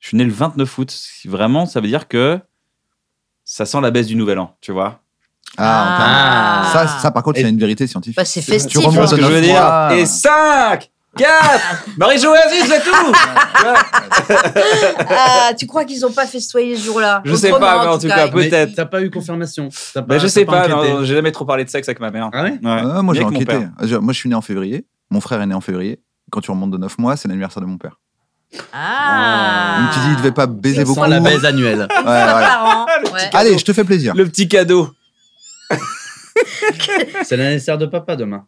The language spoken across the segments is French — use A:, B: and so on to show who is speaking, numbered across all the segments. A: Je suis né le 29 août. Si Vraiment, ça veut dire que ça sent la baisse du nouvel an, tu vois.
B: Ah,
C: Ah.
B: en termes- ça, ça, par contre, c'est une vérité scientifique.
C: Bah, c'est
B: Tu
C: festif,
B: remontes
C: hein.
B: au
A: Ce que je
B: neuf
A: veux dire.
B: mois.
A: Et 5 4 Marie-Jo Aziz, c'est tout Tu vois
C: Ah, tu crois qu'ils ont pas festoyé ce jour-là
A: Je sais
C: Autrement,
A: pas, mais en tout cas,
C: ils-
A: peut-être.
D: Mais T'as pas eu confirmation. T'as
A: Bah,
D: pas-
A: je
D: t'as
A: sais pas,
D: enquêté.
A: non, j'ai jamais trop parlé de sexe avec ma mère.
D: Ah ouais
A: Ouais.
B: Ah, moi,
A: Ni
B: j'ai
A: avec mon
B: enquêté.
A: père.
B: Je- Moi, je suis né en février. Mon frère est né en février. Quand tu remontes de 9 mois, c'est l'anniversaire de mon père.
C: Ah
B: Il me dit, il devait pas baiser
C: Ça
B: beaucoup.
D: Sans la baise annuelle.
B: Ouais, voilà.
C: Par an, Ah, ouais.
B: Allez, je te fais plaisir.
A: Le petit cadeau.
D: C'est l'anniversaire de papa demain.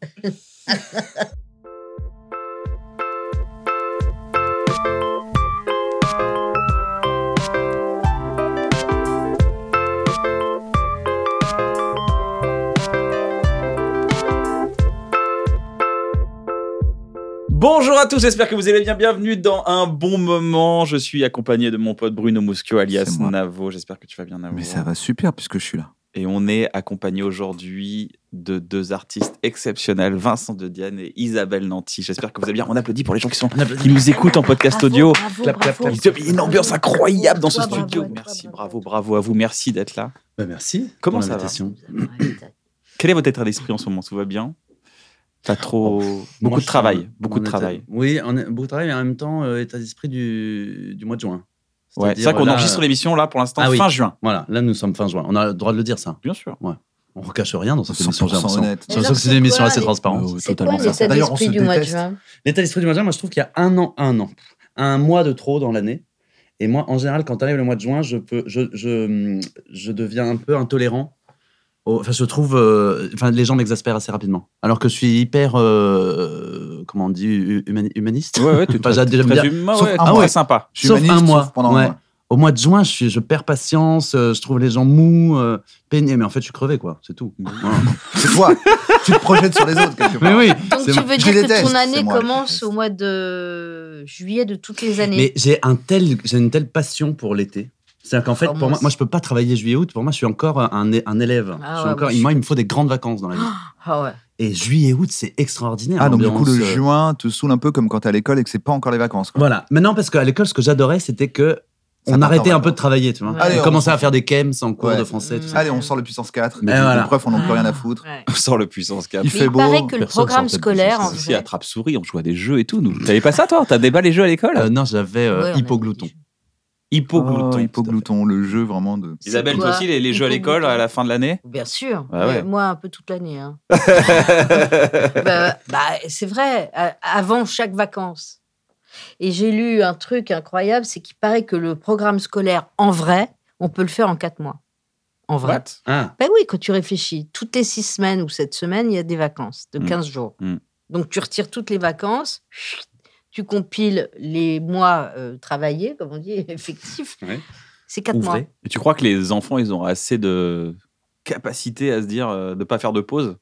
A: Bonjour à tous, j'espère que vous allez bien. Bienvenue dans un bon moment. Je suis accompagné de mon pote Bruno Muschio, alias
B: C'est moi.
A: Navo. J'espère que tu vas bien, Navo.
B: Mais ça va super puisque je suis là.
A: Et on est accompagné aujourd'hui de deux artistes exceptionnels, Vincent de Diane et Isabelle Nanty. J'espère que vous allez bien. On applaudit pour les gens qui, sont, qui nous écoutent en podcast
C: Bravo,
A: audio.
C: bravo,
D: Clap, clap,
C: bravo.
A: Il y a une ambiance incroyable dans ce
C: Bravo à toi,
A: studio.
C: bravo à toi,
A: merci, bravo, bravo à vous. Merci d'être là.
D: Bah, merci.
A: Comment
D: pour
A: ça va
D: l'invitation.
A: Quel est votre état d'esprit en ce moment Tout va bien Pas trop.
D: Moi,
A: Beaucoup
D: je
A: de
D: suis
A: travail.
D: en-
A: Beaucoup de
D: en état-
A: travail.
D: Oui, en- beaucoup de travail et en même temps, euh, état d'esprit du, du mois de juin.
A: Ouais, C'est
D: C'est-à-dire,
A: vrai qu'on
D: là,
A: enregistre l'émission là pour l'instant
D: Ah oui.
A: fin juin.
D: Voilà, là nous sommes fin juin. On a le droit de le dire ça.
A: Bien sûr.
D: On recache rien dans cette émission,
B: 100%
D: j'ai l'impression.
B: honnête.
D: J'ai l'impression que c'est une émission assez transparente.
B: Ouais,
E: C'est quoi
B: totalement.
E: l'état
B: D'ailleurs, on
E: d'esprit
B: se
E: du mois de
B: déteste.
E: juin
D: L'état d'esprit du mois de juin, moi je trouve qu'il y a un an, un an, un mois de trop dans l'année. Et moi, en général, quand arrive le mois de juin, je, peux, je, je, je deviens un peu intolérant. au- Enfin, je trouve. euh, Enfin, les gens m'exaspèrent assez rapidement. Alors que je suis hyper. euh, comment on dit hu- humani- Humaniste
A: Ouais, ouais, tu
D: Enfin, j'adore
A: très
D: bien.
A: humain,
B: Sauf
A: ouais,
B: un
A: très
B: mois.
A: sympa.
B: Je suis
D: Sauf
B: humaniste,
D: un
B: sauf
D: mois.
B: pendant un
D: Ouais.
B: mois.
D: Au mois de juin, je, suis- je perds patience, euh, je trouve les gens mous, euh, peinés. Mais en fait, je suis crevé, quoi. C'est tout. Voilà.
B: C'est toi. tu te projettes sur les autres quelque part.
D: Mais oui
C: Donc
D: C'est
C: tu
D: moi.
C: veux
B: Je
C: dire que
B: déteste,
C: ton année
B: c'est moi, je
C: commence
B: déteste.
C: au mois de juillet de toutes les
D: Mais
C: années.
D: j'ai un tel, j'ai une telle passion pour l'été. C'est-à-dire qu'en fait,
C: Oh,
D: pour
C: moi
D: moi,
C: aussi.
D: moi, je peux pas travailler juillet-août. Pour moi, je suis encore un, é- un élève.
C: Ah
D: je suis
C: ouais,
D: encore,
C: moi, je
D: Moi, il me faut des grandes vacances dans la vie.
C: Ah ouais.
D: Et juillet-août, c'est extraordinaire.
B: Ah, donc du coup,
D: l'ambiance,
B: le
D: euh,
B: juin te saoule un peu comme quand t'es à l'école et que c'est pas encore les vacances. quoi.
D: Voilà. Maintenant, parce qu'à l'école, ce que j'adorais, c'était que
B: Ça
D: on
B: part en
D: arrêtait un peu
B: vacances.
D: de travailler, tu vois.
C: Ouais. Allez,
D: on
B: on
D: commençait
B: s'en
D: à faire des chems en cours
B: Ouais. Mmh.
D: de français, tout ça.
B: Allez, on sort le puissance 4.
D: Mais
B: Mais
D: voilà.
B: les profs, on n'en a plus rien à foutre.
C: Ouais.
A: Sort le puissance 4.
B: Il
C: Mais
B: fait
C: il
B: beau.
C: paraît que le
D: personne
C: programme
D: sortait de
C: scolaire, en
D: puissance
A: aussi
C: vrai.
A: attrape souris, on jouait à des jeux et tout. Nous, t'avais pas ça toi T'as débat les jeux à l'école
D: Euh, non, j'avais euh,
C: Ouais, on a-
D: hypoglouton.
A: Hypoglouton.
B: Oh,
A: tout
B: hypoglouton, le jeu vraiment
A: à
B: de.
A: fait. Isabelle, toi
C: quoi
A: aussi, les, les jeux à l'école
C: Hypoglouton
A: à la fin de l'année
C: Bien sûr.
A: Ah ouais.
C: Mais Moi, un peu toute l'année. hein. bah, bah, c'est vrai, à- avant chaque vacances. Et j'ai lu un truc incroyable, c'est qu'il paraît que le programme scolaire, en vrai, on peut le faire en quatre mois. En vrai.
A: What
D: Ah,
C: Ben oui, quand tu réfléchis, toutes les six semaines ou cette semaine, il y a des vacances de
A: Mm.
C: 15 jours.
A: Mm.
C: Donc tu retires toutes les vacances, chut, tu compiles les mois euh, travaillés, comme on dit, effectifs.
D: Ouais.
C: C'est quatre mois.
D: ouvrez.
A: Et tu crois que les enfants, ils ont assez de capacité à se dire euh, de pas faire de pause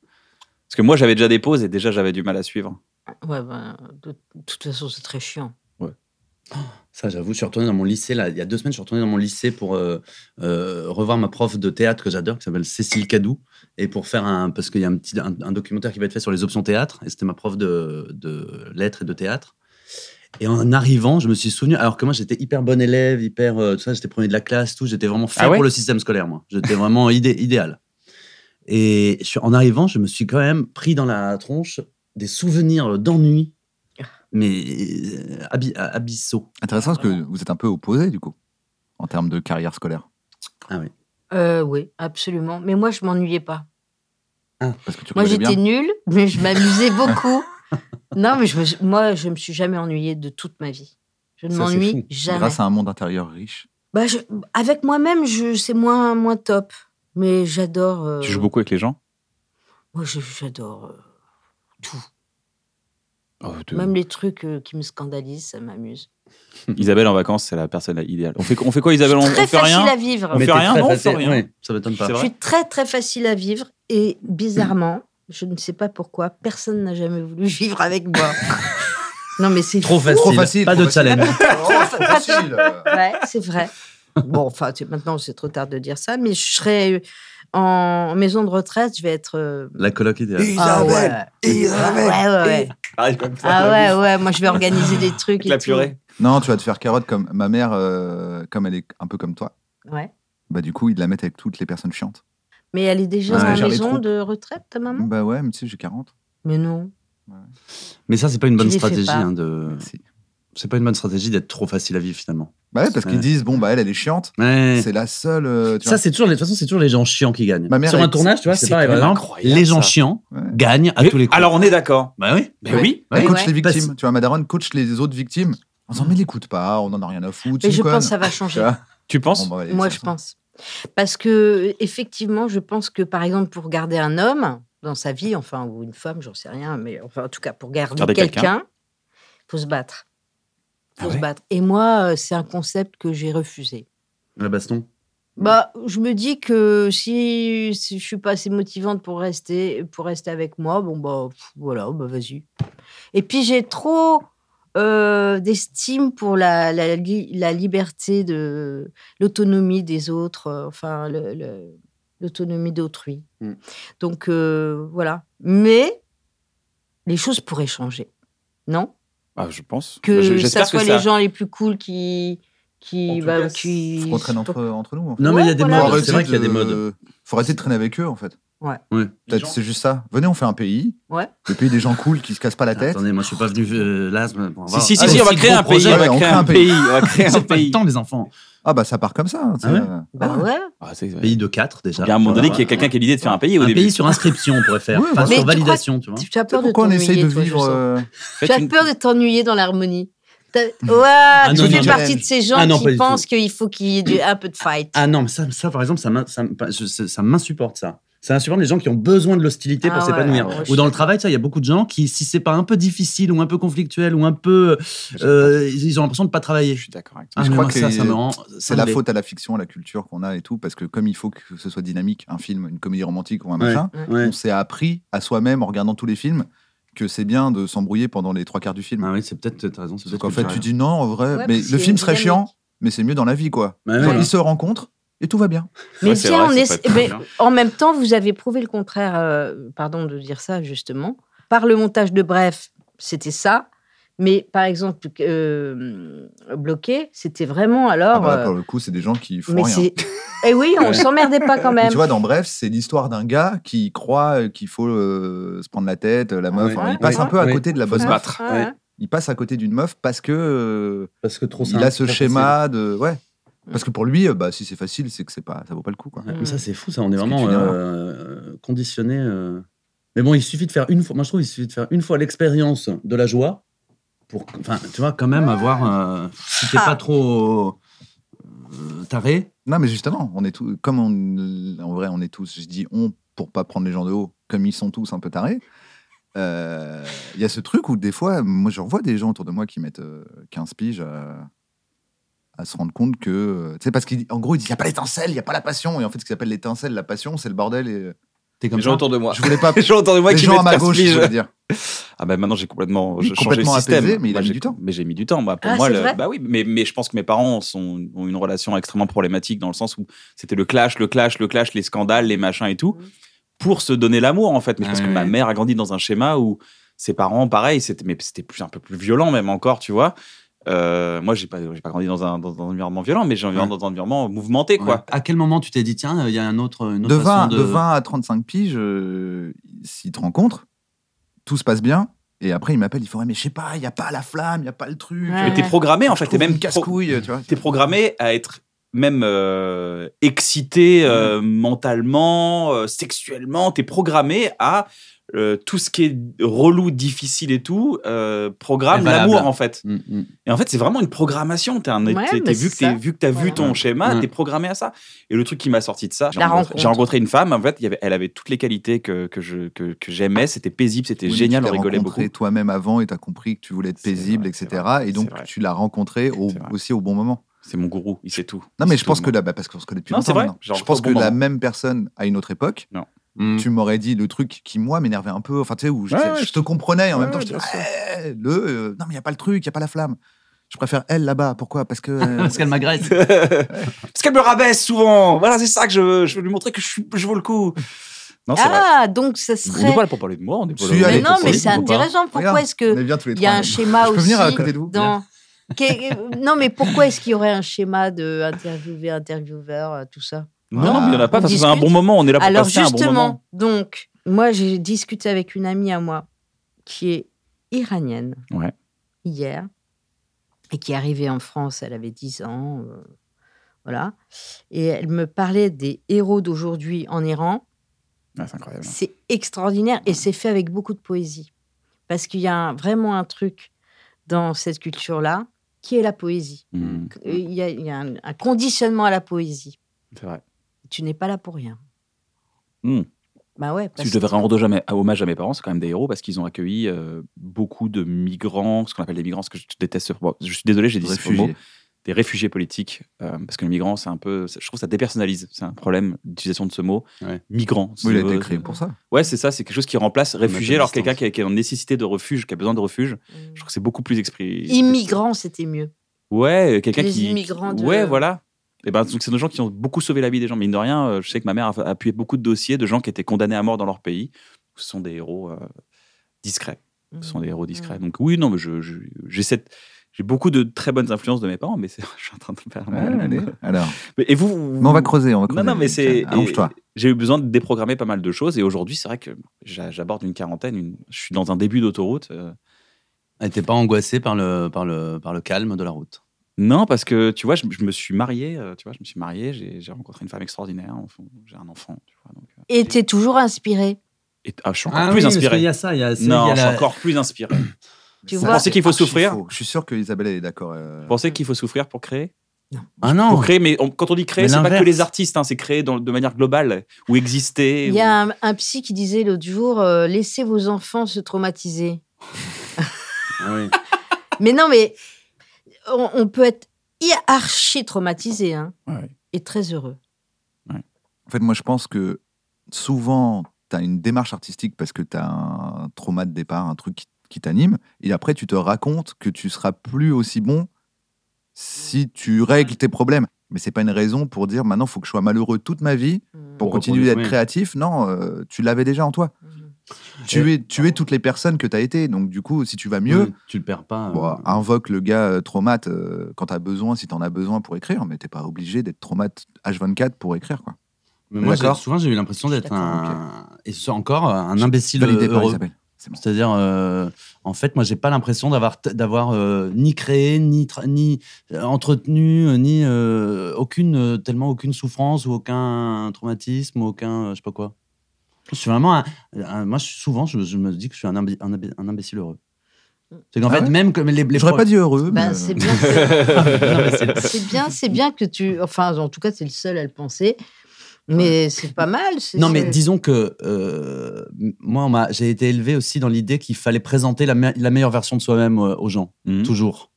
A: Parce que moi, j'avais déjà des pauses et déjà, j'avais du mal à suivre.
C: Ouais, ben, de toute façon, c'est très chiant.
D: Ça, j'avoue, je suis retourné dans mon lycée, là, il y a deux semaines, je suis retourné dans mon lycée pour euh, euh, revoir ma prof de théâtre que j'adore, qui s'appelle Cécile Cadou, et pour faire un. Parce qu'il y a un, petit, un, un documentaire qui va être fait sur les options théâtre, et c'était ma prof de, de lettres et de théâtre. Et en arrivant, je me suis souvenu, alors que moi j'étais hyper bon élève, hyper. euh, tout ça, j'étais premier de la classe, tout, j'étais vraiment fait
A: Ah ouais
D: pour le système scolaire, moi. J'étais vraiment idé- idéal. Et je suis- en arrivant, je me suis quand même pris dans la tronche des souvenirs d'ennui,
A: Ah.
D: mais euh, abi- abyssaux.
B: Intéressant parce que vous êtes un peu opposés du coup, en termes de carrière scolaire.
C: Euh, oui, absolument. Mais moi, je m'ennuyais pas.
B: Parce que tu
C: Moi,
B: rigolais bien.
C: j'étais nulle, mais je m'amusais beaucoup. Non, mais je me- moi, je me suis jamais ennuyée de toute ma vie. Je ne
D: Ça, c'est
C: m'ennuie
D: fou.
C: jamais.
B: Grâce à un monde intérieur riche.
C: Bah, je- avec moi-même, je, c'est moins, moins top. Mais j'adore. euh,
A: Tu joues beaucoup avec les gens
C: Moi, je- j'adore euh, tout.
A: Oh, de-
C: Même les trucs euh, qui me scandalisent, ça m'amuse.
A: Isabelle en vacances, c'est la personne idéale. On fait, on fait quoi, Isabelle On, on
C: Très
A: fait
C: facile
A: rien
C: à vivre.
A: On fait
D: t'es
A: rien,
D: très
A: non, on
D: facile-
A: fait rien.
D: ouais, ça m'étonne pas.
A: C'est
C: Je
A: vrai
C: suis très très facile à vivre et bizarrement, je ne sais pas pourquoi, personne n'a jamais voulu vivre avec moi. non mais c'est
D: Trop
C: fou.
D: facile.
B: Trop facile,
D: Pas
B: trop
D: de
B: facile.
D: challenge.
B: Oh, facile.
C: Ouais, c'est vrai. Bon, enfin, tu- maintenant c'est trop tard de dire ça, mais je serai en maison de retraite, je vais être. euh,
D: La coloc idéale.
C: ah ouais.
F: Isabelle,
C: Ouais, ouais, ouais. Ah ouais, ouais, moi je vais organiser des trucs. et
A: la
C: tout.
A: purée.
B: Non, tu vas te faire carotte comme ma mère, euh, comme elle est un peu comme toi.
C: Ouais.
B: Bah du coup, ils la mettent avec toutes les personnes chiantes.
C: Mais elle est déjà
B: Ouais,
C: en
B: Charlie
C: maison
B: Trou.
C: de retraite, ta maman
B: Bah ouais, mais tu sais, j'ai 40.
C: Mais non.
D: Mais ça, c'est pas une bonne
C: les fais
D: stratégie.
C: pas.
D: hein, de...
B: Si.
D: C'est pas une bonne stratégie d'être trop facile à vivre finalement.
B: Bah ouais, parce
D: Ouais.
B: qu'ils disent, bon, bah elle, elle est chiante.
D: Ouais.
B: C'est la seule. euh, tu
D: Ça,
B: vois.
D: c'est toujours, les- de toute façon, c'est toujours les gens chiants qui gagnent.
B: Ma mère
D: Sur
B: est-
D: un tournage, tu vois, c'est
A: C'est
D: pareil.
A: quand
D: par
A: même
D: exemple,
A: incroyable,
D: les gens
A: ça.
D: chiants
B: Ouais.
D: gagnent à
A: Mais-
D: tous les coups.
A: Alors on est d'accord.
D: bah oui, bah
B: Ouais.
D: oui.
B: Elle
C: Ouais,
B: coach
C: ouais.
B: les victimes.
D: Parce-
B: Tu vois, ma daronne coach les autres victimes. On s'en met l'écoute pas, on en a rien à foutre. c'est
C: Mais je
B: une
C: pense
B: conne.
C: que ça va
B: Tu
C: changer.
B: vois
A: Tu penses
B: Bon, bah, allez,
C: Moi,
B: ça-
C: je pense. Parce que, effectivement, je pense que, par exemple, pour garder un homme dans sa vie, enfin, ou une femme, j'en sais rien, mais enfin, en tout cas, pour garder,
A: Garder quelqu'un.
C: quelqu'un, faut se battre. faut
A: Ah
C: se
A: ouais
C: battre. Et moi, euh, c'est un concept que j'ai refusé.
D: La baston.
C: Bah, je me dis que si, si je suis pas assez motivante pour rester, pour rester avec moi, bon bah pff, voilà, bah vas-y. Et puis j'ai trop euh, d'estime pour la, la, li- la liberté de l'autonomie des autres, euh, enfin le- le- l'autonomie d'autrui.
D: Mm.
C: Donc euh, voilà. Mais les choses pourraient changer, non
A: Ah, Je pense.
C: Bah, Que
A: Je-
C: ça
A: J'espère
C: soit
A: que
C: les
A: ça.
C: gens les plus cool qui qui
D: En tout
C: bah,
D: cas,
C: qui
B: Faut qu'on traîne entre, entre nous. hein. en fait.
D: Non, mais il y a des
C: Ouais, voilà.
B: Faut
D: modes.
B: arrêter
D: C'est vrai qu'il y a
B: de-
D: des modes.
B: Faut arrêter de traîner avec eux, en fait.
D: Ouais.
B: Peut-être c'est juste ça. Venez, on fait un pays.
C: Ouais.
B: Le pays des gens cool qui se cassent pas la tête.
D: Attendez, moi, je suis pas venu euh, là. pour avoir-
A: Si, si, si,
D: Ah,
A: si, on va
D: aussi
A: créer
D: gros
A: un pays.
D: projet.
A: On
B: Ouais,
A: va créer un pays. On va créer un
D: C'est pas le
A: pays.
D: temps, les enfants.
B: Ah bah ça part comme ça. tu sais,
D: Ah ouais
B: euh,
C: Bah ouais.
A: Ah, c'est- Il
D: Pays de 4 déjà.
A: y a un moment donné
D: Voilà.
A: qu'il y a quelqu'un qui a l'idée de faire un pays au
D: Un
A: début.
D: pays sur inscription, on pourrait faire.
B: Ouais,
D: Enfin,
B: voilà.
D: sur
C: Mais tu
D: validation, tu vois.
C: Tu as peur de
B: Pourquoi on essaye
C: t'ennuyer,
B: de
C: toi, je
B: vivre
C: sens.
B: euh,
A: Faites
C: Tu as
A: une-
C: peur de t'ennuyer dans l'harmonie. T'as- Ouais, tu
D: Ah non,
C: fais
D: non,
C: partie
B: non.
C: de ces gens
D: Ah non, pas
C: qui
D: du
C: pensent qu'il faut qu'il y ait du- un peu de fight.
D: Ah non, mais ça, ça par exemple, ça m'in- ça m'- je- ça- ça m'insupporte, ça. Ça insupporte les gens qui ont besoin de l'hostilité pour
C: Ah ouais,
D: s'épanouir.
C: ouais, je-
D: ou dans le travail, ça, il y a beaucoup de gens qui, si c'est pas un peu difficile ou un peu conflictuel ou un peu. euh, ils ont l'impression de pas travailler.
A: Je suis d'accord avec toi.
D: Ah,
B: je
D: mais
B: crois
D: moi,
B: que
D: ça, ça me rend.
B: C'est la faute à la fiction, à la culture qu'on a et tout, parce que comme il faut que ce soit dynamique, un film, une comédie romantique ou un
D: Ouais.
B: machin,
D: Ouais.
B: on s'est appris à soi-même en regardant tous les films que c'est bien de s'embrouiller pendant les trois quarts du film.
D: Ah oui, c'est peut-être. T'as raison. c'est
B: Donc
D: peut-être
B: en fait, tu
D: culturel.
B: dis non, en vrai,
C: Ouais,
B: mais
C: parce
B: le
C: qu'il y a
B: film
C: une
B: serait
C: dynamique.
B: chiant, mais c'est mieux dans la vie, quoi.
D: Bah ouais.
B: Genre, Ils se rencontrent et tout va bien.
C: Mais
A: Ouais, c'est
C: bien,
A: vrai,
C: on
A: ça
C: est-
A: peut être
C: mais
A: bien.
C: en même temps, vous avez prouvé le contraire, euh, pardon de dire ça justement, par le montage de Bref, c'était ça. Mais par exemple, euh, Bloqué, c'était vraiment
B: Ah
C: alors.
B: bah,
C: euh,
B: pour le coup, c'est des gens qui font
C: mais
B: rien.
C: c'est. Eh oui, on
D: Ouais.
C: s'emmerdait pas quand
B: Mais
C: même.
B: tu vois, dans Bref, c'est l'histoire d'un gars qui croit euh, qu'il faut euh, se prendre la tête,
A: Ah
B: euh, la meuf.
D: ouais.
B: Enfin,
C: Ouais,
B: il passe un
C: ouais.
B: peu à
D: Ouais.
B: côté de la bonne
A: se
B: meuf.
A: battre.
C: Ouais, ouais.
B: Il passe à côté d'une meuf parce que euh,
D: Parce que trop
B: il
D: simple,
B: a ce
D: trop
B: schéma de ouais. Parce que pour lui, euh, bah si c'est facile, c'est que c'est pas, ça vaut pas le coup quoi.
D: facile. Ouais, Mais ça, c'est fou, ça. On est
B: Parce que
D: vraiment
B: tu l'as.
D: euh, conditionné. euh. Mais bon, il suffit de faire une fois. Moi, je trouve, il suffit de faire une fois l'expérience de la joie pour. Enfin, tu vois, quand même avoir. euh, si t'es pas trop euh, taré.
B: Non, mais justement, on est tous, comme on, en vrai, on est tous, je dis on pour pas prendre les gens de haut, comme ils sont tous un peu tarés. euh, Il y a ce truc où des fois, moi je revois des gens autour de moi qui mettent euh, 15 piges à, à se rendre compte que. euh, Tu sais, parce qu'en gros, ils disent il n'y a pas l'étincelle, il n'y a pas la passion. Et en fait, ce qu'ils appellent l'étincelle, la passion, c'est le bordel. Et... euh,
D: T'es comme
A: Les gens
D: ça.
A: autour de moi.
B: Je voulais pas.
A: Les gens autour de moi
B: les
A: qui
B: gens à
A: mettent
B: ma
A: 15
B: gauche, je
A: piges.
B: voulais dire.
A: Ah bah maintenant j'ai complètement, je
B: Oui,
A: changé
B: complètement
A: le système.
B: apaisé, mais il
A: Moi,
B: a mis
A: j'ai-
B: du temps.
A: Mais j'ai mis du temps. Moi, pour
C: Ah,
A: moi,
C: c'est
A: le-
C: vrai
A: bah oui, mais, mais je pense que mes parents sont, ont une relation extrêmement problématique dans le sens où c'était le clash, le clash, le clash, les scandales, les machins et
C: Mmh.
A: tout, pour se donner l'amour en fait. Mais je
D: Ah,
A: pense que
D: ouais.
A: ma mère a grandi dans un schéma où ses parents, pareil, c'était mais c'était plus un peu plus violent même encore, tu vois. Euh, moi, j'ai pas, j'ai pas grandi dans un, dans un environnement violent, mais j'ai grandi
D: Ouais.
A: dans un environnement mouvementé, quoi.
D: Ouais. euh, À quel moment tu t'es dit, tiens, il y a un autre, une autre
B: de,
D: façon
B: 20,
D: de...
B: de 20 à 35 piges, euh, s'ils te rencontrent, tout se passe bien. Et après, il m'appelle, il fait Ouais, mais je sais pas, il n'y a pas la flamme, il n'y a pas le truc.
C: Ah Ouais.
A: Mais t'es programmé en fait,
B: T'es
A: t'es même pro-
B: casse-couille, tu vois.
A: t'es programmé à être même euh, excité euh, mentalement, euh, sexuellement, t'es programmé à euh, tout ce qui est relou, difficile et tout, euh, programme
D: Valable.
A: l'amour en fait.
D: Mm, mm.
A: Et en fait, c'est vraiment une programmation. T'es un,
C: Ouais,
A: t'es- t'es
C: mais
A: vu, que
C: c'est
A: t'es-
C: ça.
A: vu que t'as vu
C: Voilà.
A: ton schéma,
D: Mm.
A: t'es programmé à ça. Et le truc qui m'a sorti de ça, j'ai
C: La
A: rencontré,
C: rencontre.
A: j'ai rencontré une femme, en fait, il y avait, elle avait toutes les qualités que, que je- que- que j'aimais, c'était paisible, c'était
B: Oui, mais
A: génial,
B: tu
A: on
B: l'as
A: rigolait beaucoup.
B: rencontré toi-même avant et tu as compris que tu voulais être
A: C'est
B: paisible,
A: vrai, c'est
B: etc.
A: vrai,
B: et donc
A: c'est vrai.
B: tu l'as rencontré au-
A: C'est vrai.
B: aussi au bon moment.
A: C'est mon gourou, il sait tout.
B: Non,
A: Il
B: mais
A: sait
B: je
A: tout
B: pense
A: de
B: que là, bah, parce qu'on se connaît depuis
A: Non, c'est
B: longtemps
A: vrai,
B: maintenant.
A: genre,
B: Je pense
A: au
B: que
A: bon
B: la
A: moment.
B: même personne à une autre époque,
D: Mm.
B: tu m'aurais dit le truc qui, moi, m'énervait un peu. Enfin, tu sais, où je,
A: Ouais, ouais,
B: je te comprenais et en
A: ouais,
B: même temps, je te
A: bien sûr.
B: Eh, le, euh, non, mais il n'y a pas le truc, il n'y a pas la flamme. Je préfère elle là-bas. Pourquoi Parce que. euh,
D: Parce qu'elle m'agresse.
A: Parce qu'elle me rabaisse souvent. Voilà, c'est ça que je veux. Je veux lui montrer que je, suis- je vaux le coup. Non, c'est vrai.
C: Ah, donc ça
A: On n'est
C: serait.
A: pas là pour parler de moi, on est pour
B: Si, allez,
C: Mais non,
B: pour
C: mais
B: lui,
C: c'est
B: pourquoi pas.
C: intéressant. Pourquoi
B: Regarde,
C: est-ce
B: on
C: que
B: est bien tous les
C: Euh, il y a
B: trois.
C: un schéma
B: Je peux
C: aussi
B: venir à côté de vous
C: dans Qu'est- euh, Non, mais pourquoi est-ce qu'il y aurait un schéma de interviewé, intervieweur, euh, tout ça
A: Non,
B: Voilà.
A: mais il n'y en a pas,
C: On
A: parce que c'est un
C: discute.
A: bon moment, on
B: Ah,
A: est là pour
C: Alors
A: passer un bon moment.
C: justement, donc moi j'ai discuté avec une amie à moi qui est iranienne
A: Ouais.
C: hier et qui est arrivée en France, elle avait 10 ans, euh, voilà, et elle me parlait des héros d'aujourd'hui en Iran.
A: Ah, c'est incroyable.
C: C'est extraordinaire et c'est fait avec beaucoup de poésie. Parce qu'il y a un- vraiment un truc dans cette culture-là qui est la poésie.
A: Mm.
C: Euh, Il y a, il y a un, un conditionnement à la poésie.
A: C'est vrai.
C: Tu n'es pas là pour rien.
A: Mm.
C: Bah ouais, parce
A: Si je devais rendre jamais, à hommage à mes parents, c'est quand même des héros parce qu'ils ont accueilli euh, beaucoup de migrants, ce qu'on appelle des migrants, ce que je déteste. ce- bon, je suis désolé, j'ai dit ce mot.
B: Réfugié.
A: des réfugiés politiques, euh, parce que le migrant, c'est un peu, je trouve que ça dépersonnalise, c'est un problème d'utilisation de ce mot,
D: Ouais.
A: migrant. si
B: Oui, il a
A: tu veux.
B: été créé pour ça.
A: Ouais, c'est ça, c'est quelque chose qui remplace réfugié,
D: à
A: alors
D: distance.
A: quelqu'un qui, a- qui est en nécessité de refuge, qui a besoin de refuge,
C: que- euh,
A: je trouve que c'est beaucoup plus exprimé.
C: Immigrant, c'était mieux.
A: Ouais, euh, quelqu'un
C: Les
A: qui.
C: immigrants de-
A: Ouais, voilà. Et ben, donc, c'est des gens qui ont beaucoup sauvé la vie des gens. Mine de rien, euh, je sais que ma mère a a appuyé beaucoup de dossiers de gens qui étaient condamnés à mort dans leur pays. Ce sont des héros euh, discrets.
C: Mm.
A: Ce sont des héros discrets. Donc, oui, non, mais je, je- j'ai cette. J'ai beaucoup de très bonnes influences de mes parents, mais c'est- je suis en train de faire.
B: Ouais, allez. Alors,
A: Mais- Et vous, vous-
B: mais on va creuser, on va creuser.
A: non, mais c'est-
B: Tiens, Allonge-toi.
A: J'ai eu besoin de déprogrammer pas mal de choses. Et aujourd'hui, c'est vrai que j'a- j'aborde une quarantaine. une- Je suis dans un début d'autoroute. euh,
D: Et t'es pas angoissé par le, par, le, par le calme de la route.
A: Non, parce que tu vois, je, je me suis marié. euh, Tu vois, je me suis marié. J'ai j'ai rencontré une femme extraordinaire. enfin, J'ai un enfant. Tu vois, donc, euh,
C: Et t'es toujours inspiré.
A: et, ah, je suis encore plus inspiré.
D: a ça, il y a
A: Non, je suis encore plus inspiré.
C: Tu
B: Ça,
A: Vous
C: vois
A: pensez qu'il faut
B: archi
A: souffrir
B: faux. Je suis sûr que Isabelle elle est d'accord. euh,
A: Vous pensez qu'il faut souffrir pour créer
D: Ah non
A: Pour créer, mais on- quand on dit créer,
D: Mais
A: c'est pas que
D: l'inverse.
A: les artistes. hein, c'est créer dans- de manière globale ou exister.
C: Il
A: ou-
C: y a un, un psy qui disait l'autre jour euh, laissez vos enfants se traumatiser.
D: Ah oui.
C: mais non, mais on, on peut être archi traumatisé hein,
A: Ouais.
C: et très heureux.
B: En fait, moi, je pense que souvent, tu as une démarche artistique parce que tu as un trauma de départ, un truc qui, qui t'anime, et après, tu te racontes que tu seras plus aussi bon si tu règles tes problèmes. Mais c'est pas une raison pour dire maintenant, faut que je sois malheureux toute ma vie pour
D: Pour
B: continuer
D: reproduire,
B: d'être
D: oui.
B: créatif. Non, euh, tu l'avais déjà en toi. Tu es, tu es toutes les personnes que tu as été. Donc, du coup, si tu vas mieux,
D: Oui, Tu le perds pas.
B: bon,
D: euh,
B: invoque le gars euh, traumate euh, quand tu as besoin, si tu en as besoin pour écrire, mais t'es pas obligé d'être traumate H24 pour écrire. quoi.
D: Mais moi, j'ai-
B: D'accord.
D: souvent, j'ai eu l'impression
C: Je suis
D: d'être un. Et ce, encore, euh, un imbécile
B: Validé par
D: heureux.
B: Isabelle. C'est bon.
D: C'est-à-dire, euh, en fait, moi, j'ai pas l'impression d'avoir t- d'avoir euh, ni créé, ni tra- ni euh, entretenu, euh, ni euh, aucune euh, tellement aucune souffrance ou aucun traumatisme, ou aucun euh, je sais pas quoi. Je suis vraiment, un- un- moi, je suis- souvent, je, je me dis que je suis un, imbi- un imbi- un imbécile heureux. C'est qu'en
B: Ah
D: fait,
B: ouais
D: même comme les, les
B: J'aurais
D: pro-
B: pas dit heureux.
C: Ben,
D: Euh.
B: mais- euh,
C: c'est bien. que- c'est bien, c'est bien que tu. Enfin, en tout cas, tu es le seul à le penser. Mais c'est pas mal. c'est-
D: Non, mais
C: c'est-
D: disons que euh, m- moi, on m'a- j'ai été élevé aussi dans l'idée qu'il fallait présenter la, me- la meilleure version de soi-même euh, aux gens,
A: Mhm.
D: toujours.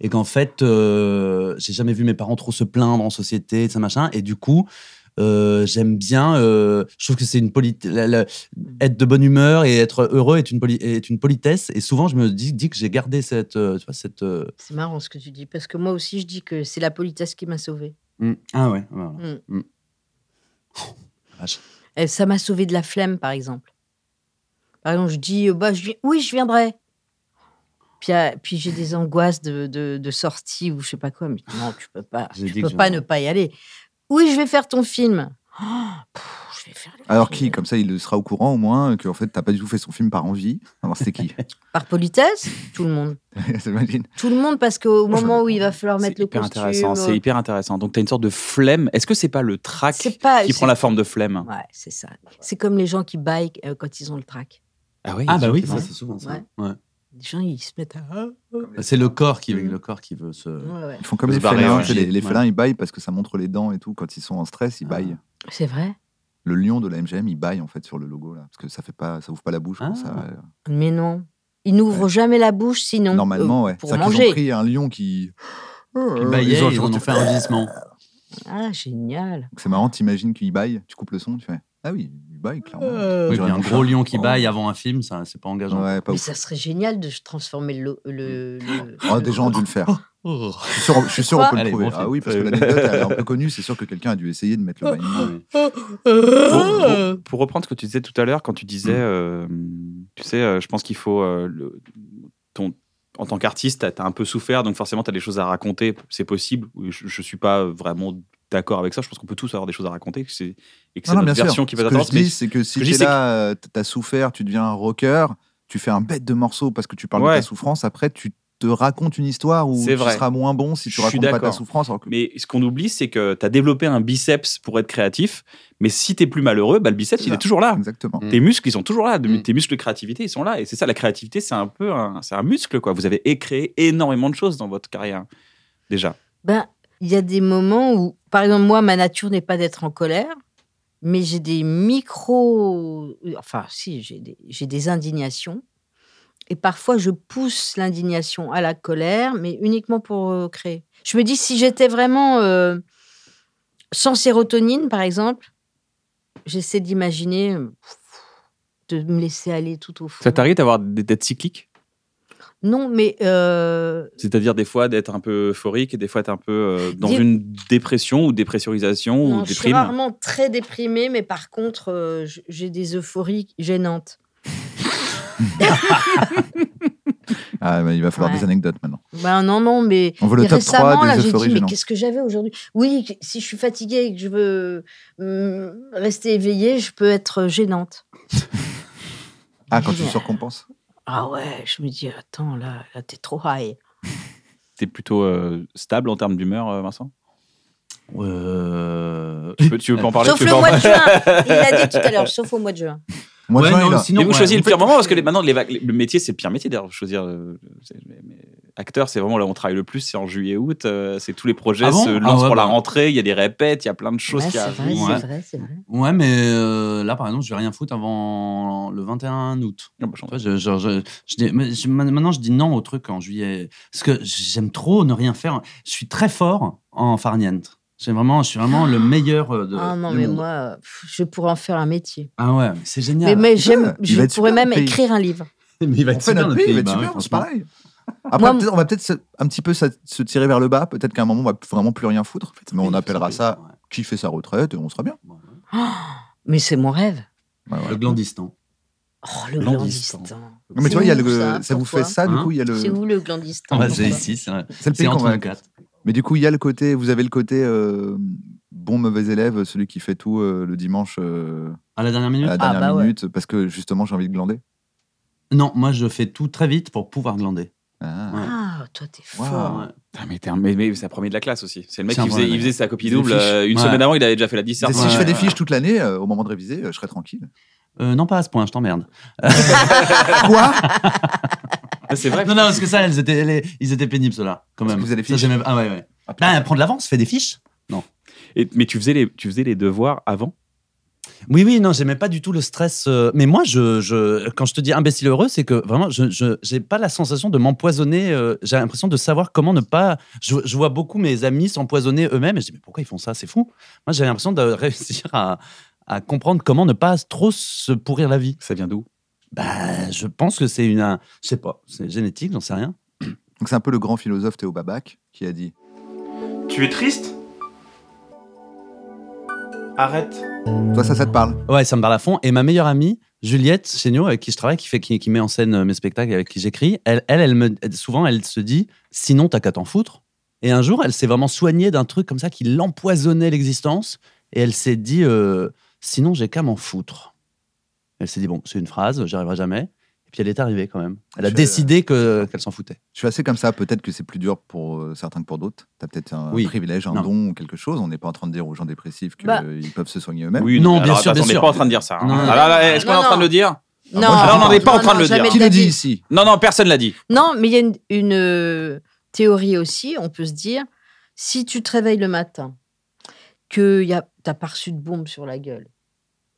D: Et qu'en fait, euh, j'ai jamais vu mes parents trop se plaindre en société, ça machin. Et du coup, euh, j'aime bien. euh, je trouve que c'est une polite. la- la- être de bonne humeur et être heureux est une, poli- est une politesse. Et souvent, je me dis, dis que j'ai gardé cette. euh, tu vois, cette euh,
C: C'est marrant ce que tu dis, parce que moi aussi, je dis que c'est la politesse qui m'a sauvée.
D: Ah ouais. voilà.
C: Mm.
D: Mm. La vache.
C: Eh, Ça m'a sauvée de la flemme, par exemple. Par exemple, je dis, euh, bah, je vi- oui, je viendrai. Puis, euh, puis j'ai des angoisses de, de, de sortie ou je sais pas quoi. Mais non, tu peux pas,
D: J'ai
C: tu
D: dit
C: peux
D: que je-
C: pas ne pas y aller. Oui, je vais faire ton film. Oh, je vais faire le-
B: Alors qui Comme ça, il sera au courant au moins qu'en fait, t'as pas du tout fait son film par envie. Alors c'était qui
C: Par politesse, tout le monde.
B: T'imagines
C: Tout le monde, parce qu'au
B: Moi, je-
C: moment où il va falloir
A: C'est
C: mettre le
A: hyper
C: costume.
A: intéressant.
C: euh,
A: C'est hyper intéressant. Donc, tu as une sorte de flemme. Est-ce que c'est pas le trac
C: C'est pas.
A: qui
C: c'est-
A: prend la forme de flemme
C: Ouais, c'est ça. C'est comme les gens qui baillent euh, quand ils ont le trac.
A: Ah oui.
D: Ah bah oui, ça
A: effectivement.
D: c'est souvent ça.
C: Ouais.
D: Ouais.
C: Les gens, ils se mettent à. hein?
D: C'est le corps qui,
C: Mhm.
D: le corps qui veut se.
C: Ouais, ouais.
B: Ils font comme
D: Faut
B: les
D: se barrer,
B: félins.
D: ouais.
B: tu sais, Les, les
D: Ouais.
B: félins, ils baillent parce que ça montre les dents et tout. Quand ils sont en stress, ils
D: Ah.
B: baillent.
C: C'est vrai.
B: Le lion de la MGM, il baille en fait sur le logo là, parce que ça fait pas, ça ouvre pas la bouche.
D: Ah.
B: ça, euh,
C: Mais non. Ils n'ouvrent jamais la bouche, sinon.
B: normalement,
C: euh,
B: ouais.
C: Pour
B: C'est-à-dire qu'ils ont
C: manger.
B: pris un lion qui. Euh,
D: Ils baillaient,
B: Ils ont-
D: ils en ont fait un vieillissement.
C: Ah, génial.
B: C'est marrant, t'imagines qu'il baille, tu coupes le son, tu fais ah oui, il baille clairement.
D: Oui, puis un gros lion qui
B: Oh.
D: baille avant un film, ça c'est pas engageant.
B: Ouais, pas
C: Mais
B: ouf.
C: ça serait génial de transformer le. le, le-
B: Oh,
C: le-
B: des gens ont dû le faire.
D: Oh.
B: Je suis sûr, je suis sûr on peut
D: Allez,
B: le trouver.
D: bon
B: ah
D: film.
B: oui, parce que l'anecdote elle est un peu connue. C'est sûr que quelqu'un a dû essayer de mettre le baillement.
C: Ah.
A: pour,
B: Ah.
A: pour- pour reprendre ce que tu disais tout à l'heure, quand tu disais, euh, tu sais, euh, je pense qu'il faut. euh, le- ton, en tant qu'artiste, tu as, un peu souffert, donc forcément, tu as des choses à raconter, c'est possible. Je ne suis pas vraiment d'accord avec ça. Je pense qu'on peut tous avoir des choses à raconter que c'est- et que c'est
B: Non, non,
A: notre
B: bien
A: version
B: sûr.
A: qui va
B: Ce que
A: t'intéresser.
B: je dis, c'est que
A: que
B: si
A: je dis,
B: t'es
A: c'est
B: là, euh, t'as souffert, tu deviens un rocker, tu fais un bête de morceau parce que tu parles
A: Ouais.
B: de ta souffrance. Après, tu te racontes une histoire où
A: C'est
B: tu
A: vrai.
B: seras moins bon si tu
A: Je suis
B: racontes pas ta
A: d'accord.
B: souffrance. alors que-
A: Mais ce qu'on oublie, c'est que tu as développé un biceps pour être créatif, mais si tu es plus malheureux, bah, le biceps,
B: C'est
A: il
B: ça.
A: est toujours là.
B: Exactement.
D: Mm.
A: Tes muscles, ils sont toujours là. De-
D: Mm.
A: Tes muscles de créativité, ils sont là. Et c'est ça, la créativité, c'est un peu un, c'est un muscle, quoi. Vous avez créé énormément de choses dans votre carrière, déjà.
C: Ben, il y a des moments où, par exemple, moi, ma nature n'est pas d'être en colère, mais j'ai des micro. Enfin, si, j'ai des, j'ai des indignations. Et parfois, je pousse l'indignation à la colère, mais uniquement pour euh, créer. Je me dis, si j'étais vraiment euh, sans sérotonine, par exemple, j'essaie d'imaginer euh, de me laisser aller tout au fond.
A: Ça t'arrive d'avoir d'être cyclique
C: Non, mais euh,
A: C'est-à-dire des fois d'être un peu euphorique et des fois d'être un peu euh, dans
C: Dé-
A: une dépression ou dépressurisation ou
C: Non, je suis
A: déprime.
C: rarement très déprimée, mais par contre, euh, j- j'ai des euphories gênantes.
B: Ah, bah, il va falloir
C: Ouais.
B: des anecdotes maintenant.
C: Ben non, non, mais,
B: On veut le
C: mais
B: top 3
C: récemment,
B: des hein.
C: là, j'ai
B: euphories
C: dit, mais
B: gênantes.
C: qu'est-ce que j'avais aujourd'hui Oui, que- si je suis fatiguée et que je veux hum, rester éveillée, je peux être gênante.
B: Ah, quand tu
C: Génial.
B: surcompenses
C: Ah ouais, je me dis, attends, là, là t'es trop high.
A: T'es plutôt euh, stable en termes d'humeur, euh, Vincent
D: Euh,
A: tu peux, tu veux pas en parler
C: sauf
A: tu veux
C: le
A: pas en
C: mois de
A: parler
C: juin. Il l'a dit tout à l'heure, sauf au mois de juin.
B: Moi,
D: ouais,
B: tu vois,
D: non,
B: il a-
D: sinon,
A: Et vous
D: ouais.
A: choisissez le pire
C: En fait,
A: moment parce
C: je-
A: que les- maintenant les vac- le métier c'est le pire métier d'ailleurs choisir euh, c'est- mais- mais acteur c'est vraiment là où on travaille le plus c'est en juillet août euh, c'est tous les projets
D: Ah bon
A: se
D: Ah
A: lancent
D: ouais,
A: pour la
D: bah.
A: rentrée il y a des répètes il y a plein de choses
C: Ouais,
A: qui
C: c'est vrai,
A: arrivent
D: ouais.
C: c'est vrai, c'est vrai.
D: Ouais, mais euh, là, par exemple, je vais rien foutre avant le 21 août.
A: Ah bah, j'en-
D: Tu vois, je- je- je- je dis- mais je- maintenant, je dis non au truc en juillet. Parce que j'aime trop ne rien faire. Je suis très fort en farniente. C'est vraiment, je suis vraiment le meilleur euh, de.
C: Ah non,
D: du
C: mais
D: monde.
C: moi, euh, pff, je pourrais en faire un métier.
D: Ah ouais, mais c'est
C: Mais,
D: génial. Mais,
C: mais j'aime,
B: il
C: je
B: va être
C: pourrais
B: super,
C: même
B: le pays.
C: écrire un livre.
D: il va
B: on
D: être
B: fait
D: super
B: notre pays, il va être
D: bah ouais,
B: super, c'est
D: franchement.
B: pareil. Après,
C: Moi,
B: peut-être- on va peut-être se- un petit peu se se tirer vers le bas. Peut-être qu'à un moment, on va vraiment plus rien foutre. Mais on appellera ça qui fait sa retraite et on sera bien.
D: Ouais, ouais.
C: Mais c'est mon rêve.
B: Ouais, ouais.
D: Le glandistan.
C: Oh, le
D: Glandistan.
C: glandistan.
B: Non, mais tu vois, il y a
C: C'est
B: le-
C: où,
B: ça, vous
C: pourquoi
B: fait ça, du
D: Hein
B: coup, il y a le.
C: C'est où le glandistan
D: Bah, c'est ici, c'est vrai.
B: C'est le
D: C'est
B: pays qu'on
D: entre
B: va.
D: nous quatre.
B: Mais du coup, il y a le côté, vous avez le côté euh, bon mauvais élève, celui qui fait tout euh, le dimanche euh,
D: À la dernière
B: à
D: minute
B: la
C: Ah,
B: dernière
C: bah ouais.
B: minute, parce que justement, j'ai envie de glander.
D: Non, moi, je fais tout très vite pour pouvoir glander.
B: Ah.
D: Ouais.
C: Ah, toi, t'es
B: Waouh.
C: fort.
D: Ouais.
A: Ah, mais, t'es un- mais, mais c'est un premier de la classe aussi c'est le mec
D: C'est un
A: qui faisait,
D: premier,
A: il faisait sa copie
D: Des
A: double
D: fiches.
A: euh, une
D: Ouais.
A: semaine avant il avait déjà fait la
B: Si
A: dissert
D: Ouais,
B: je fais des
D: ouais.
B: fiches toute l'année, euh, au moment de réviser, euh, je serai tranquille.
D: Euh, non, pas à ce point, je t'emmerde.
B: Quoi
A: Ah, c'est vrai
D: Non, non, parce que ça, elles étaient, les- ils étaient pénibles, ceux-là, quand
B: Parce
D: même.
B: que vous avez
D: Ça,
B: fiches.
D: j'aimais- Ah ouais, ouais.
B: Ah, putain.
D: Là, prendre l'avance, fais des fiches.
A: Et- mais tu faisais les tu faisais les devoirs avant
D: Oui, oui, non, j'aimais pas du tout le stress. euh, mais moi, je, je, quand je te dis imbécile heureux, c'est que vraiment, je je- j'ai pas la sensation de m'empoisonner. euh, j'ai l'impression de savoir comment ne pas. Je, je vois beaucoup mes amis s'empoisonner eux-mêmes et je dis, mais pourquoi ils font ça C'est fou. Moi, j'ai l'impression de réussir à, à comprendre comment ne pas trop se pourrir la vie.
A: ça vient d'où
D: Bah, je pense que c'est une. un- je sais pas, c'est génétique, j'en sais rien.
B: Donc c'est un peu le grand philosophe Théo Babac qui a dit
E: Tu es triste Arrête.
B: Toi, ça, ça te parle
D: Ouais, ça me parle à fond. Et ma meilleure amie, Juliette Chéniaud, avec qui je travaille, qui, fait, qui, qui met en scène euh, mes spectacles, et avec qui j'écris, elle, elle, elle me, elle- souvent, elle se dit Sinon, t'as qu'à t'en foutre. Et un jour, elle s'est vraiment soignée d'un truc comme ça qui l'empoisonnait l'existence. Et elle s'est dit, euh, sinon j'ai qu'à m'en foutre. Elle s'est dit, bon, c'est une phrase, j'y arriverai jamais. Et puis elle est arrivée quand même. Elle a
B: Je-
D: décidé que- qu'elle s'en foutait.
B: Je suis assez comme ça. Peut-être que c'est plus dur pour euh, certains que pour d'autres. Tu as peut-être un
D: Oui.
B: privilège, un
D: Non.
B: don ou quelque chose. On n'est pas en train de dire aux gens dépressifs qu'ils
C: Bah.
B: peuvent se soigner eux-mêmes.
A: Oui,
D: Non,
A: mais
D: bien
A: alors,
D: sûr,
A: attends,
D: bien
A: on n'est
D: sûr.
A: pas en train de dire ça. hein.
D: Non.
A: Ah là là, Est-ce qu'on
C: Non,
A: est en train de
C: non.
A: le dire
B: moi, je-
C: Non, non,
B: non, on n'est
A: pas en train de le
C: jamais
A: dire.
B: Qui le
C: la
B: dit
C: vie.
B: ici
A: Non, non, personne l'a dit.
C: Non, mais il y a une, une, euh, théorie aussi, on peut se dire, si tu te réveilles le matin, que tu n'as pas reçu de bombe sur la gueule,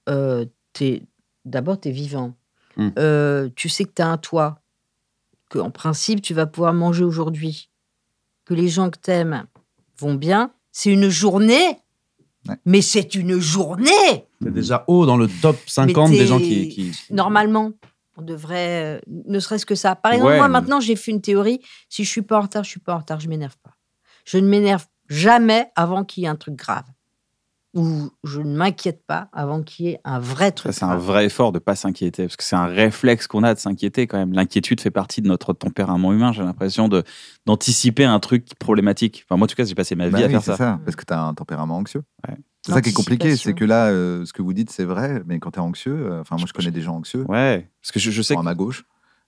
C: euh, t'es- d'abord, tu es vivant.
D: Mm.
C: Euh, tu sais que tu as un toit, que en principe, tu vas pouvoir manger aujourd'hui, que les gens que tu aimes vont bien. C'est une journée,
B: Ouais.
C: mais c'est une journée,
D: T'es déjà haut dans le top 50
C: t'es-
D: des gens qui. qui-
C: normalement. On devrait, euh, ne serait-ce que ça. Par exemple,
A: Ouais,
C: moi,
A: mais-
C: maintenant, j'ai fait une théorie. Si je suis pas en retard, je suis pas en retard, je m'énerve pas. Je ne m'énerve jamais avant qu'il y ait un truc grave. Ou je ne m'inquiète pas avant qu'il y ait un vrai
A: Ça,
C: truc
A: C'est un
C: grave.
A: vrai effort de pas s'inquiéter, parce que c'est un réflexe qu'on a de s'inquiéter quand même. L'inquiétude fait partie de notre tempérament humain. J'ai l'impression de d'anticiper un truc problématique. Enfin, moi, en tout cas, j'ai passé ma vie
B: Bah
A: à
B: oui,
A: faire
B: c'est
A: ça.
B: parce que tu as un tempérament anxieux.
A: Ouais.
B: C'est ça qui est compliqué,
C: L'anticipation.
B: c'est que là, euh, ce que vous dites, c'est vrai, mais quand tu es anxieux, euh, enfin, moi, je connais des gens anxieux,
A: Ouais, parce que je, je sais
B: à
A: que
B: ma gauche,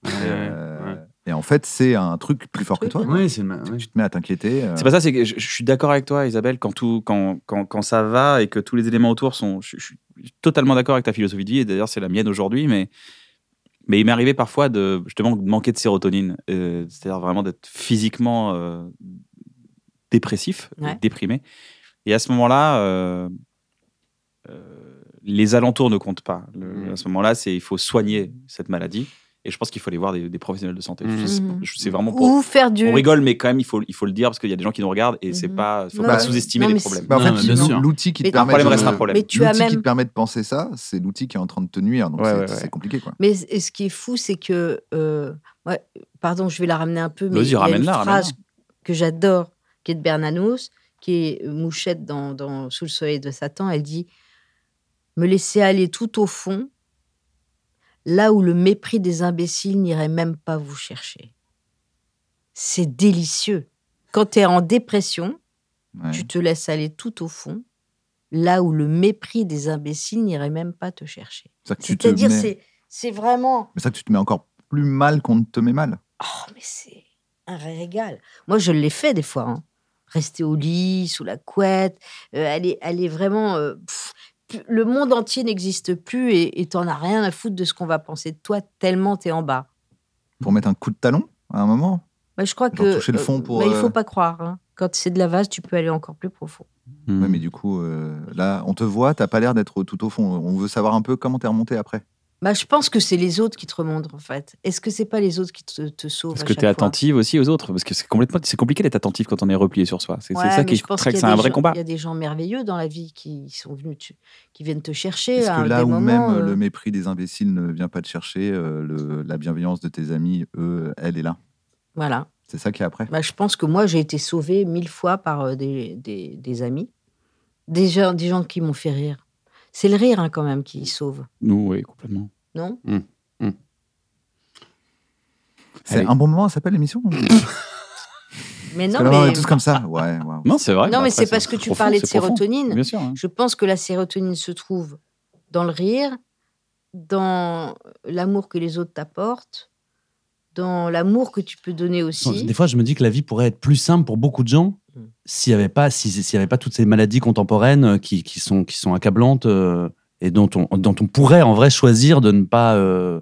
B: euh,
D: ouais.
B: et en fait, c'est un truc plus fort que toi.
D: Oui, c'est ma- oui.
B: Tu te mets à t'inquiéter. euh,
A: c'est pas ça. C'est que je, je suis d'accord avec toi, Isabelle, quand tout, quand, quand, quand ça va et que tous les éléments autour sont. Je, je suis totalement d'accord avec ta philosophie de vie. Et d'ailleurs, c'est la mienne aujourd'hui, mais. Mais il m'est arrivé parfois de justement de manquer de sérotonine, euh, c'est-à-dire vraiment d'être physiquement euh, dépressif, euh,
C: Ouais.
A: déprimé. Et à ce moment-là, euh, euh, les alentours ne comptent pas. Le-
E: Mhm.
A: À ce moment-là, c'est il faut soigner cette maladie. Et je pense qu'il faut aller voir des, des professionnels de santé.
E: Mhm.
A: Je sais- je- C'est vraiment pour.
C: Ou faire du.
A: On rigole, mais quand même, il faut, il faut le dire parce qu'il y a des gens qui nous regardent et c'est
C: Mhm.
A: pas, faut
C: Non,
A: pas
B: mais-
A: sous-estimer
C: non,
A: les
C: mais
A: problèmes.
B: bah, en
D: Non,
B: fait,
D: mais
B: l'ou-
D: bien sûr.
B: l'outil qui,
C: Mais
B: te
C: un
B: permet
A: problème
B: de-
A: reste un problème.
C: Mais tu as
B: l'outil qui
C: même.
B: te permet de penser ça, c'est l'outil qui est en train de te nuire. Donc,
A: Ouais,
B: c'est
A: ouais,
B: c'est
A: ouais.
B: compliqué. Quoi.
C: Mais c- ce qui est fou, c'est que. euh, ouais, pardon, je vais la ramener un peu, mais
A: Vas-y,
C: il y a une
A: ramène-la, ramène-la.
C: phrase que j'adore, qui est de Bernanos, qui est euh, Mouchette dans, dans Sous le soleil de Satan. Elle dit Me laisser aller tout au fond, là où le mépris des imbéciles n'irait même pas vous chercher. C'est délicieux. Quand tu es en dépression,
B: Ouais.
C: tu te laisses aller tout au fond, là où le mépris des imbéciles n'irait même pas te chercher.
B: C'est-à-dire que tu te
C: C'est-à-dire,
B: mets-
C: c'est, c'est vraiment.
B: mais ça que tu te mets encore plus mal qu'on ne te met mal.
C: Oh, mais c'est un vrai régal. Moi, je l'ai fait des fois. hein. Rester au lit, sous la couette, euh, aller, aller vraiment. euh, pff, pu- le monde entier n'existe plus et, et t'en as rien à foutre de ce qu'on va penser de toi, tellement t'es en bas.
B: Pour mettre un coup de talon à un moment.
C: Moi, je crois
B: Genre
C: que.
B: toucher le fond pour,
C: mais il
B: euh,
C: faut pas croire. hein. Quand c'est de la vase, tu peux aller encore plus profond.
A: Mhm.
B: Ouais,
C: Mm.
B: mais du coup, euh, là, on te voit, t'as pas l'air d'être au- tout au fond. On veut savoir un peu comment t'es remonté après.
C: Bah, je pense que c'est les autres qui te remontent, en fait. Est-ce que c'est pas les autres qui te, te sauvent
A: Parce
C: à
A: que
C: chaque
A: tu es
C: fois
A: attentive aussi aux autres, parce que c'est complètement, c'est compliqué d'être attentif quand on est replié sur soi. C'est c'est
C: Ouais,
A: ça
C: mais
A: qui
C: je pense
A: très-
C: qu'il y a
A: c'est un
C: des
A: vrai
C: gens-
A: combat.
C: Il y a des gens merveilleux dans la vie qui sont venus, te- qui viennent te chercher.
B: Est-ce
C: à
B: que
C: un
B: là
C: des
B: où
C: moments,
B: même
C: euh,
B: le mépris des imbéciles ne vient pas te chercher, euh, le- la bienveillance de tes amis, eux, elle est là
C: Voilà.
B: C'est ça qui est après
C: Bah, je pense que moi, j'ai été sauvée mille fois par euh, des, des- des amis, des gens, des gens qui m'ont fait rire. C'est le rire, hein, quand même, qui sauve,
A: Nous, oui, complètement.
C: non
B: C'est
A: Allez.
B: un bon moment, ça s'appelle l'émission
C: Mais
B: Parce
C: non,
B: que là, on
C: mais,
B: est tous comme ça. Ouais, waouh.
A: Non, c'est vrai.
C: non,
A: bah, après,
C: mais c'est parce que tu
A: profond,
C: parlais de
A: c'est profond.
C: sérotonine.
A: Bien sûr. hein.
C: Je pense que la sérotonine se trouve dans le rire, dans l'amour que les autres t'apportent, dans l'amour que tu peux donner aussi.
D: Des fois, je me dis que la vie pourrait être plus simple pour beaucoup de gens
C: Mm.
D: s'il n'y avait, pas- si, s'il y avait pas toutes ces maladies contemporaines euh, qui, qui sont, qui sont accablantes euh, et dont on, dont on pourrait en vrai choisir de ne pas, euh,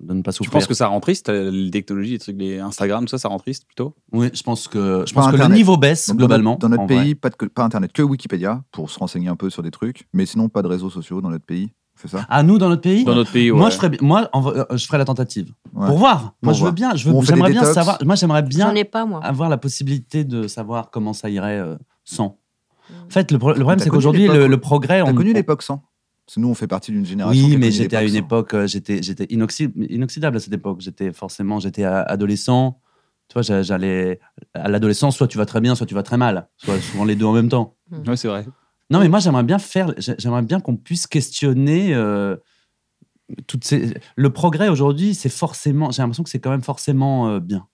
D: de ne pas
A: Tu
D: souffrir.
A: penses que ça rend triste, euh, les technologies, les trucs, les Instagram, ça, ça rend triste plutôt
D: Oui, je pense que, je
B: Pas
D: pense que le
B: Internet.
D: niveau baisse
B: Donc, dans
D: globalement.
B: notre- Dans notre
D: en vrai.
B: pays, pas, de, pas Internet, que Wikipédia pour se renseigner un peu sur des trucs, mais sinon pas de réseaux sociaux dans notre pays. On fait ça
D: Ah, nous, dans notre pays
A: Dans notre pays,
D: Moi,
A: ouais.
D: je ferais, bi- moi en vrai, euh, je ferais la tentative.
B: Ouais.
D: Pour voir. Moi,
B: Pour
D: je
B: voir.
D: veux bien. je
B: Ou on
D: veux-
B: fait des
D: J'aimerais bien
B: détox.
D: savoir. Moi, j'aimerais bien Ah.
C: J'en ai pas, moi.
D: avoir la possibilité de savoir comment ça irait euh, sans.
C: Mm.
D: En fait, le, pro- le problème,
B: T'as
D: c'est
B: connu
D: qu'aujourd'hui,
B: l'époque
D: le,
B: où-
D: le progrès.
B: T'as
D: on-
B: connu
D: on-
B: l'époque sans Parce que Nous, on fait partie d'une génération. qui
D: Oui,
B: a
D: mais
B: connu
D: j'étais à
B: l'époque
D: une
B: sans.
D: époque, euh, j'étais j'étais inoxy- inoxydable à cette époque. J'étais forcément, j'étais euh, adolescent. Tu vois, j'a- j'allais à l'adolescence, soit tu vas très bien, soit tu vas très mal, soit souvent les deux en même temps.
A: Ouais, c'est vrai.
D: Non, mais moi j'aimerais bien faire, j'a- j'aimerais bien qu'on puisse questionner euh, toutes ces. Le progrès aujourd'hui, c'est forcément. J'ai l'impression que c'est quand même forcément euh, bien.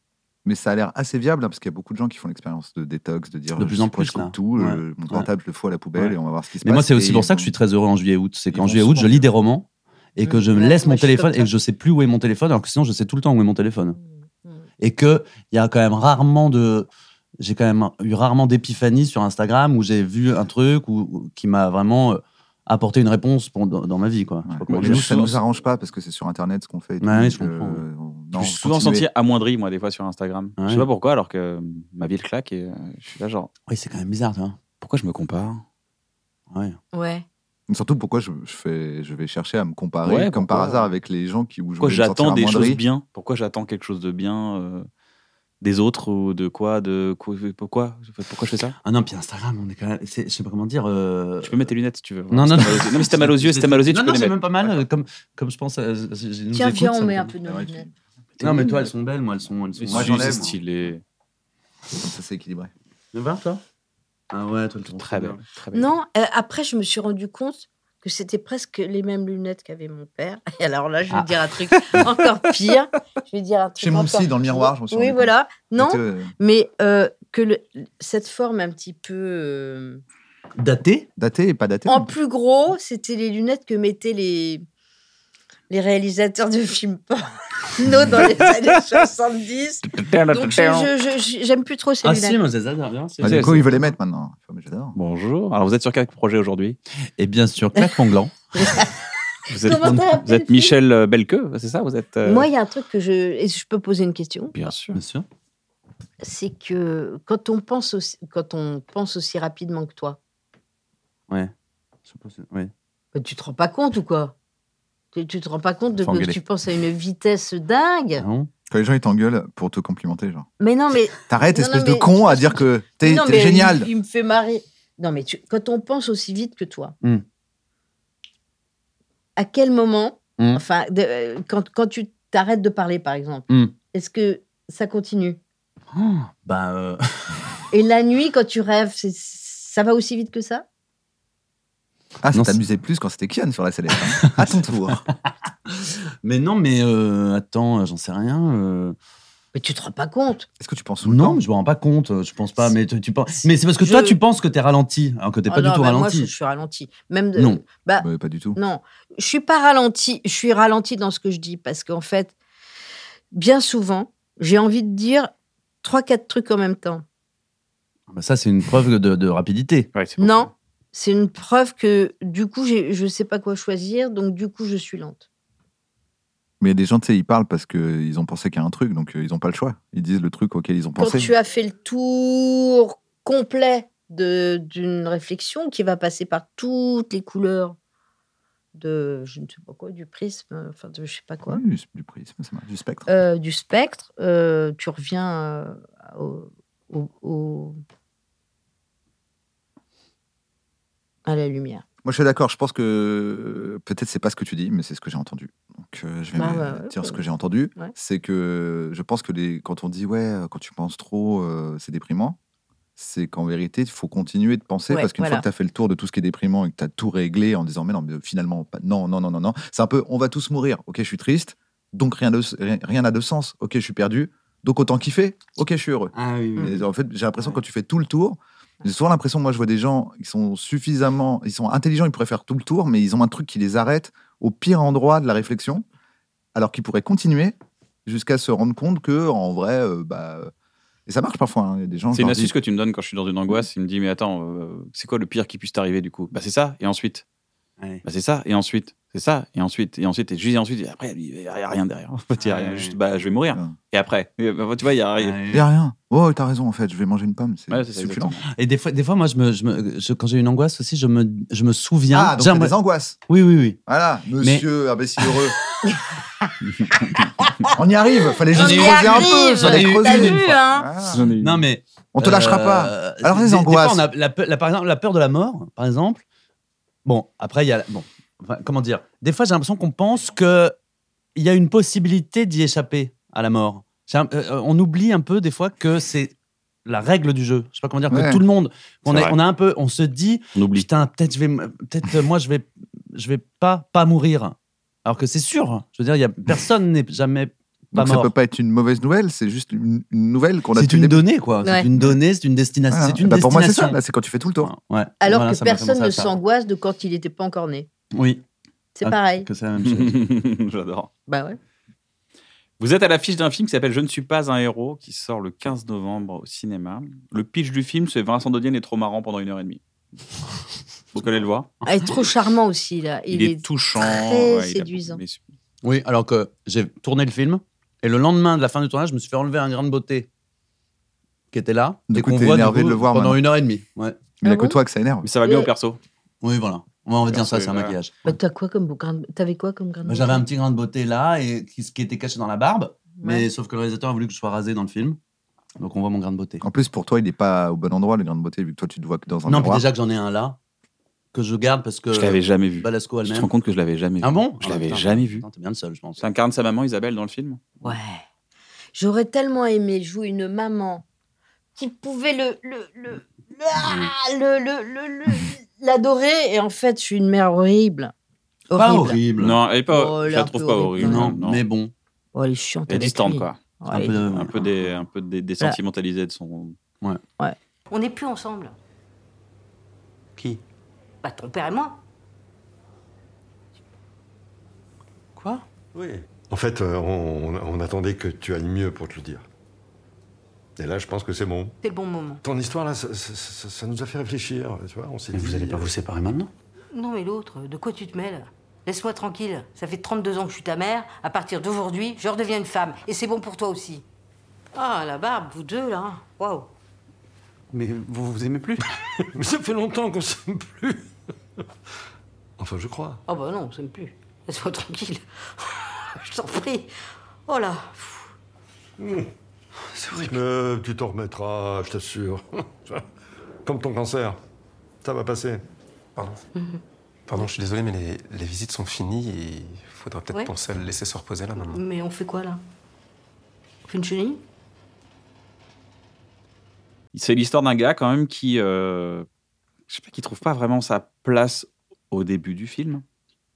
B: Mais Mais ça a l'air assez viable, hein, parce qu'il y a beaucoup de gens qui font l'expérience de détox, de dire
D: De
B: je
D: plus
B: sais
D: en
B: pas, je
D: plus,
B: coupe
D: là.
B: tout,
D: Ouais.
B: euh, mon portable, je le fous à la poubelle
D: Ouais.
B: et on va voir ce qui se
D: Mais
B: passe.
D: moi, c'est
B: Et
D: aussi pour ça que je suis très heureux en juillet-août. C'est
B: Ils
D: qu'en
B: vont
D: juillet-août, je
B: souvent
D: lis
B: mieux.
D: des romans et que je me
C: Ouais,
D: laisse
C: moi,
D: mon
C: je suis
D: téléphone
C: comme
D: et que
C: ça.
D: je sais plus où est mon téléphone, alors que sinon, je sais tout le temps où est mon téléphone.
C: Mm.
D: Et que il y a quand même rarement de. J'ai quand même eu rarement d'épiphanie sur Instagram où j'ai vu un truc ou- ou qui m'a vraiment euh, apporté une réponse pour, dans, dans ma vie. Quoi. Je sais
B: Ouais.
D: pas comment
B: Bon,
D: dire.
B: nous, ça
A: souvent-
B: nous arrange pas parce que c'est sur Internet ce qu'on fait. et tout,
D: Ouais, je
B: donc,
D: comprends.
B: euh, on-
A: Je
B: non,
A: me suis souvent
B: continuez.
A: senti amoindri, moi, des fois, sur Instagram. Je
D: Ouais.
A: sais pas pourquoi, alors que euh, ma vie le claque et euh, je suis là, genre,
D: Oui, c'est quand même bizarre, tu vois.
A: pourquoi je me compare
D: Ouais.
C: Ouais.
B: Surtout pourquoi je, je fais, je vais chercher à me comparer,
A: Ouais,
B: comme par
A: pourquoi
B: hasard, avec les gens qui, où je
A: Pourquoi
B: voulais me
A: j'attends
B: sentir
A: des choses
B: amoindri.
A: bien Pourquoi j'attends quelque chose de bien euh, des autres ou de quoi de quoi, Pourquoi Pourquoi je fais ça
D: Ah non, puis Instagram, on est quand même. c'est- Je sais pas comment dire. euh,
A: Tu peux mettre tes lunettes si tu veux.
D: Non,
A: Si
D: non,
A: t'as mal aux yeux- non, mais si t'as mal aux yeux, si t'as mal aux yeux, tu
D: non,
A: peux
D: non,
A: les
D: c'est
A: mettre.
D: même pas mal. euh, Comme, comme je pense. euh, je- je- nous
C: Tiens,
D: écoute,
C: viens,
D: ça
C: on
D: me
C: met
D: fait-
C: un peu de nos
B: Ouais,
C: lunettes.
D: Non, mais toi, elles sont belles, moi, elles sont. Elles sont...
A: Mais
B: Moi,
A: si,
B: j'enlève.
A: c'est stylé.
B: Comme ça, c'est équilibré.
D: Le vin, toi Ah ouais, toi, tu
A: Très belle.
B: Ah
A: très
B: ben
A: belle.
C: Non, euh, après, je me suis rendu compte que c'était presque les mêmes lunettes qu'avait mon père. Et alors là, je vais
D: Ah.
C: dire un truc encore pire. Je vais dire un truc
B: Chez moi aussi,
C: encore
B: dans le
C: pire.
B: miroir, je me suis
C: Oui,
B: rendu
C: voilà. Non,
B: Et, euh,
C: mais euh, que le- cette forme un petit peu... euh,
D: Daté
B: Daté et pas daté.
C: En plus gros, c'était les lunettes que mettaient les, les réalisateurs de films porno dans les années 70. Donc, je- je- je- j'aime plus trop ces
D: Ah si,
C: lunettes.
D: moi, je les adore bien.
B: Bah, du coup, il veut les mettre maintenant. Enfin, mais J'adore.
A: Bonjour. Alors, vous êtes sur quel projet aujourd'hui
D: Et bien sûr, claque mon gland.
A: Vous êtes,
C: Comment t'as
A: vous êtes
C: appelé
A: Michel euh, Bellqueux, c'est ça Vous êtes. euh,
C: Moi, il y a un truc que je. Et je peux poser une question.
A: Bien sûr.
D: Bien sûr.
C: C'est que quand on, pense aussi, quand on pense aussi rapidement que toi,
D: Je pense que- ouais.
C: bah, tu te rends pas compte ou quoi tu, tu te rends pas compte de
D: Faut
C: que
D: engueuler.
C: tu penses à une vitesse dingue
D: Non
B: Quand les gens ils t'engueulent pour te complimenter, genre.
C: Mais non, mais
B: T'arrêtes,
C: Non,
B: espèce
C: non,
B: de
C: mais-
B: con, à dire que t'es
C: Non,
B: t'es
C: mais
B: génial.
C: Il, il me fait marrer. Non, mais tu- quand on pense aussi vite que toi,
D: Hmm.
C: à quel moment,
D: Hmm.
C: enfin, de- euh, quand, quand tu t'arrêtes de parler, par exemple,
D: Hmm.
C: est-ce que ça continue
D: Oh, Bah, euh,
C: Et la nuit, quand tu rêves, c'est- ça va aussi vite que ça
B: Ah, ça
D: Non,
B: t'amusait plus quand c'était Kian sur la sellette. hein. à ton tour.
D: mais non, mais euh, attends, j'en sais rien. euh,
C: Mais tu te rends pas compte.
B: Est-ce que tu penses tout le
D: Non,
B: temps
D: mais je me rends pas compte. euh, Je pense pas. Mais tu, tu penses. Mais c'est parce que
C: Je-
D: toi, tu penses que t'es ralenti, alors que t'es
C: Ah
D: pas
C: non,
D: du tout
C: bah,
D: ralenti.
C: Moi, je, je suis ralenti. Même de-
D: Non.
C: Bah,
B: Ouais, Pas du tout.
C: Non, je suis pas ralenti. Je suis ralenti dans ce que je dis parce qu'en fait, bien souvent, j'ai envie de dire trois, quatre trucs en même temps.
D: Bah, ça, c'est une preuve de, de rapidité.
A: Ouais, c'est pour
C: Non, c'est une preuve que du coup, j'ai- je ne sais pas quoi choisir, donc du coup, je suis lente.
B: Mais il y a des gens, tu sais, ils parlent parce qu'ils ont pensé qu'à un truc, donc euh, ils n'ont pas le choix. Ils disent le truc auquel ils ont
C: Quand
B: pensé.
C: tu as fait le tour complet de- d'une réflexion qui va passer par toutes les couleurs de, je ne sais pas quoi, du prisme, enfin, de je sais pas quoi,
B: Ouais, du, du prisme, ça marche, du spectre.
C: euh, du spectre, euh, tu reviens euh, au, au- au- à la lumière.
B: Moi, je suis d'accord. Je pense que euh, peut-être c'est pas ce que tu dis, mais c'est ce que j'ai entendu. Donc, euh, je vais
C: Ah,
B: me-
C: bah, ouais,
B: dire
C: ouais.
B: ce que j'ai entendu.
C: Ouais.
B: C'est que euh, je pense que les, quand on dit ouais, euh, quand tu penses trop, euh, c'est déprimant. C'est qu'en vérité, il faut continuer de penser
C: Ouais,
B: parce qu'une
C: voilà.
B: fois que tu as fait le tour de tout ce qui est déprimant et que tu as tout réglé en disant mais non, mais finalement, pas- non, non, non, non, non. C'est un peu on va tous mourir. Ok, je suis triste. Donc rien de- rien rien n'a de sens. Ok, je suis perdu. Donc autant kiffer. Ok, je suis heureux.
D: Ah oui,
A: Mm.
C: oui.
B: Et en fait, j'ai l'impression que quand tu fais tout le tour, j'ai souvent l'impression, moi, je vois des gens qui sont suffisamment, ils sont intelligents, ils pourraient faire tout le tour, mais ils ont un truc qui les arrête au pire endroit de la réflexion, alors qu'ils pourraient continuer jusqu'à se rendre compte que, en vrai, euh, bah, et ça marche parfois. hein, Il y a des gens. je
A: C'est une
B: leur dis-
A: astuce que tu me donnes quand je suis dans une angoisse. Il me dit, mais attends, euh, c'est quoi le pire qui puisse t'arriver du coup Bah c'est ça, et ensuite
D: Ouais.
A: Bah c'est ça, et ensuite C'est ça, et ensuite Et ensuite, et juste et ensuite, et après, il n'y a rien derrière. En fait, il y a
D: Ah,
A: rien,
D: oui.
A: juste, bah je vais mourir.
B: Ouais.
A: Et après Et, bah, Tu vois, il y a rien.
B: Il y a rien. Oh, t'as raison, en fait, je vais manger une pomme. C'est
A: Ouais, c'est ça,
B: succulent.
D: Et des fois, des fois moi, je me, je me- je- quand j'ai une angoisse aussi, je me, je me souviens.
B: Ah, donc
D: J'ai
B: t'as
D: un-
B: des angoisses.
D: Oui, oui, oui.
B: Voilà,
D: Mais-
B: monsieur imbécile heureux. On y arrive, fallait juste
C: On y
B: creuser un peu.
C: arrive,
B: fallait
D: t'as
B: creuser une
C: vu,
B: fois.
C: hein
B: Ah.
A: J'en ai eu.
D: Non, mais.
B: On te lâchera
D: euh,
B: pas. Alors, les
D: des- des fois,
B: angoisses.
D: on a la peur- la- par exemple, la peur de la mort, par exemple. Bon, après, il y a. la- Bon, enfin, comment dire Des fois, j'ai l'impression qu'on pense que il y a une possibilité d'y échapper à la mort. J'ai un- euh, euh, on oublie un peu, des fois, que c'est la règle du jeu. Je sais pas comment dire,
B: Ouais.
D: que tout le monde. On,
A: C'est
D: est,
A: vrai.
D: on a un peu. On se dit.
A: On oublie.
D: putain, peut-être je vais, m- peut-être euh, moi je vais, je vais pas pas mourir. Alors que c'est sûr. Je veux dire, il y a personne n'est jamais Pas
B: Donc ça
D: mort.
B: peut pas être une mauvaise nouvelle, c'est juste une, une nouvelle qu'on a
D: C'est
B: depuis
D: une
B: le début.
D: donnée, quoi.
C: Ouais.
D: C'est une donnée, c'est une destination.
B: Voilà.
D: C'est une
B: Bah,
D: destination. Ah
B: pour moi, c'est ça. Là, c'est quand tu fais tout le tour.
D: Ouais.
C: Alors
D: Voilà,
C: que
D: ça m'a
C: personne
D: commencé à
C: ne
D: faire.
C: s'angoisse de quand il n'était pas encore né.
D: Oui.
C: C'est
D: Ah,
C: pareil.
D: Que c'est la même chose.
A: J'adore.
C: Bah ouais.
A: Vous êtes à l'affiche d'un film qui s'appelle Je ne suis pas un héros, qui sort le 15 novembre au cinéma. Le pitch du film, c'est Vincent Dodienne est trop marrant pendant une heure et demie. Vous allez le voir.
C: Ah, il est trop charmant aussi, là.
A: Il, est, touchant.
C: très
A: il a-
C: séduisant.
A: mais-
D: oui, alors que j'ai tourné le film et le lendemain de la fin du tournage, je me suis fait enlever un grain de beauté qui était là
B: Du
D: et
B: coup,
D: qu'on
B: t'es
D: voit du
B: énervé
D: coup,
B: de le voir
D: pendant
B: maintenant.
D: une heure et demie. Ouais.
B: Mais il y a
C: Ah
B: que
C: bon
B: toi que ça énerve.
A: mais ça va bien
C: Et-
A: au perso.
D: Oui, voilà. Ouais, on va dire ça, c'est un
A: Personne,
D: maquillage.
C: Bah, t'as quoi comme grain de- T'avais quoi comme grain de
D: Moi, J'avais un
C: beauté
D: petit grain de beauté là et qui, ce qui était caché dans la barbe, mais
C: Ouais.
D: sauf que le réalisateur a voulu que je sois rasé dans le film, donc on voit mon grain de beauté.
B: En plus, pour toi, il n'est pas au bon endroit, le grain de beauté, vu que toi, tu te vois que dans un
D: non, puis
B: miroir.
D: déjà que j'en ai un là que je garde parce que
A: Je l'avais jamais vu.
D: Balasco
A: Je
D: elle-même.
A: te rends compte que je l'avais jamais vu.
D: Ah bon
A: Je
D: Ah,
A: l'avais
D: putain,
A: jamais vu.
D: putain, T'es bien le seul, je pense.
A: Ça incarne sa maman Isabelle dans le film
C: Ouais. J'aurais tellement aimé jouer une maman qui pouvait le. le, le, le- ah, le- le- le- le- l'adorer. Et en fait, je suis une mère horrible.
D: Pas
C: Horrible.
D: horrible.
A: Non, elle est pas,
C: Oh, elle
A: je
C: est
A: la
C: un
A: trouve
C: peu
A: pas
C: horrible,
A: horrible.
D: Non,
A: non.
D: mais bon.
C: Oh, elle est chiante.
A: Elle est
C: avec
A: distante,
C: lui.
A: quoi.
C: Oh,
D: Un
C: elle est-
D: peu,
A: Un peu, des, un peu des, désentimentalisée de son.
G: On n'est plus ensemble.
H: Qui
G: Bah, ton père et moi.
H: Quoi Oui. En fait, euh, on, on- on attendait que tu ailles mieux pour te le dire. Et là, je pense que c'est bon.
G: C'est le bon moment.
H: Ton histoire, là, ça, ça- ça- ça nous a fait réfléchir. Tu vois, on s'est
I: Mais vous
H: dit,
I: allez pas vous séparer maintenant
G: Non, mais l'autre, de quoi tu te mêles Laisse-moi tranquille. Ça fait 32 ans que je suis ta mère. À partir d'aujourd'hui, je redeviens une femme. Et c'est bon pour toi aussi. Ah, la barbe, vous deux, là. Waouh.
I: Mais vous vous aimez plus
H: Mais ça fait longtemps qu'on s'aime plus. enfin, je crois.
G: Ah bah non, ça me pue. Laisse-moi tranquille. je t'en prie. Oh là.
I: C'est horrible.
H: Mais tu t'en remettras, je t'assure. Comme ton cancer. Ça va passer.
I: Pardon.
G: Mhm.
I: Pardon, je suis désolé, mais les, les visites sont finies et il faudra peut-être
G: Ouais.
I: penser à le laisser se reposer là maintenant.
G: Mais on fait quoi, là On fait une chenille
A: C'est l'histoire d'un gars, quand même, qui. euh, je sais pas, qui trouve pas vraiment sa place au début du film.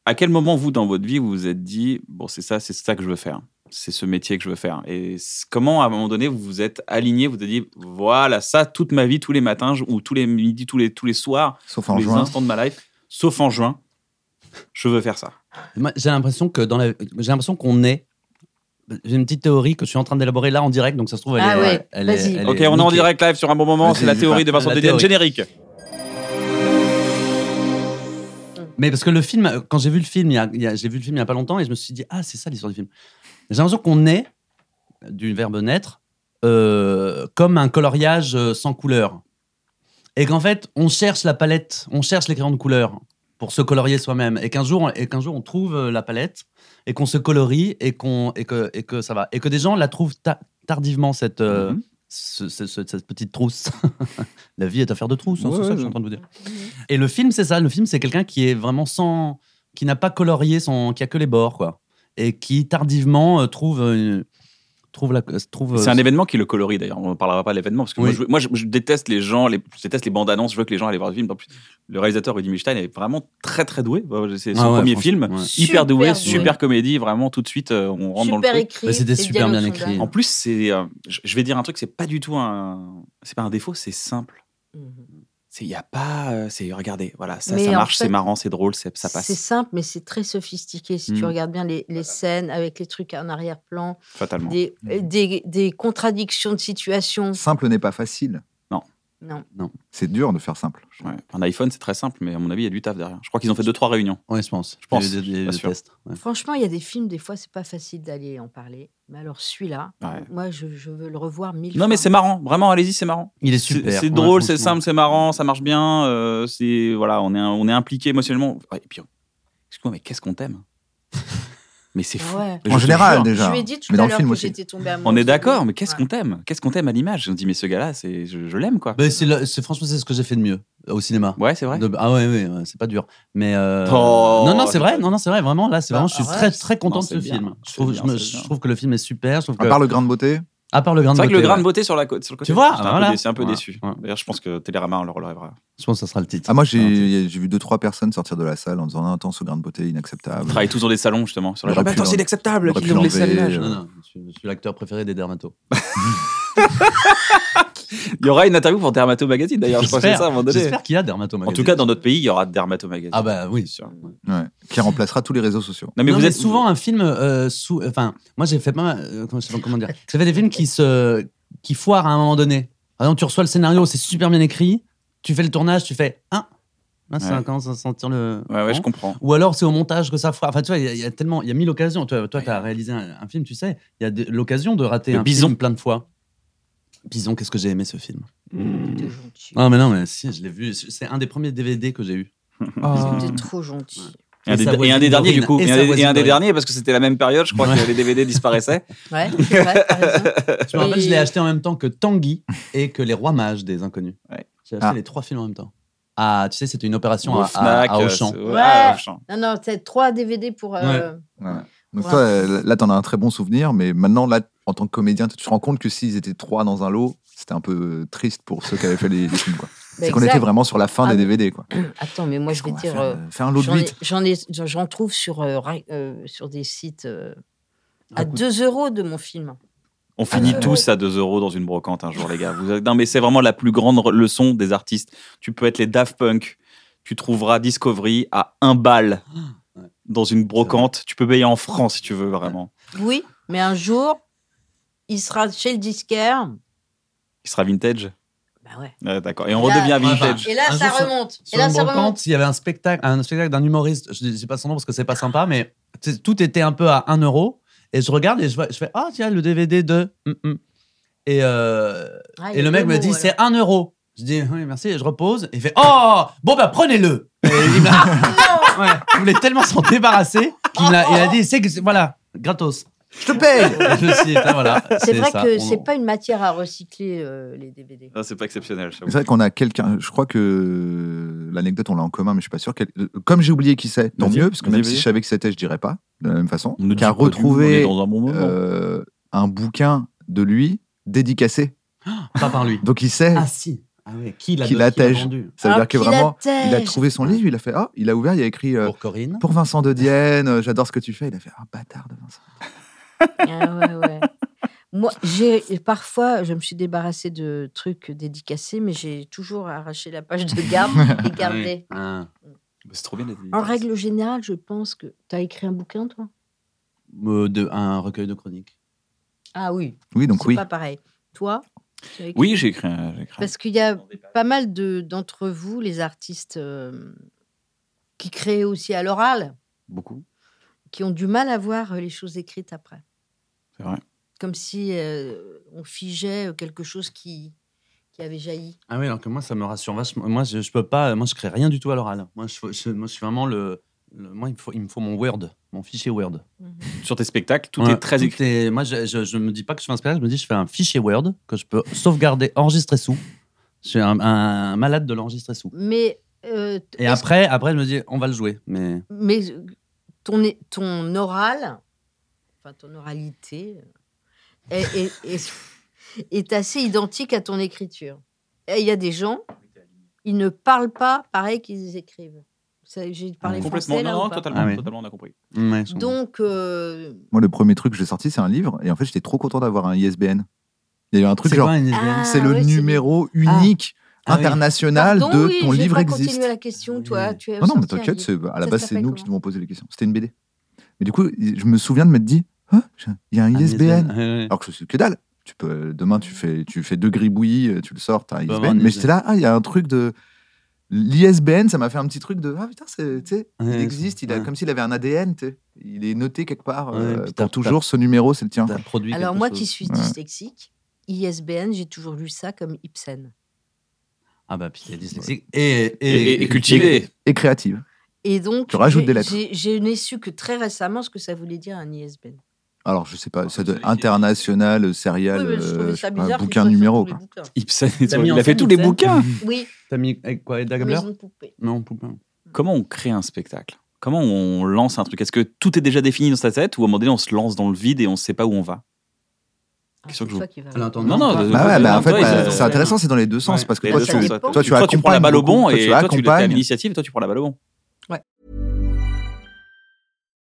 A: À quel moment, vous, dans votre vie, vous vous êtes dit, bon, c'est ça, c'est ça que je veux faire c'est ce métier que je veux faire. Et c- comment, à un moment donné, vous vous êtes aligné, vous vous êtes dit, voilà, ça, toute ma vie, tous les matins, je- ou tous les midis, tous les, tous les soirs,
B: Sauf
A: tous
B: en
A: les
B: juin.
A: instants de ma life, sauf en juin, je veux faire ça.
D: Moi, J'ai l'impression que dans la... j'ai l'impression qu'on est. J'ai une petite théorie que je suis en train d'élaborer là en direct, donc ça se trouve elle
C: Ah
D: est.
C: ouais,
D: elle est-
C: vas-y.
D: elle est
A: Ok, on est en
D: niquée.
A: direct live sur un bon moment,
D: Vas-y,
A: c'est la
D: vas-y,
A: théorie de
D: parle.
A: Vincent
D: La
A: Dedienne,
D: théorie.
A: générique.
D: Mais parce que le film, euh, quand j'ai vu le film, il y a, il y a- j'ai vu le film il y a pas longtemps et je me suis dit ah c'est ça l'histoire du film. J'ai l'impression qu'on est du verbe naître euh, comme un coloriage euh, sans couleur et qu'en fait on cherche la palette, on cherche les crayons de couleur pour se colorier soi-même et qu'un jour et qu'un jour on trouve euh, la palette et qu'on se colorie et qu'on et que et que ça va et que des gens la trouvent ta- tardivement cette euh,
A: Mhm.
D: ce- ce- ce- cette petite trousse. la vie est affaire de trousse, hein,
A: Ouais,
D: c'est ça
A: ouais,
D: que je suis en
A: ouais.
D: train de vous dire. Et le film, c'est ça. Le film, c'est quelqu'un qui est vraiment sans. qui n'a pas colorié, son, qui a que les bords, quoi. Et qui tardivement euh, trouve. une- trouve la. euh, trouve,
A: C'est un événement qui le colorie d'ailleurs. On ne parlera pas de l'événement parce que moi,
D: Oui.
A: je, veux- moi, je- je déteste les gens, les, je déteste les bandes annonces. Je veux que les gens aillent voir le film. En plus, le réalisateur Rudy Milstein est vraiment très très doué. Bah, C'est son
D: Ah ouais,
A: premier
D: franchement,
A: film,
D: ouais.
A: hyper
C: Super
A: doué,
C: doué.
A: super comédie. Vraiment tout de suite, euh, on rentre dans le
C: Super
A: truc.
C: écrit.
D: Mais c'était
C: les
D: super bien
C: dialogues sont
D: écrit.
C: dingues.
A: En plus, c'est, euh, je je vais dire un truc, c'est pas du tout un, c'est pas un défaut, c'est simple.
C: Mhm.
A: C'est il y a pas, euh, c'est regardez, voilà, ça,
C: Mais
A: ça
C: en
A: marche,
C: fait,
A: c'est marrant, c'est drôle, c'est- ça
C: C'est
A: passe
C: simple, mais c'est très sophistiqué. Si tu
A: Mm.
C: regardes bien les, les scènes avec les trucs en arrière-plan,
A: fatalement.
C: des, euh,
D: Mm.
C: des, des contradictions de situations.
B: Simple n'est pas facile.
C: Non.
B: C'est dur de faire simple. je trouve.
A: Ouais. Un iPhone, c'est très simple, mais à mon avis, il y a du taf derrière. Je crois qu'ils ont fait deux trois réunions.
D: Ouais, je pense. Je
A: pense,
D: Il y a eu des-
A: je suis
D: des
A: pas sûr.
D: tests, ouais.
C: Franchement, il y a des films, des fois, c'est pas facile d'aller en parler. Mais alors, celui-là,
A: Ouais.
C: moi, je, je veux le revoir mille
A: Non
C: fois.
A: mais c'est marrant, vraiment, allez-y, c'est marrant.
D: Il est
A: C'est-
D: super.
A: C'est
D: ouais,
A: drôle, c'est
D: franchement.
A: simple, c'est marrant, ça marche bien. euh, c'est voilà, on est on est impliqué émotionnellement. Ouais, Et puis, excuse-moi, mais qu'est-ce qu'on t'aime Mais c'est fou.
C: Ouais.
A: Je
B: En
A: te
B: général,
A: jure.
B: déjà.
C: Je lui ai dit tout
B: mais dans
C: à
B: le
C: l'heure
B: film
C: que
B: aussi.
C: j'étais tombée amoureuse.
A: on
C: de
A: est
C: lui.
A: d'accord, mais qu'est-ce
C: Ouais.
A: qu'on t'aime Qu'est-ce qu'on t'aime à l'image On se dit, mais ce gars-là, c'est je, je l'aime quoi.
D: Mais Bah, c'est le- c'est- franchement, c'est ce que j'ai fait de mieux euh, au cinéma.
A: Ouais, c'est vrai.
D: De- ah ouais, ouais, ouais, c'est pas dur. Mais euh,
A: Oh,
D: non, non, c'est
A: j'ai
D: vrai.
A: pas-
D: Non, non, c'est vrai. Vraiment, là, c'est
C: Bah,
D: vraiment. Je suis
C: arrête.
D: très, très content
A: Non,
D: de ce
A: c'est bien,
D: film. Je
A: c'est
D: trouve,
A: bien,
D: je me-
A: c'est
D: je
A: bien.
D: trouve que le film est super. Je trouve
B: À
D: que-
B: part le grain de beauté,
D: À part le grain
A: C'est
D: de
A: vrai
D: beauté.
A: que le grain de
D: ouais.
A: beauté sur, la côte, sur le côté.
D: Tu vois,
A: j'étais un peu
D: voilà.
A: dé- C'est un peu
D: Voilà.
A: déçu. D'ailleurs, je pense que Télérama, on le relèvera.
D: Je pense que ça sera le titre.
B: Ah, moi, j'ai j'ai vu deux, trois personnes sortir de la salle en disant Ah, Attends, ce grain de beauté inacceptable.
A: Ils travaillent tous dans des salons, justement. Sur la
B: J'aurais
A: Mais
B: pu l'en-
A: inacceptable
B: j'aurais pu l'enlever,
A: l'image.
D: Non, non, je suis, je suis l'acteur préféré des dermatos.
A: Il y aura une interview pour Dermato Magazine, d'ailleurs. Je pense que c'est
D: J'espère-
A: ça à un moment donné.
D: J'espère qu'il y a Dermato
A: En
D: Magazine.
A: tout cas, dans notre pays, il y aura Dermato Magazine.
D: Ah bah oui.
A: sûr. Non,
B: euh, Ouais. Qui remplacera tous les réseaux sociaux.
A: Ah, mais
D: non,
A: vous
D: mais
A: êtes
D: souvent un film euh, sous. Enfin, moi j'ai fait pas mal. euh, comment, je sais pas comment dire J'ai fait des films qui se qui foirent à un moment donné. Par exemple, tu reçois le scénario, c'est super bien écrit. Tu fais le tournage, tu fais ah, ah, ça
A: Ouais.
D: commence à sentir le.
A: Ouais, ouais, je comprends.
D: Ou alors c'est au montage que ça foire. Enfin, tu vois, il y a- il y, a tellement, il y a mille occasions. Toi, toi, t'as réalisé un, un film, tu sais, il y a de- l'occasion de rater
A: Le
D: un
A: Bison.
D: film plein de fois. Bison, qu'est-ce que j'ai aimé ce film
B: Mmh.
C: T'es gentil.
D: Ah mais non, mais si, je l'ai vu. C'est un des premiers DVD que j'ai eu.
B: Ah.
C: T'es trop gentil.
A: Et un
D: Et
A: des,
D: sa
A: et un
D: voisine
A: des derniers,
D: Dorine.
A: du coup.
D: Et
A: Et,
D: sa
A: un, des, et
D: voisine
A: un des
D: Dorine.
A: derniers, parce que c'était la même période, je crois que les DVD disparaissaient.
C: Ouais, c'est vrai, t'as raison.
D: Je me rappelle, je
C: Et-
D: l'ai acheté en même temps que Tanguy et que Les Rois Mages des Inconnus.
A: Ouais.
D: J'ai acheté
B: Ah.
D: les trois films en même temps. Ah, tu sais, c'était une opération
A: Au
D: à, à-
A: Fnac,
D: à
A: euh,
D: Auchan.
A: c'est-
C: Ouais.
A: ah, Auchan.
C: Non, non, c'est trois DVD pour. euh,
B: Ouais. Donc
C: Ouais.
B: toi, euh, là, t'en as un très bon souvenir, mais maintenant, là, en tant que comédien, tu te rends compte que s'ils étaient trois dans un lot, c'était un peu euh, triste pour ceux qui avaient fait les, les films. quoi.
C: bah,
B: C'est qu'on
C: exact.
B: était vraiment sur la fin
C: Ah,
B: des
C: mais-
B: DVD. Quoi.
C: Attends, mais moi,
B: Qu'est-ce
C: je vais
B: qu'on va
C: dire.
B: faire,
C: euh,
B: euh, faire un lot de
C: J'en ai-
B: 8.
C: j'en ai- j'en- j'en trouve sur, euh, ra- euh, sur des sites euh,
B: Ah,
C: à 2 euros de mon film.
A: On finit
C: Ah, ouais.
A: tous à 2 euros dans une brocante un jour, les gars. Vous êtes- Non, mais c'est vraiment la plus grande re- leçon des artistes. Tu peux être les Daft Punk, tu trouveras Discovery à 1 balle dans une brocante. Tu peux payer en francs si tu veux, vraiment.
C: Oui, mais un jour, il sera chez le disquaire.
A: Il sera vintage.
C: Bah ouais.
A: Ouais, D'accord. Et on
C: Et là-
A: redevient
D: Ouais, bah,
A: vintage.
C: Et là,
D: Un
C: ça
D: jour, sur-
C: remonte. Et
D: Sur
C: là,
D: une
C: ça remonte.
D: brocante, il y avait un spectacle, un spectacle d'un humoriste. Je ne dis pas son nom parce que c'est pas sympa, mais tu sais, tout était un peu à 1 euro. Et je regarde et je, vois- je fais Ah, tiens, le DVD de. hum, hum. Et, euh,
C: Ah, il y
D: et
C: a
D: le mec
C: deux
D: me
C: mots,
D: dit
C: alors.
D: C'est 1 euro. Je dis Oui, merci. Et je repose. Et il fait Oh, bon, bah prenez-le. Et il m'a- Ouais, il voulait tellement s'en débarrasser qu'il a, il a dit C'est que. c'est- Voilà, gratos.
B: Je te paye
D: Je me suis dit, Ah, voilà,
C: C'est vrai
D: ça,
C: que
D: on-
C: c'est pas une matière à recycler, euh, les DVD.
A: Ah, c'est pas exceptionnel. j'avoue.
B: C'est vrai qu'on a quelqu'un, je crois que l'anecdote, on l'a en commun, mais je suis pas sûr. qu'elle- euh, Comme j'ai oublié qui c'est, tant
A: Vas-y,
B: mieux, parce que
A: vas-y,
B: même
A: vas-y.
B: si je savais que c'était, je dirais pas, de la même façon,
A: On ne dit
B: qui a
A: pas du-
B: retrouvé
A: on est dans un bon moment.
B: euh, un bouquin de lui dédicacé.
D: Pas par lui.
B: Donc il sait,
D: Ah, si. Ah, ouais, Qui l'a
B: Qui
D: qui
B: l'a
D: l'a
B: tège.
D: vendu
B: ça veut
C: Ah,
B: dire que
C: qu'il
B: vraiment,
C: attège.
B: il a trouvé son livre, il a fait, ah, il a ouvert, il y a écrit euh,
D: Pour Corinne.
B: pour Vincent de Dienne, euh, j'adore ce que tu fais. Il a fait un bâtard de Vincent.
C: Ah ouais, ouais. Moi, j'ai parfois, je me suis débarrassée de trucs dédicacés, mais j'ai toujours arraché la page de garde et gardé.
D: Ah.
A: C'est trop bien. les-
C: En règle générale, je pense que tu as écrit un bouquin, toi
D: Euh, de, un recueil de chroniques.
C: Ah oui,
B: Oui, donc
C: c'est
B: oui.
C: pas pareil. Toi tu as écrit-
A: Oui, j'ai écrit. un- j'ai écrit un-
C: Parce qu'il y a pas mal de- d'entre vous, les artistes euh, qui créent aussi à l'oral,
A: Beaucoup.
C: qui ont du mal à voir euh, les choses écrites après.
A: C'est vrai.
C: Comme si euh, on figeait quelque chose qui, qui avait jailli.
D: Ah oui, alors que moi, ça me rassure vachement. Moi, je, je peux pas. Moi, je crée rien du tout à l'oral. Moi, je, je- moi, je suis vraiment le. le- moi, il me, faut, il me faut mon Word, mon fichier Word.
A: Sur tes spectacles, tout
D: Ouais,
A: est très écrit.
D: est- moi, je, je, je me dis pas que je fais un spectacle. Je me dis, je fais un fichier Word que je peux sauvegarder, enregistrer sous. Je suis un, un malade de l'enregistrer sous.
C: Mais, euh, t-
D: Et
C: est-ce-
D: après, après, je me dis, on va le jouer. Mais
C: mais euh, ton, é- ton oral, enfin ton oralité, euh, est, est- est- est assez identique à ton écriture. Et Il y a des gens, ils ne parlent pas pareil qu'ils écrivent. Ça, J'ai parlé
A: Complètement.
C: français, là,
A: non,
C: ou
A: non,
C: pas
A: totalement,
D: Ah oui.
A: totalement, on a compris.
D: Ouais, je comprends.
C: Donc, euh,
B: Moi, le premier truc que j'ai sorti, c'est un livre. Et en fait, j'étais trop content d'avoir un ISBN. Il y a eu un truc
D: c'est
B: genre,
D: quoi une
C: Ah,
B: c'est le
C: ouais, c'est
B: numéro unique,
D: Ah oui.
B: international
C: pardon,
B: de
C: oui,
B: ton
C: j'ai
B: livre
C: pas
B: existe. Oh
C: continué la question, toi.
D: Oui.
C: Tu as
B: Non, non, mais
C: sorti un
B: t'inquiète,
C: livre.
B: c'est- à la
C: Ça
B: base, c'est
C: s'appelle
B: nous qui
C: comment
B: devons poser les questions. C'était une BD. Mais du coup, je me souviens de m'être dit, Ah, j'ai- il y a un
D: Ah,
B: ISBN. Alors que je suis que dalle. Tu peux, demain, tu fais, tu fais deux gribouillis, euh, tu le sors, t'as un
D: avoir
B: ISBN.
D: un
B: Mais j'étais là, ah, il y a un truc de. L'ISBN, ça m'a fait un petit truc de. Ah putain, c'est- tu sais,
D: Ouais,
B: il existe,
D: c'est-
B: il a,
D: ouais.
B: comme s'il avait un ADN, tu sais. il est noté quelque part.
D: Ouais,
B: euh,
D: puis t'as-
B: pour toujours, ce numéro, c'est le tien.
D: T'as produit
C: Alors,
D: quelque
C: moi
D: chose.
C: qui suis
B: Ouais.
C: dyslexique, ISBN, j'ai toujours lu ça comme Ibsen.
D: Ah bah, puis t'es dyslexique. Et,
A: Et,
D: et,
A: et cultivé.
B: Et créative.
C: Et donc,
B: Tu rajoutes
C: j'ai-
B: des lettres.
C: j'ai- Je n'ai su que très récemment ce que ça voulait dire un ISBN.
B: Alors, je sais pas, ça
A: c'est
B: doit
A: celui qui-
B: international,
C: Ah, Oui,
B: serial,
C: mais je
B: euh,
C: trouvais
B: je sais
C: ça
B: pas,
C: bizarre. qu'il
B: bouquin
C: soit sur
B: numéro.
C: tous les
B: quoi.
C: bouquins.
A: Ibsen et
D: T'as
A: tout.
D: mis
A: Il
D: en
A: a fait
D: scène
A: tous les
D: Ibsen
A: bouquins.
C: Oui,
D: T'as mis avec quoi Edda Gabler
C: Maison de poupée.
D: Non, Poupin.
A: Comment on crée un spectacle Comment on lance un truc Est-ce que tout est déjà défini dans sa tête ou à un moment donné on se lance dans le vide et on ne sait pas où on va question que je
C: toi
A: vous.
C: qui vas
D: À l'intendant.
A: Non, non,
D: Bah
A: de-
B: Bah ouais,
A: de-
B: bah en
A: non,
B: fait,
A: toi,
B: bah,
A: ils-
B: c'est intéressant, c'est dans les deux sens.
A: Ouais,
B: Parce que
A: les
B: toi,
A: deux
B: tu,
A: sens,
C: ça
A: ouais.
C: dépend.
B: toi, tu
A: tu prends la
B: accompagnes
A: balle au bon
B: beaucoup,
A: et
B: toi, tu
A: toi, tu as
B: accompagnes.
A: l'initiative, toi, tu prends la balle au bon.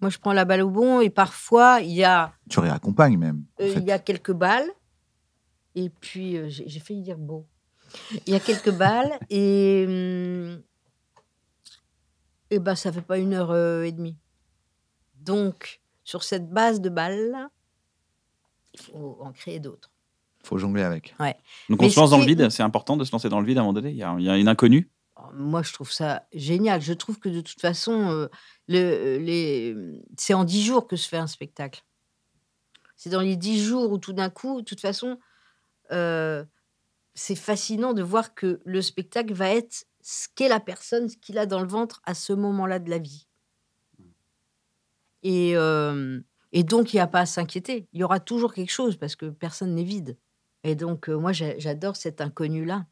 C: Moi, je prends la balle au bon et parfois, il y a,
B: Tu réaccompagnes même. en
C: euh,
B: fait.
C: il y a quelques balles. Et puis, euh, j'ai j'ai failli dire beau. Il y a quelques balles et. hum, et ben, ça fait pas une heure euh, et demie. Donc, sur cette base de balles, il faut en créer d'autres.
B: Faut jongler avec.
A: Donc
C: Mais
A: on se lance
C: ce
A: dans le
C: qui est-
A: vide, c'est important de se lancer dans le vide à un moment donné. Il y a, il y a une inconnue.
C: Alors, Oh, Moi, je trouve ça génial. Je trouve que de toute façon, euh, le- euh, les... c'est en dix jours que se fait un spectacle. C'est dans les dix jours où tout d'un coup, de toute façon, euh, c'est fascinant de voir que le spectacle va être ce qu'est la personne, ce qu'il a dans le ventre à ce moment-là de la vie. Et, euh, et donc, il n'y a pas à s'inquiéter. Il y aura toujours quelque chose parce que personne n'est vide. Et donc, euh, moi, j'a- j'adore cet inconnu-là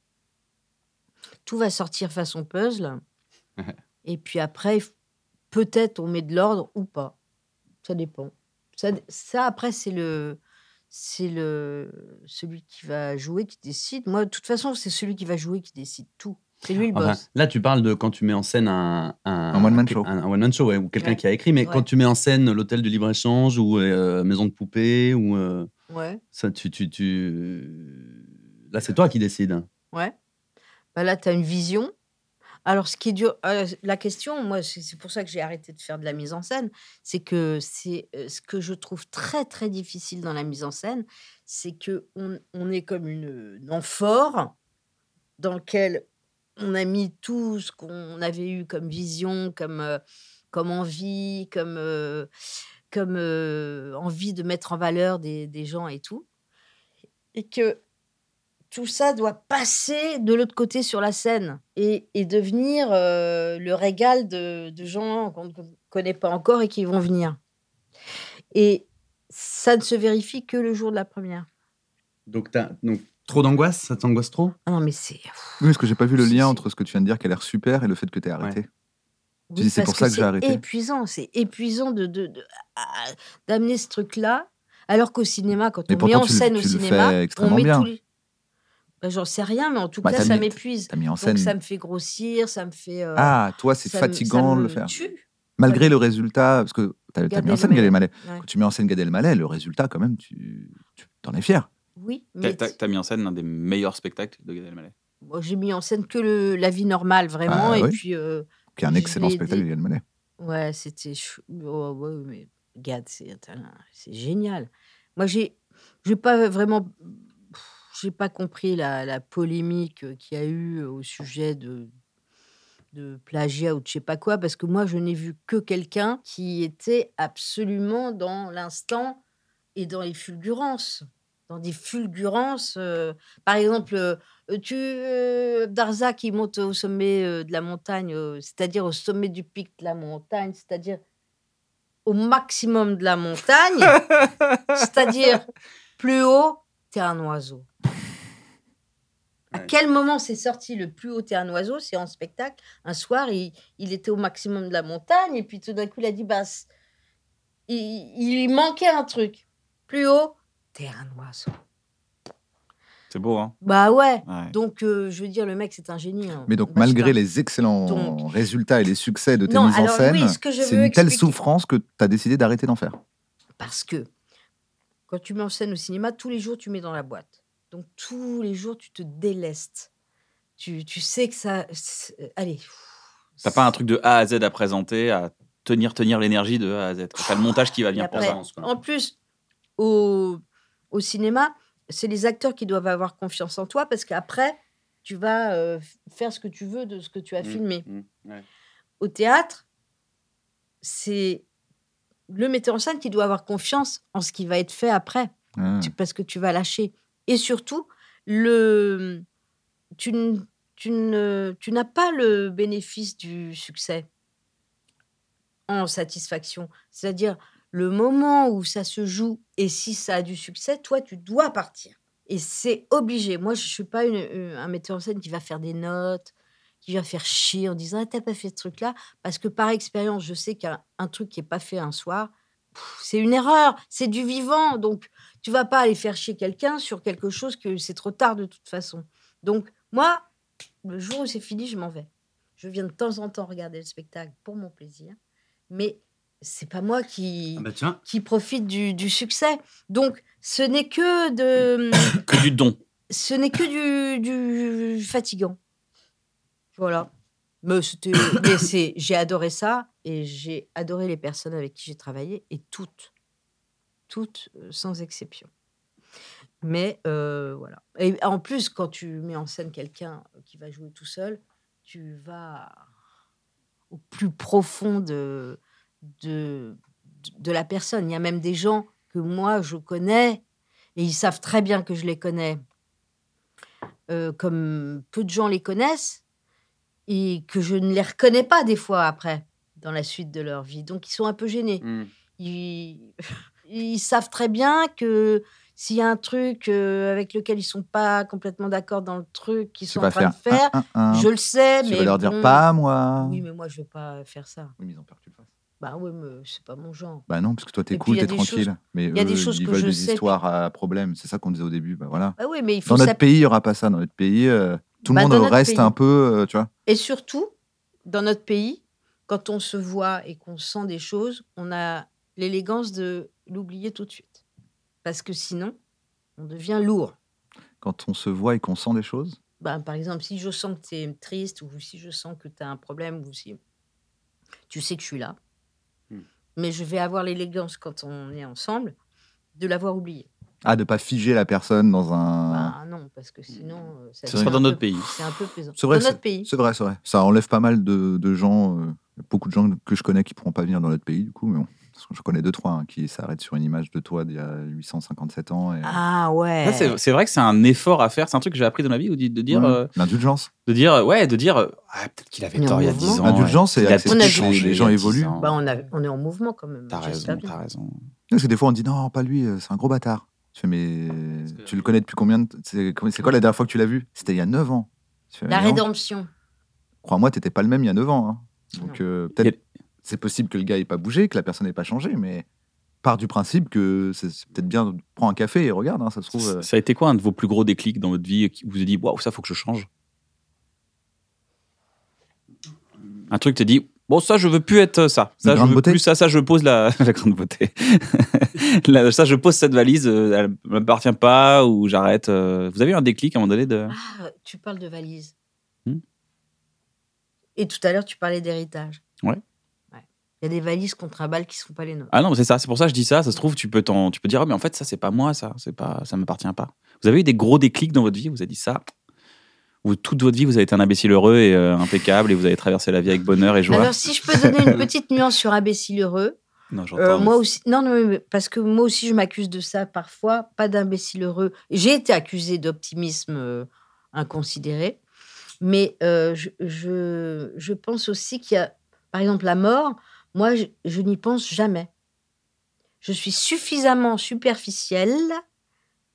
C: tout va sortir façon puzzle. et puis après, f- peut-être on met de l'ordre ou pas. Ça dépend. Ça, ça, après, c'est le, c'est le, celui qui va jouer qui décide. Moi, de toute façon, c'est celui qui va jouer qui décide tout. C'est lui le
D: Enfin,
C: boss.
D: là, tu parles de quand tu mets en scène un,
B: Un one-man show.
D: un- un one-man show, ouais, ou quelqu'un
C: Ouais.
D: qui a écrit, mais
C: Ouais.
D: quand tu mets en scène l'hôtel du libre-échange ou euh, Maison de poupée, ou euh,
C: Ouais.
D: ça, tu, tu, tu- Là, c'est toi qui décides. hein.
C: Ouais. Bah là, tu as une vision. Alors, ce qui est dur, euh, la question, moi, c'est c'est pour ça que j'ai arrêté de faire de la mise en scène, c'est que c'est euh, ce que je trouve très, très difficile dans la mise en scène, c'est que on, on est comme une, une amphore dans lequel on a mis tout ce qu'on avait eu comme vision, comme, euh, comme envie, comme, euh, comme euh, envie de mettre en valeur des, des gens et tout. Et que tout ça doit passer de l'autre côté sur la scène et, et devenir euh, le régal de, de gens qu'on ne connaît pas encore et qui vont venir. Et ça ne se vérifie que le jour de la première.
D: Donc, t'as- donc trop d'angoisse Ça t'angoisse trop
C: Ah non, mais c'est.
B: Oui, parce que j'ai pas vu le
C: Si,
B: lien
C: si.
B: entre ce que tu viens de dire qui a l'air super et le fait que tu es arrêté.
C: Oui,
B: dis, c'est
C: parce
B: pour ça que j'ai
C: c'est
B: arrêté.
C: épuisant, c'est épuisant de, de- de- ah, d'amener ce truc-là, alors qu'au cinéma, quand
B: Mais
C: on met
B: pourtant,
C: en
B: tu le-
C: scène au
B: tu le
C: cinéma,
B: fais
C: on
B: extrêmement
C: met
B: bien.
C: tout. le- Bah, J'en sais rien, mais en tout
B: Bah,
C: cas,
B: t'as
C: ça
B: mis-
C: m'épuise.
B: T'as mis en
C: Donc
B: scène.
C: ça me fait grossir, ça me fait. euh,
B: Ah, toi, c'est
C: ça me- ça
B: fatigant de
C: me
B: le faire.
C: tue.
B: Malgré le résultat, parce que t'as as
C: Gad
B: mis en scène Gad
C: Elmaleh.
B: Elmaleh.
C: Ouais.
B: Quand tu mets en scène Gad Elmaleh, le résultat, quand même, tu tu- t'en es fier.
C: Oui,
A: T'as-
C: mais
A: T'as t'as mis en scène l'un des meilleurs spectacles de Gad Elmaleh.
C: moi, j'ai mis en scène que le- la vie normale, vraiment.
B: Ah,
C: et
B: oui.
C: puis, euh,
B: Qui est un
C: Je
B: excellent
C: l'ai
B: spectacle
C: dit.
B: de Gad Elmaleh.
C: ouais, c'était. chou- oh, ouais, mais Gad, c'est attends, c'est génial. Moi, j'ai j'ai pas vraiment. pff, J'ai pas compris la, la polémique euh, qu'il y a eu au sujet de, de plagiat ou de je sais pas quoi, parce que moi, je n'ai vu que quelqu'un qui était absolument dans l'instant et dans les fulgurances. Dans des fulgurances. euh, par exemple, euh, tu, euh, Darzac, il monte au sommet euh, de la montagne, euh, c'est-à-dire au sommet du pic de la montagne, c'est-à-dire au maximum de la montagne, c'est-à-dire plus haut, t'es un oiseau. À
D: Ouais.
C: quel moment c'est sorti le plus haut, t'es un oiseau C'est en spectacle. Un soir, il, il était au maximum de la montagne, et puis tout d'un coup, il a dit bah, c- il, il lui manquait un truc. Plus haut, t'es un oiseau.
A: C'est beau, hein
C: Bah ouais.
A: Ouais.
C: Donc, euh, je veux dire, le mec, c'est un génie. hein.
B: Mais donc,
C: Basta.
B: malgré les excellents
C: Donc-
B: résultats et les succès de tes
C: Non,
B: mises en
C: alors,
B: scène,
C: oui, ce que je
B: c'est
C: veux
B: une telle
C: expliquer-
B: souffrance que tu as décidé d'arrêter d'en faire.
C: Parce que quand tu mets en scène au cinéma, tous les jours, tu mets dans la boîte. Donc, tous les jours, tu te délestes. Tu, tu sais que ça. c'est- euh, Allez. pff,
A: T'as pas un truc de A à Z à présenter, à tenir, tenir l'énergie de A à Z. T'as le montage qui va
C: Et
A: bien pour
C: après,
A: ça.
C: En plus, au, au cinéma, c'est les acteurs qui doivent avoir confiance en toi parce qu'après, tu vas euh, f- faire ce que tu veux de ce que tu as filmé. Au théâtre, c'est le metteur en scène qui doit avoir confiance en ce qui va être fait après,
B: Hmm.
C: Tu- parce que tu vas lâcher. Et surtout, le, tu, n- tu ne- tu n'as pas le bénéfice du succès en satisfaction. C'est-à-dire, le moment où ça se joue et si ça a du succès, toi, tu dois partir. Et c'est obligé. Moi, je suis pas une- une- un metteur en scène qui va faire des notes, qui va faire chier en disant ah, t'as pas fait ce truc-là. Parce que par expérience, je sais qu'un un truc qui est pas fait un soir, pff, c'est une erreur, c'est du vivant. Donc, tu vas pas aller faire chier quelqu'un sur quelque chose que c'est trop tard de toute façon. Donc, moi, le jour où c'est fini, je m'en vais. Je viens de temps en temps regarder le spectacle pour mon plaisir. Mais c'est pas moi qui
D: Ah bah tiens.
C: qui profitent du, du succès. Donc, ce n'est que de, hum,
A: Que du don.
C: ce n'est que du, du fatigant. Voilà. Mais c'était, mais c'est, j'ai adoré ça et j'ai adoré les personnes avec qui j'ai travaillé et toutes, toutes euh, sans exception. Mais euh, voilà. Et en plus, quand tu mets en scène quelqu'un qui va jouer tout seul, tu vas au plus profond de, de, de la personne. Il y a même des gens que moi, je connais, et ils savent très bien que je les connais, Euh, comme peu de gens les connaissent, et que je ne les reconnais pas des fois après, dans la suite de leur vie. Donc, ils sont un peu gênés. Ils, ils savent très bien que s'il y a un truc euh, avec lequel ils sont pas complètement d'accord dans le truc qu'ils sont en
B: vas
C: train
B: faire
C: de faire,
B: un, un, un.
C: je le sais,
B: Hein. Tu
C: mais
B: vas leur dire,
C: bon.
B: pas moi.
C: Oui, mais moi je vais pas faire ça.
B: Oui, mais ils ont peur que tu le fasses.
C: Bah oui, mais c'est pas mon genre.
B: Bah non, parce que toi, t'es
C: Et puis,
B: cool,
C: il y a
B: t'es
C: des
B: tranquille.
C: choses-
B: mais
C: il y a des
B: eux,
C: choses
B: ils
C: que
B: veulent
C: je
B: des
C: sais-
B: histoires à problème. C'est ça qu'on disait au début. Bah voilà.
C: Bah oui, mais il faut
B: Dans notre
C: s'appeler-
B: pays, il n'y aura pas ça. Dans notre pays, euh, tout
C: Bah,
B: le
C: dans
B: monde
C: notre
B: reste
C: pays.
B: un peu, euh, tu vois.
C: Et surtout, dans notre pays, quand on se voit et qu'on sent des choses, on a l'élégance de l'oublier tout de suite. Parce que sinon, on devient lourd.
B: Quand on se voit et qu'on sent des choses.
C: Ben, par exemple, si je sens que tu es triste ou si je sens que tu as un problème ou si tu sais que je suis là,
B: Hmm.
C: mais je vais avoir l'élégance quand on est ensemble de l'avoir oublié.
B: Ah, de pas figer la personne dans un.
C: Ah non, parce que sinon, euh, ça
B: C'est
C: devient
B: vrai.
C: un
B: Dans notre
C: peu-
B: pays.
C: C'est un peu plaisant.
B: C'est vrai,
C: dans
B: c'est-
C: notre pays.
B: C'est vrai, c'est vrai. Ça enlève pas mal de, de gens, euh, beaucoup de gens que je connais qui pourront pas venir dans notre pays, du coup, mais bon. Parce que Je connais deux, trois hein, qui s'arrêtent sur une image de toi d'il y a 857 ans. Et...
C: Ah ouais.
A: Ça, c'est- C'est vrai que c'est un effort à faire. C'est un truc que j'ai appris dans ma vie, ou de de dire.
B: Ouais.
A: euh,
B: L'indulgence.
A: de dire, euh, ouais, de dire, euh, ah, peut-être qu'il avait
C: Il est en
A: tort il y a
C: mouvement.
A: 10 ans.
B: L'indulgence, c'est
A: Il a
B: accepter
A: peut-être
B: que les-
A: changé
B: les
A: il y
B: gens
A: a 10
B: évoluent.
A: ans.
C: Bah, on, a- on est en mouvement quand même.
A: T'as raison,
C: j'espère bien.
A: t'as raison.
B: Parce que des fois, on dit non, pas lui, euh, c'est un gros bâtard. Tu fais, mais tu le connais depuis combien de t- C'est comment- c'est quoi la dernière fois que tu l'as vu C'était il y a 9 ans. Tu fais,
C: La
B: mais non,
C: rédemption.
B: Crois-moi, t'étais pas le même il y a 9 ans. hein. Donc, euh, peut-être, c'est possible que le gars ait pas bougé, que la personne n'ait pas changé, mais part du principe que c'est c'est peut-être bien, prends un café et regarde, hein, ça se trouve. euh,
A: Ça a été quoi un de vos plus gros déclics dans votre vie qui vous avez dit waouh ça faut que je change Un truc te dit bon ça je veux plus être ça, ça je
B: grande
A: veux
B: beauté
A: plus ça, ça je pose la, la grande beauté, La- ça je pose cette valise, euh, elle m'appartient pas ou j'arrête. euh. Vous avez eu un déclic à un moment donné de
C: Ah, tu parles de valise.
A: Hmm.
C: Et tout à l'heure, tu parlais d'héritage.
A: ouais
C: Il y a des valises contre un bal qui ne sont pas les nôtres.
A: ah non mais c'est ça c'est pour ça que je dis ça ça se trouve tu peux t'en- tu peux dire Ah, mais en fait ça c'est pas moi ça c'est pas ça m'appartient pas. Vous avez eu des gros déclics dans votre vie vous avez dit ça ou toute votre vie vous avez été un imbécile heureux et euh, impeccable et vous avez traversé la vie avec bonheur et joie.
C: Alors, si je peux donner une petite nuance sur imbécile heureux,
A: Non, j'entends.
C: euh,
A: mais
C: moi
A: c'est-
C: aussi, non, non, mais parce que moi aussi, je m'accuse de ça parfois, pas d'imbécile heureux. J'ai été accusée d'optimisme euh, inconsidéré, mais euh, je, je, je pense aussi qu'il y a, par exemple, la mort, moi, je, je n'y pense jamais. Je suis suffisamment superficielle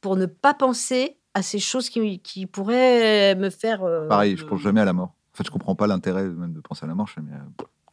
C: pour ne pas penser à ces choses qui, qui pourraient me faire. euh,
B: Pareil, je pense jamais à la mort. En fait, je comprends pas l'intérêt même de penser à la mort. Je fais, mais, euh,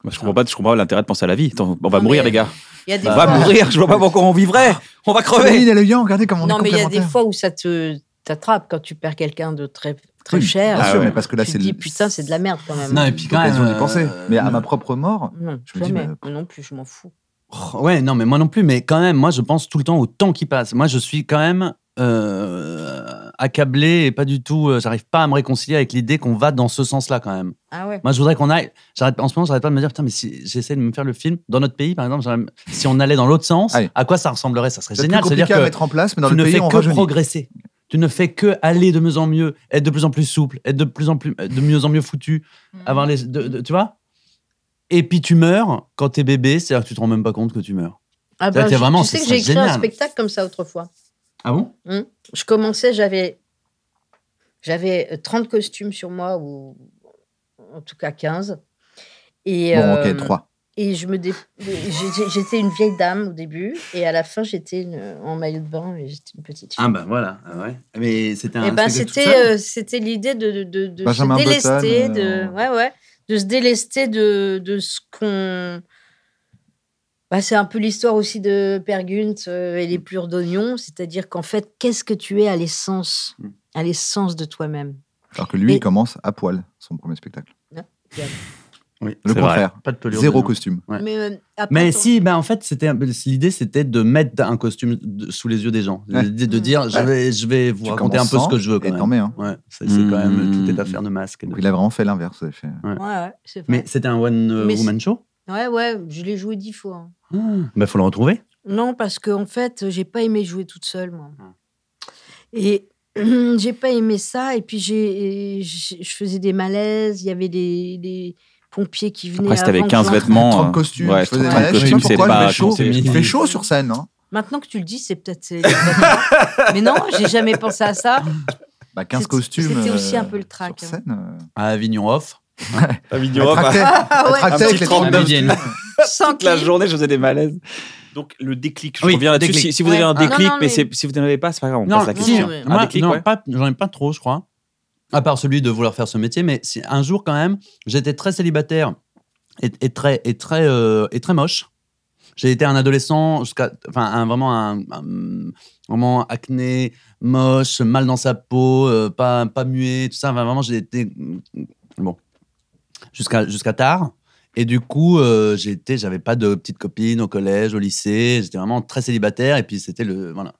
A: Bah, je comprends pas, je comprends pas l'intérêt de penser à la vie. Attends, on va mourir, les gars.
C: il y a des
A: on va
C: fois-
A: mourir. Je vois pas pourquoi on vivrait.
D: Ah.
A: On va crever.
B: Amélie Leguin, regardez comment on
C: Non,
B: est
C: mais il y a des
B: complémentaires.
C: fois où ça te t'attrape quand tu perds quelqu'un de très très
B: Oui,
C: cher. euh, Ah
B: bien sûr,
C: Tu
B: mais parce que là,
C: te
B: c'est le-
C: dis, putain, c'est de la merde quand même.
D: Non, et puis quand
B: L'occasion
D: même,
B: d'y penser.
D: euh,
B: Mais à
D: le-
B: ma propre mort,
C: Non,
B: je me dis,
C: jamais.
B: bah,
C: Moi non plus, je m'en fous.
D: Oh, Ouais, non, mais moi non plus. Mais quand même, moi, je pense tout le temps au temps qui passe. Moi, je suis quand même euh, accablé et pas du tout. euh, J'arrive pas à me réconcilier avec l'idée qu'on va dans ce sens-là quand même.
C: Ah ouais.
D: Moi, je voudrais qu'on aille. J'arrête en ce moment, j'arrête pas de me dire putain, mais si j'essaie de me faire le film dans notre pays, par exemple, j'aimerais- si on allait dans l'autre sens,
B: Allez.
D: à quoi ça ressemblerait Ça serait
B: c'est
D: génial.
B: plus
D: C'est-à-dire
B: compliqué à
D: que
B: mettre en place, mais dans
D: tu
B: le
D: ne
B: pays,
D: fais
B: on
D: que
B: rajeunit.
D: progresser. Tu ne fais que aller de mieux en mieux, être de plus en plus souple, être de plus en plus, de mieux en mieux foutu,
C: Mm.
D: avoir les, de- de- tu vois. Et puis tu meurs quand t'es bébé, c'est-à-dire que tu te rends même pas compte que tu meurs.
C: Ah
D: C'est-à-dire
C: ben,
D: qu'il y a
C: je-
D: vraiment,
C: tu sais
D: c'est
C: que j'ai écrit
D: génial.
C: un spectacle comme ça autrefois.
D: Ah bon
C: Hum. Je commençais, j'avais j'avais 30 costumes sur moi, ou en tout cas 15. Et, euh,
B: Bon, ok, trois.
C: Et je me dé- j'ai- j'étais une vieille dame au début, et à la fin, j'étais une- en maillot de bain, et j'étais une petite fille.
D: Ah bah voilà, ah ouais. Mais c'était un.
C: Eh ben,
D: spectacle
C: c'était
D: tout seul
C: euh, c'était l'idée de, de, de- de se
D: Benjamin
C: délester,
D: Button,
C: de,
D: euh,
C: ouais, ouais, de se délester de, de ce qu'on. Bah, c'est un peu l'histoire aussi de Pergunt euh, et les
D: Mm.
C: plures d'oignons, c'est-à-dire qu'en fait, qu'est-ce que tu es à l'essence,
D: Mm.
C: à l'essence de toi-même
B: Alors que lui,
C: Et-
B: il commence à poil, son premier spectacle.
C: Non, il y a-
D: Oui,
B: Le
D: c'est vrai.
B: contraire.
D: Pas de pelure
B: Zéro
D: dedans.
B: costume.
D: Ouais.
C: Mais, euh, après,
D: Mais
C: ton-
D: si, bah en fait, c'était un peu- l'idée, c'était de mettre un costume de- sous les yeux des gens,
B: Ouais.
D: L'idée de
C: Mm.
D: dire, je
B: Ouais.
D: vais, je vais vous
B: Tu
D: raconter un
B: commences
D: peu ce
B: sans,
D: que je veux
B: et
D: quand
B: t'en
D: même.
B: mets, hein.
D: Ouais, c'est c'est quand même tout est affaire de masque. et de-
B: Il a vraiment fait l'inverse. il fait- euh,
C: Ouais, ouais, c'est vrai.
D: Mais c'était un one euh,
C: Mais c'est-
D: woman show.
C: Ouais, ouais, je l'ai joué dix fois. hein.
D: Bah faut le retrouver.
C: Non, parce qu'en en fait, j'ai pas aimé jouer toute seule, moi.
A: Mmh.
C: Et j'ai pas aimé ça. Et puis, j'ai, j'ai- je faisais des malaises. Il y avait des, des pompiers qui venaient.
A: Après, si t'avais
C: avant que
A: 15
C: je rentre.
A: vêtements.
B: 30
A: euh,
B: costumes,
A: ouais,
B: je faisais
A: 30
B: des malaises, je sais
A: costumes,
B: pas
A: c'est
B: pourquoi, il
A: pas.
B: fait chaud.
A: c'est-
B: Il fait chaud sur scène. Hein.
C: Maintenant que tu le dis, c'est peut-être. c'est- Mais non, j'ai jamais pensé à ça.
B: Bah, 15
C: C'est-
B: costumes.
C: C'était aussi
B: euh,
C: un peu le trac. hein.
D: À Avignon off.
A: Avignon
B: Elle
A: off.
B: tractait-
C: Ah ouais.
B: elle tractait
A: Un
B: avec
A: petit
B: les
A: 39.
B: 39.
A: Toute la journée, je faisais des malaises. Donc le déclic, je
D: Oui,
A: reviens là-dessus.
D: déclic.
A: Si, si vous avez
D: Ouais.
A: un
D: Ah, non,
A: déclic,
D: non,
A: mais,
D: mais-
A: c'est- si vous n'en avez pas, c'est pas grave, on passe à la
D: non,
A: question.
D: mais-
A: Un
D: moi,
A: déclic,
D: non,
A: ouais.
D: pas- j'en ai pas trop, je crois. À part celui de vouloir faire ce métier, mais si- un jour quand même, j'étais très célibataire et, et très et très euh, et très moche. J'ai été un adolescent jusqu'à, enfin un- vraiment un, un- vraiment acné, moche, mal dans sa peau, euh, pas pas muet, tout ça. Enfin, vraiment, j'ai été bon jusqu'à jusqu'à tard. Et du coup, euh, j'étais, j'avais pas de petites copines au collège, au lycée. J'étais vraiment très célibataire. Et puis c'était le voilà,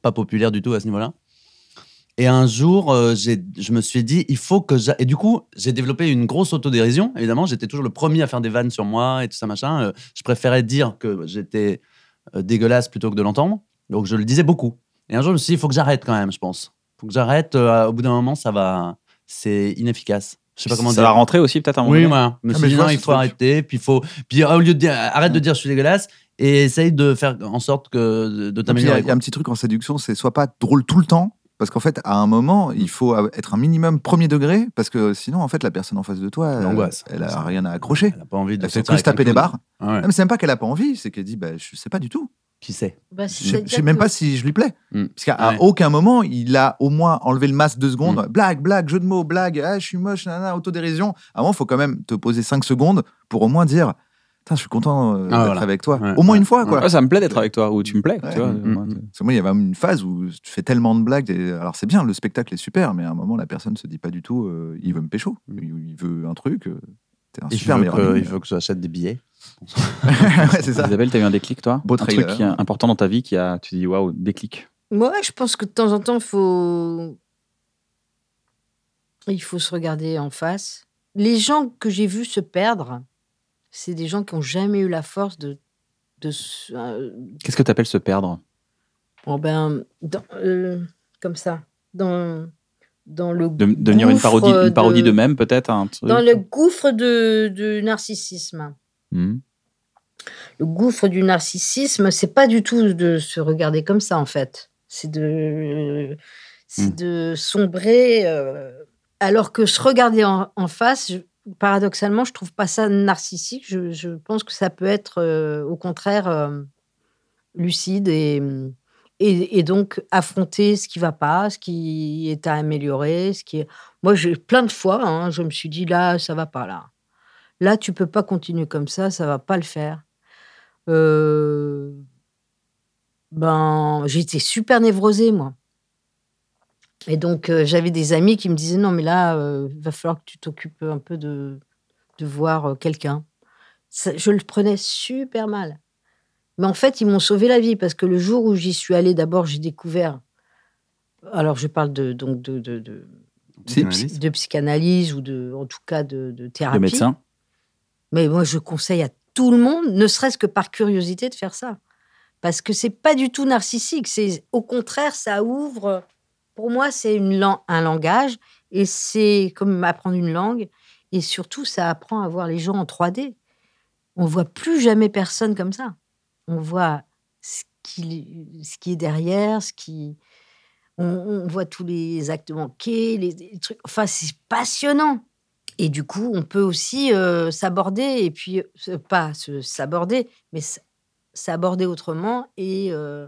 D: pas populaire du tout à ce niveau-là. Et un jour, euh, j'ai- je me suis dit, il faut que j'a... Et du coup, j'ai développé une grosse autodérision. Évidemment, j'étais toujours le premier à faire des vannes sur moi et tout ça, machin. Euh, je préférais dire que j'étais euh, dégueulasse plutôt que de l'entendre. Donc, je le disais beaucoup. Et un jour, je me suis dit, il faut que j'arrête quand même, je pense. Il faut que j'arrête. euh, au bout d'un moment, ça va... C'est inefficace. Je sais pas comment
A: Ça
D: dire.
A: va rentrer aussi, peut-être, à un moment
D: Oui,
A: donné.
D: voilà. Je me
A: Ah,
D: suis
A: mais
D: dit,
A: je vois
D: non,
A: ce
D: hein. il faut
A: truc.
D: arrêter. Puis, il faut... Puis ah, au lieu de dire, arrête de dire je suis dégueulasse et essaye de faire en sorte que
B: Et
D: de- de
B: puis, Il y, a-
D: t'améliorer.
B: il y a un petit truc en séduction, c'est soit pas drôle tout le temps, parce qu'en fait, à un moment, il faut a- être un minimum premier degré, parce que sinon, en fait, la personne en face de toi, elle,
D: L'angoisse.
B: elle a rien à accrocher.
D: Elle a pas envie de
B: Elle fait
D: sortir
B: que se
D: avec un
B: taper des
D: clown.
B: barres.
D: Ah ouais.
B: Non, mais c'est même pas qu'elle a pas envie, c'est qu'elle dit, bah, je sais pas du tout.
D: Qui sait
C: Bah, si
B: Je
C: c'est
B: je sais même
C: exact-
B: pas si je lui plais. Parce qu'à
D: Mm. Ouais. Mm.
B: aucun moment, il a au moins enlevé le masque deux secondes. Blague, blague, jeu de mots, blague, ah, je suis moche, nanana, autodérision. À un moment, il faut quand même te poser cinq secondes pour au moins dire, Putain, je suis content euh,
D: Ah,
B: d'être
A: voilà.
B: avec toi. Au moins une fois, quoi.
A: Ah, ça me plaît d'être avec toi, ou tu me plais.
B: Ouais.
A: Tu vois,
B: Mm. Parce que moi, il y avait une phase où tu fais tellement de blagues. et- Alors, c'est bien, le spectacle est super, mais à un moment, la personne se dit pas du tout euh, il veut me pécho,
D: Mm.
B: il il veut un truc. euh, T'es un
D: Il
B: super
D: veut
B: meilleur
D: que-
B: ami.
D: il faut que j'achète des billets.
B: ouais, c'est ça.
A: Isabelle, t'as eu un déclic, toi
B: Beau
A: Un
B: trailer.
A: truc qui est important dans ta vie qui a. Tu dis, waouh, déclic.
C: Moi, je pense que de temps en temps, faut... il faut se regarder en face. Les gens que j'ai vus se perdre, c'est des gens qui n'ont jamais eu la force de. de se- euh,
A: Qu'est-ce que t'appelles se perdre
C: oh ben, dans- euh, comme ça. Dans, dans le
A: De- Devenir une
C: gouffre
A: parodie, une parodie
C: euh, de-
A: d'eux-mêmes, peut-être un truc.
C: Dans le gouffre de- du narcissisme.
A: Mm.
C: Le gouffre du narcissisme, c'est pas du tout de se regarder comme ça, en fait. C'est de, c'est de sombrer. euh, alors que se regarder en, en face, je- paradoxalement, je trouve pas ça narcissique. Je, je pense que ça peut être, euh, au contraire, euh, lucide et, et, et donc affronter ce qui va pas, ce qui est à améliorer. Ce qui est... Moi, j'ai plein de fois, hein, je me suis dit là, ça va pas là. Là, tu peux pas continuer comme ça, ça va pas le faire. Euh, Ben, j'étais super névrosée, moi. Et donc, euh, j'avais des amis qui me disaient non, mais là, euh, il va falloir que tu t'occupes un peu de, de voir euh, quelqu'un. Ça- je le prenais super mal. Mais en fait, ils m'ont sauvé la vie parce que le jour où j'y suis allée, d'abord, j'ai découvert. Alors, je parle de, donc de, de, de,
B: Si,
C: de
B: psy-
C: psy- de psychanalyse ou de, en tout cas de, de thérapie.
A: De médecin.
C: Mais moi, je conseille à tout le monde, ne serait-ce que par curiosité, de faire ça. Parce que c'est pas du tout narcissique. C'est Au contraire, ça ouvre. Pour moi, c'est une lan- un langage et c'est comme apprendre une langue. Et surtout, ça apprend à voir les gens en 3D. On voit plus jamais personne comme ça. On voit qui, ce qui est derrière, ce qui. On, on voit tous les actes manqués, les, les trucs. Enfin, c'est passionnant. Et du coup, on peut aussi euh, s'aborder, et puis, euh, pas se- s'aborder, mais s- s'aborder autrement et, euh,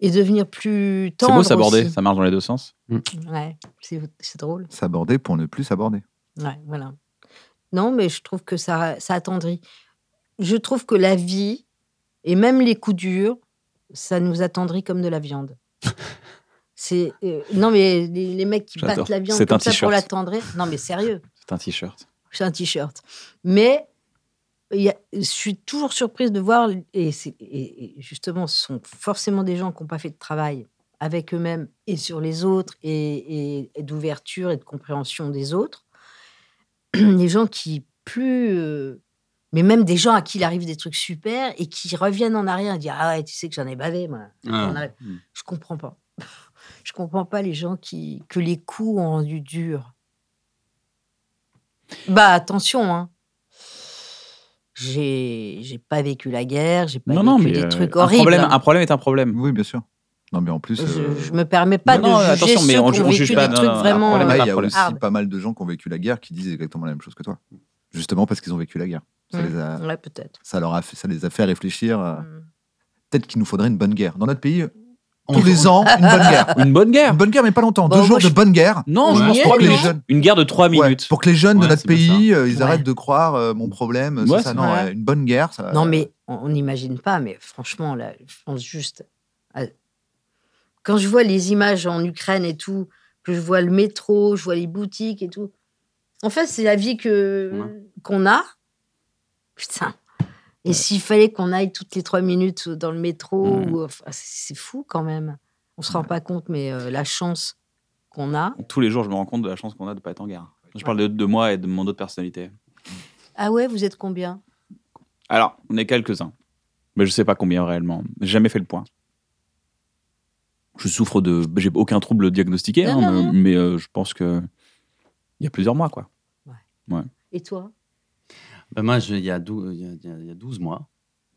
C: et devenir plus
A: C'est
C: tendre.
A: beau s'aborder,
C: aussi.
A: ça marche dans les deux sens.
C: Ouais, c'est c'est drôle.
B: S'aborder pour ne plus s'aborder.
C: Ouais, voilà. Non, mais je trouve que ça, ça attendrit. Je trouve que la vie, et même les coups durs, ça nous attendrit comme de la viande. C'est euh, non mais les, les mecs qui
A: J'adore.
C: battent la viande
A: C'est un
C: comme ça pour
A: t-shirt.
C: l'attendrir. Non mais sérieux,
A: C'est un t-shirt.
C: c'est un t-shirt. Mais il y a- je suis toujours surprise de voir et, c'est- et- et justement ce sont forcément des gens qui n'ont pas fait de travail avec eux-mêmes et sur les autres et- et- et d'ouverture et de compréhension des autres des gens qui plus euh, mais même des gens à qui il arrive des trucs super et qui reviennent en arrière et disent ah ouais tu sais que j'en ai bavé moi
J: Ah.
C: J'en ai-
A: hmm.
C: je comprends pas je comprends pas les gens qui que les coups ont rendu dur bah attention hein j'ai j'ai pas vécu la guerre j'ai pas
A: Non,
C: vécu
A: non, mais
C: des
A: euh,
C: trucs
A: un,
C: horribles
A: problème,
C: hein.
A: un problème est un problème.
B: Oui, bien sûr. Non, mais en plus. euh,
C: je, je me permets pas
A: Euh, Non, non,
C: de juger
A: attention, mais
C: ceux
A: on-
C: qui ont
A: on
C: vécu
A: juge pas, Bah, non,
C: des trucs
A: non, non,
C: vraiment
A: un
B: Là,
C: euh,
B: il y a
A: problème.
B: aussi
C: hard.
B: pas mal de gens qui ont vécu la guerre qui disent exactement la même chose que toi. Justement parce qu'ils ont vécu la guerre. Ça,
C: Mm.
B: les, a,
C: Ouais, peut-être
B: ça, leur a fait- ça les a fait réfléchir. euh, Peut-être qu'il nous faudrait une bonne guerre. Dans notre pays,
A: On-
B: tous les ans, une bonne guerre.
A: Une bonne guerre.
B: Une bonne guerre, mais pas longtemps. Deux jours de bonne guerre.
A: Non,
B: je
A: je pense
B: pense
A: trois
B: que les
A: minutes.
B: jeunes.
A: Une guerre de trois minutes.
B: Pour que les jeunes de
A: Ouais,
B: notre
A: c'est bien ça.
B: pays, euh, ils
C: Ouais.
B: arrêtent de croire euh, mon problème, c'est
A: Ouais,
B: ça,
A: c'est
B: non,
C: vrai.
B: euh, une bonne guerre, ça.
C: Non, mais on on n'imagine pas, mais franchement, là, je pense juste. à- Quand je vois les images en Ukraine et tout, que je vois le métro, je vois les boutiques et tout. En fait, c'est la vie que qu'on a. Putain. Et s'il fallait qu'on aille toutes les trois minutes dans le métro, ou- enfin, c'est c'est fou quand même. On se rend pas compte, mais euh, la chance qu'on a.
A: Tous les jours, je me rends compte de la chance qu'on a de ne pas être en guerre. Je parle de, de moi et de mon autre personnalité.
C: Ah ouais, vous êtes combien
A: Alors, on est quelques-uns. Mais je sais pas combien réellement. J'ai jamais fait le point. Je souffre de. J'ai aucun trouble diagnostiqué,
C: Non,
A: hein,
C: non,
A: mais,
C: non.
A: mais, euh, je pense que. Il y a plusieurs mois, quoi. Ouais.
C: Et toi
D: Ben moi, je- il y, a dou- il y a- il y a- il y a 12 mois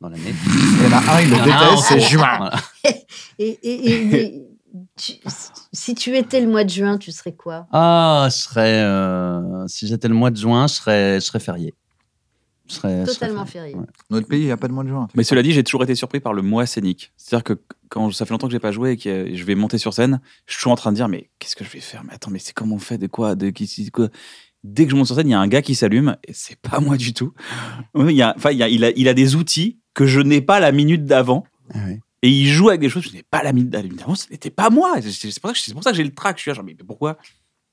D: dans l'année. Ah, oh.
B: Il y en a un, il le
D: y en a un en
B: déteste, c'est
D: cours.
B: juin.
D: Voilà.
C: Et, et- et- et- tu- si tu étais le mois de juin, tu serais quoi
D: Ah, je serais. euh, si j'étais le mois de juin, je serais, je serais férié. Je serais, je serais
C: Totalement férié.
B: Notre pays, il n'y a pas de mois de juin.
A: Mais cela dit, j'ai toujours été surpris par le moi scénique. C'est-à-dire que quand ça fait longtemps que j'ai pas joué et que euh, je vais monter sur scène, je suis toujours en train de dire mais qu'est-ce que je vais faire Mais attends, mais c'est comment on fait De quoi De qui c'est quoi Dès que je monte sur scène, il y a un gars qui s'allume et c'est pas moi du tout. Il y a, enfin, il, y a, il, a, il a des outils que je n'ai pas la minute d'avant. Et il joue avec des choses que je n'ai pas la minute d'avant. Évidemment, Ce n'était pas moi. C'est- C'est pour ça que- c'est pour ça que j'ai le trac. Je suis là, genre, mais pourquoi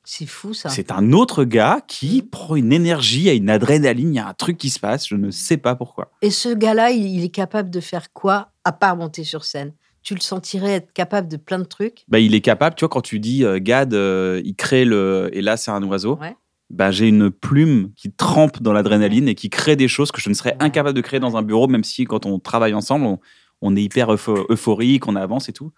C: C'est fou ça.
A: C'est un autre gars qui prend une énergie, il y a une adrénaline, il y a un truc qui se passe. Je ne sais pas pourquoi.
C: Et ce gars-là, il, il est capable de faire quoi à part monter sur scène Tu le sentirais être capable de plein de trucs
A: bah, il est capable, tu vois, quand tu dis euh, Gad, euh, il crée le. Et là, c'est un oiseau.
C: Ouais.
A: Bah, j'ai une plume qui trempe dans l'adrénaline et qui crée des choses que je ne serais incapable de créer dans un bureau, même si quand on travaille ensemble, on, on est hyper eupho- euphorique, on avance et tout.